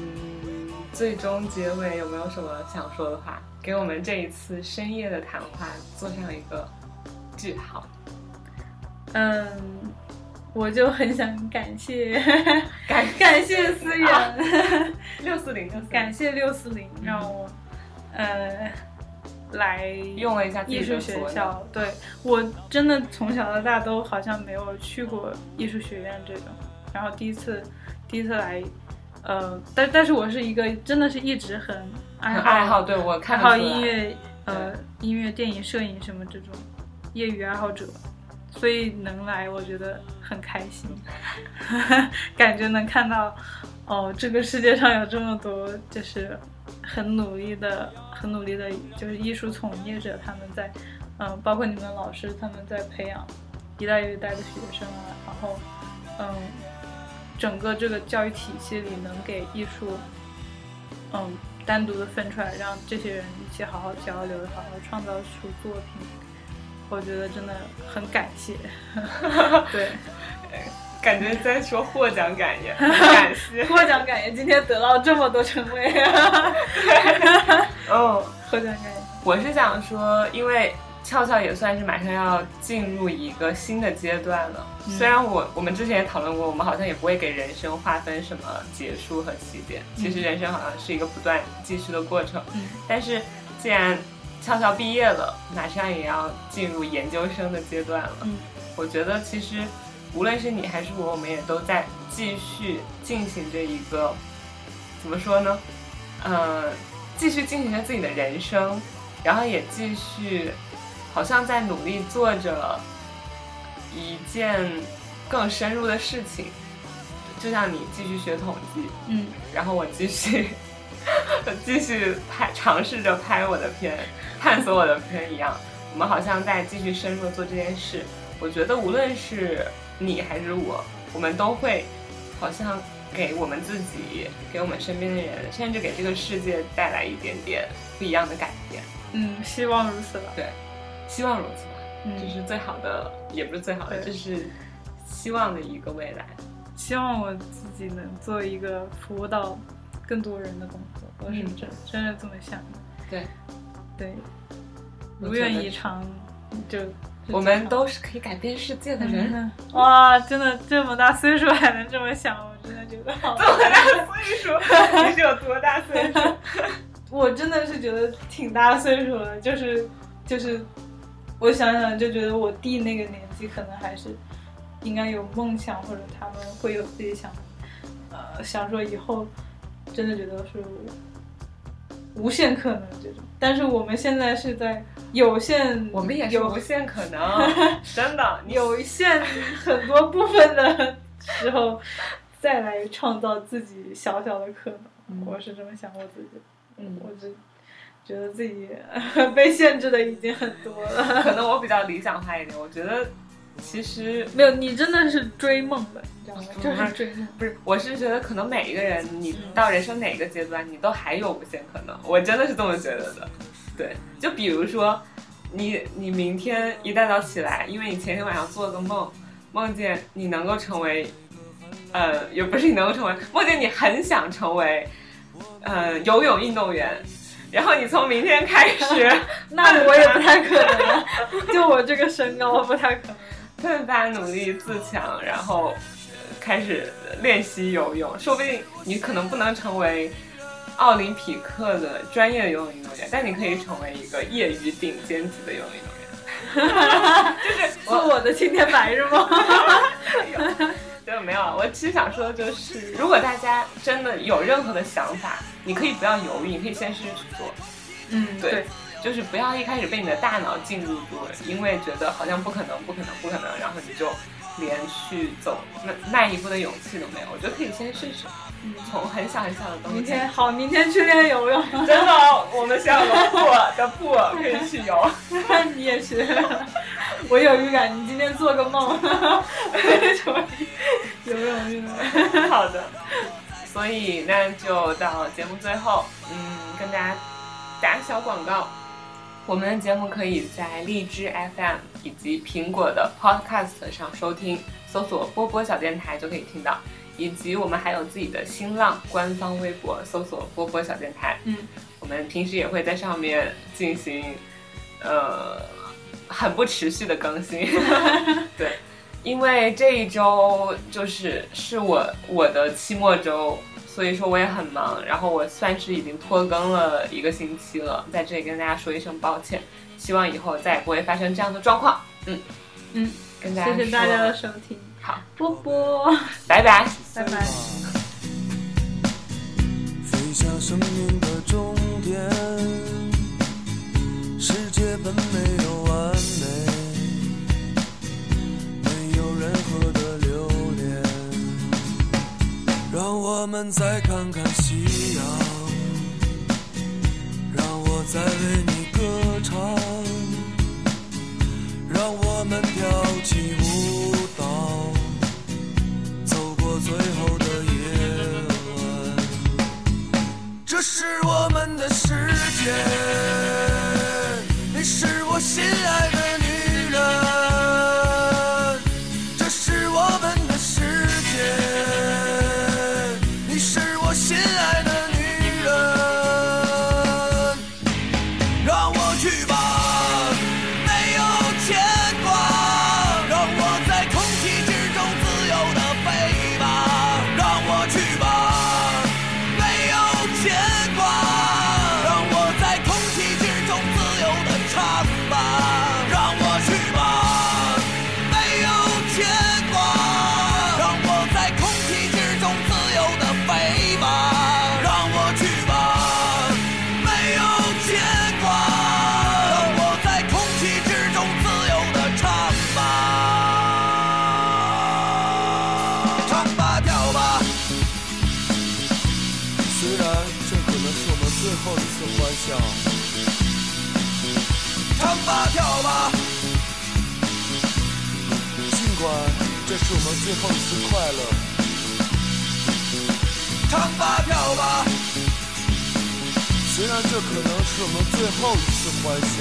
Speaker 1: 最终结尾有没有什么想说的话？给我们这一次深夜的谈话做上一个句号。
Speaker 4: 嗯，我就很想感
Speaker 1: *laughs*
Speaker 4: 谢。
Speaker 1: 感
Speaker 4: 感谢思
Speaker 1: 啊
Speaker 4: 源，
Speaker 1: 六四零六四
Speaker 4: 感谢六四零
Speaker 1: 嗯
Speaker 4: 让我呃来
Speaker 1: 用了一下自己
Speaker 4: 艺
Speaker 1: 的
Speaker 4: 术学
Speaker 1: 左脑，
Speaker 4: 校。对我真的从小到大都好像没有去过艺术学院这种，然后第一次第一次来，呃，但但是我是一个真的是一直很爱
Speaker 1: 很
Speaker 4: 好
Speaker 1: 爱好，对我
Speaker 4: 爱
Speaker 1: 看得出
Speaker 4: 好
Speaker 1: 来
Speaker 4: 音乐呃音乐、电影、摄影什么这种业余爱好者，所以能来我觉得很开心， *laughs* 感觉能看到哦，这个世界上有这么多就是很努力的、很努力的，就是艺术从业者他们在，嗯、包括你们老师他们在培养一代又一代的学生啊，然后嗯、整个这个教育体系里能给艺术。嗯，单独的分出来，让这些人一起好好交流，好好创造出作品。我觉得真的很感 *laughs* 谢，对，
Speaker 1: 感觉在说获奖感
Speaker 4: *laughs*
Speaker 1: 言，感谢。
Speaker 4: 获奖感言今天得到这么多称谓，
Speaker 1: 嗯，
Speaker 4: *laughs* 获奖感言，
Speaker 1: 我是想说，因为俏俏也算是马上要进入一个新的阶段了。
Speaker 4: 嗯
Speaker 1: 虽然我我们之前也讨论过，我们好像也不会给人生划分什么结束和起点，其实人生好像是一个不断继续的过程。
Speaker 4: 嗯
Speaker 1: 但是既然俏俏毕业了，马上也要进入研究生的阶段了。
Speaker 4: 嗯
Speaker 1: 我觉得其实无论是你还是我，我们也都在继续进行着一个怎么说呢？呃，继续进行着自己的人生，然后也继续好像在努力做着一件更深入的事情。就像你继续学统计，
Speaker 4: 嗯，
Speaker 1: 然后我继续继续拍尝试着拍我的片，探索我的片一样，我们好像在继续深入地做这件事。我觉得无论是你还是我，我们都会好像给我们自己、给我们身边的人，甚至给这个世界带来一点点不一样的改变。
Speaker 4: 嗯，希望如此吧，
Speaker 1: 希望如此吧，这
Speaker 4: 嗯，
Speaker 1: 是最好的，也不是最好的，这
Speaker 4: 对
Speaker 1: 是希望的一个未来。
Speaker 4: 希望我自己能做一个服务到更多人的工作，我是
Speaker 1: 嗯
Speaker 4: 真、真的这么想的，
Speaker 1: 对
Speaker 4: 对，
Speaker 1: 我
Speaker 4: 如
Speaker 1: 觉得
Speaker 4: 愿以
Speaker 1: 是
Speaker 4: 偿，就
Speaker 1: 我们都是可以改变世界的人。啊
Speaker 4: 嗯哇，真的这么大岁数还能这么想，我真的觉得好。
Speaker 1: 岁数，你是有多大岁数？
Speaker 4: *laughs* 我真的是觉得挺大岁数了，就是就是，我想想就觉得我弟那个年纪可能还是应该有梦想，或者他们会有自己想，呃，想说以后真的觉得是无限可能这种。但是我们现在是在有限，
Speaker 1: 我们也是
Speaker 4: 有
Speaker 1: 无限可能， *laughs* 真的。你有
Speaker 4: 有限很多部分的时候，再来创造自己小小的可能。
Speaker 1: 嗯
Speaker 4: 我是这么想我自己，
Speaker 1: 嗯，
Speaker 4: 我就觉得自己被限制的已经很多了。
Speaker 1: 可能我比较理想化一点，我觉得其实
Speaker 4: 没有，你真的是追梦的，你知道吗？
Speaker 1: 就
Speaker 4: 就是是追梦。
Speaker 1: 不是，我是觉得可能每一个人，你到人生哪个阶段，你都还有无限可能。我真的是这么觉得的。对，就比如说，你你明天一大早起来，因为你前天晚上做了个梦，梦见你能够成为，呃，也不是你能够成为，梦见你很想成为，呃，游泳运动员。然后你从明天开始
Speaker 4: *laughs* 那我也不太可能了，就我这个身高不太可能。
Speaker 1: 奋发努力、自强，然后呃开始练习游泳。说不定你可能不能成为奥林匹克的专业的游泳运动员，但你可以成为一个业余顶尖级的游泳运动员。
Speaker 4: 是我的青天白日梦。
Speaker 1: 对，没有，我其实想说的就是，如果大家真的有任何的想法，你可以不要犹豫，你可以先试着去做，
Speaker 4: 嗯，
Speaker 1: 对
Speaker 4: 对，
Speaker 1: 就是不要一开始被你的大脑禁锢住了，因为觉得好像不可能、不可能、不可能，然后你就连去走那那一步的勇气都没有。我觉得可以先试试，从很小很小的东西
Speaker 4: 嗯明
Speaker 1: 开始。
Speaker 4: 天好，明天去练游泳，
Speaker 1: 真的哦，我们学校有个布的布可以去游。
Speaker 4: *laughs* 你也学。我有预感，你今天做个梦， *laughs* 什么游泳运动？
Speaker 1: 好的，所以那就到节目最后，嗯，跟大家打小广告。我们的节目可以在荔枝 FM 以及苹果的 Podcast 上收听，搜索“波波小电台”就可以听到，以及我们还有自己的新浪官方微博，搜索“波波小电台”。
Speaker 4: 嗯，
Speaker 1: 我们平时也会在上面进行，呃，很不持续的更
Speaker 4: *laughs*
Speaker 1: 新。对，因为这一周就是是我我的期末周，所以说我也很忙，然后我算是已经拖更了一个星期了，在这里跟大家说一声抱歉，希望以后再也不会发生这样的状况。嗯
Speaker 4: 嗯，
Speaker 1: 跟大家
Speaker 4: 谢谢大家的收听，
Speaker 1: 好，
Speaker 4: 波波，
Speaker 1: 拜拜。
Speaker 4: 拜拜。
Speaker 5: 飞向生命的终点。世界本没有完美，没有任何的留恋。让我们再看看夕阳，让我再为你歌唱，让我们跳起舞蹈，走过最后的夜晚。这是我们的世界，你是我心爱的女人。这是我们的世界，你是我心爱的女人。让我去吧，没有牵挂，让我在空气之中自由的飞吧，让我去吧，没有牵挂，让我在空气之中自由的唱吧，让我去吧，没有牵挂，让我在空气之中自由的飞吧，让我去吧。没有牵挂，让我在空气之中自由的唱吧，唱吧跳吧。虽然这可能是我们最后一次欢笑，唱吧跳吧。尽管这是我们最后一次快乐，唱吧跳吧。虽然这可能是我们最后一次欢笑。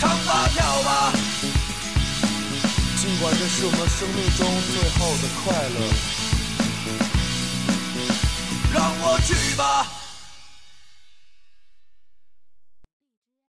Speaker 5: 唱吧跳吧，尽管这是我们生命中最后的快乐。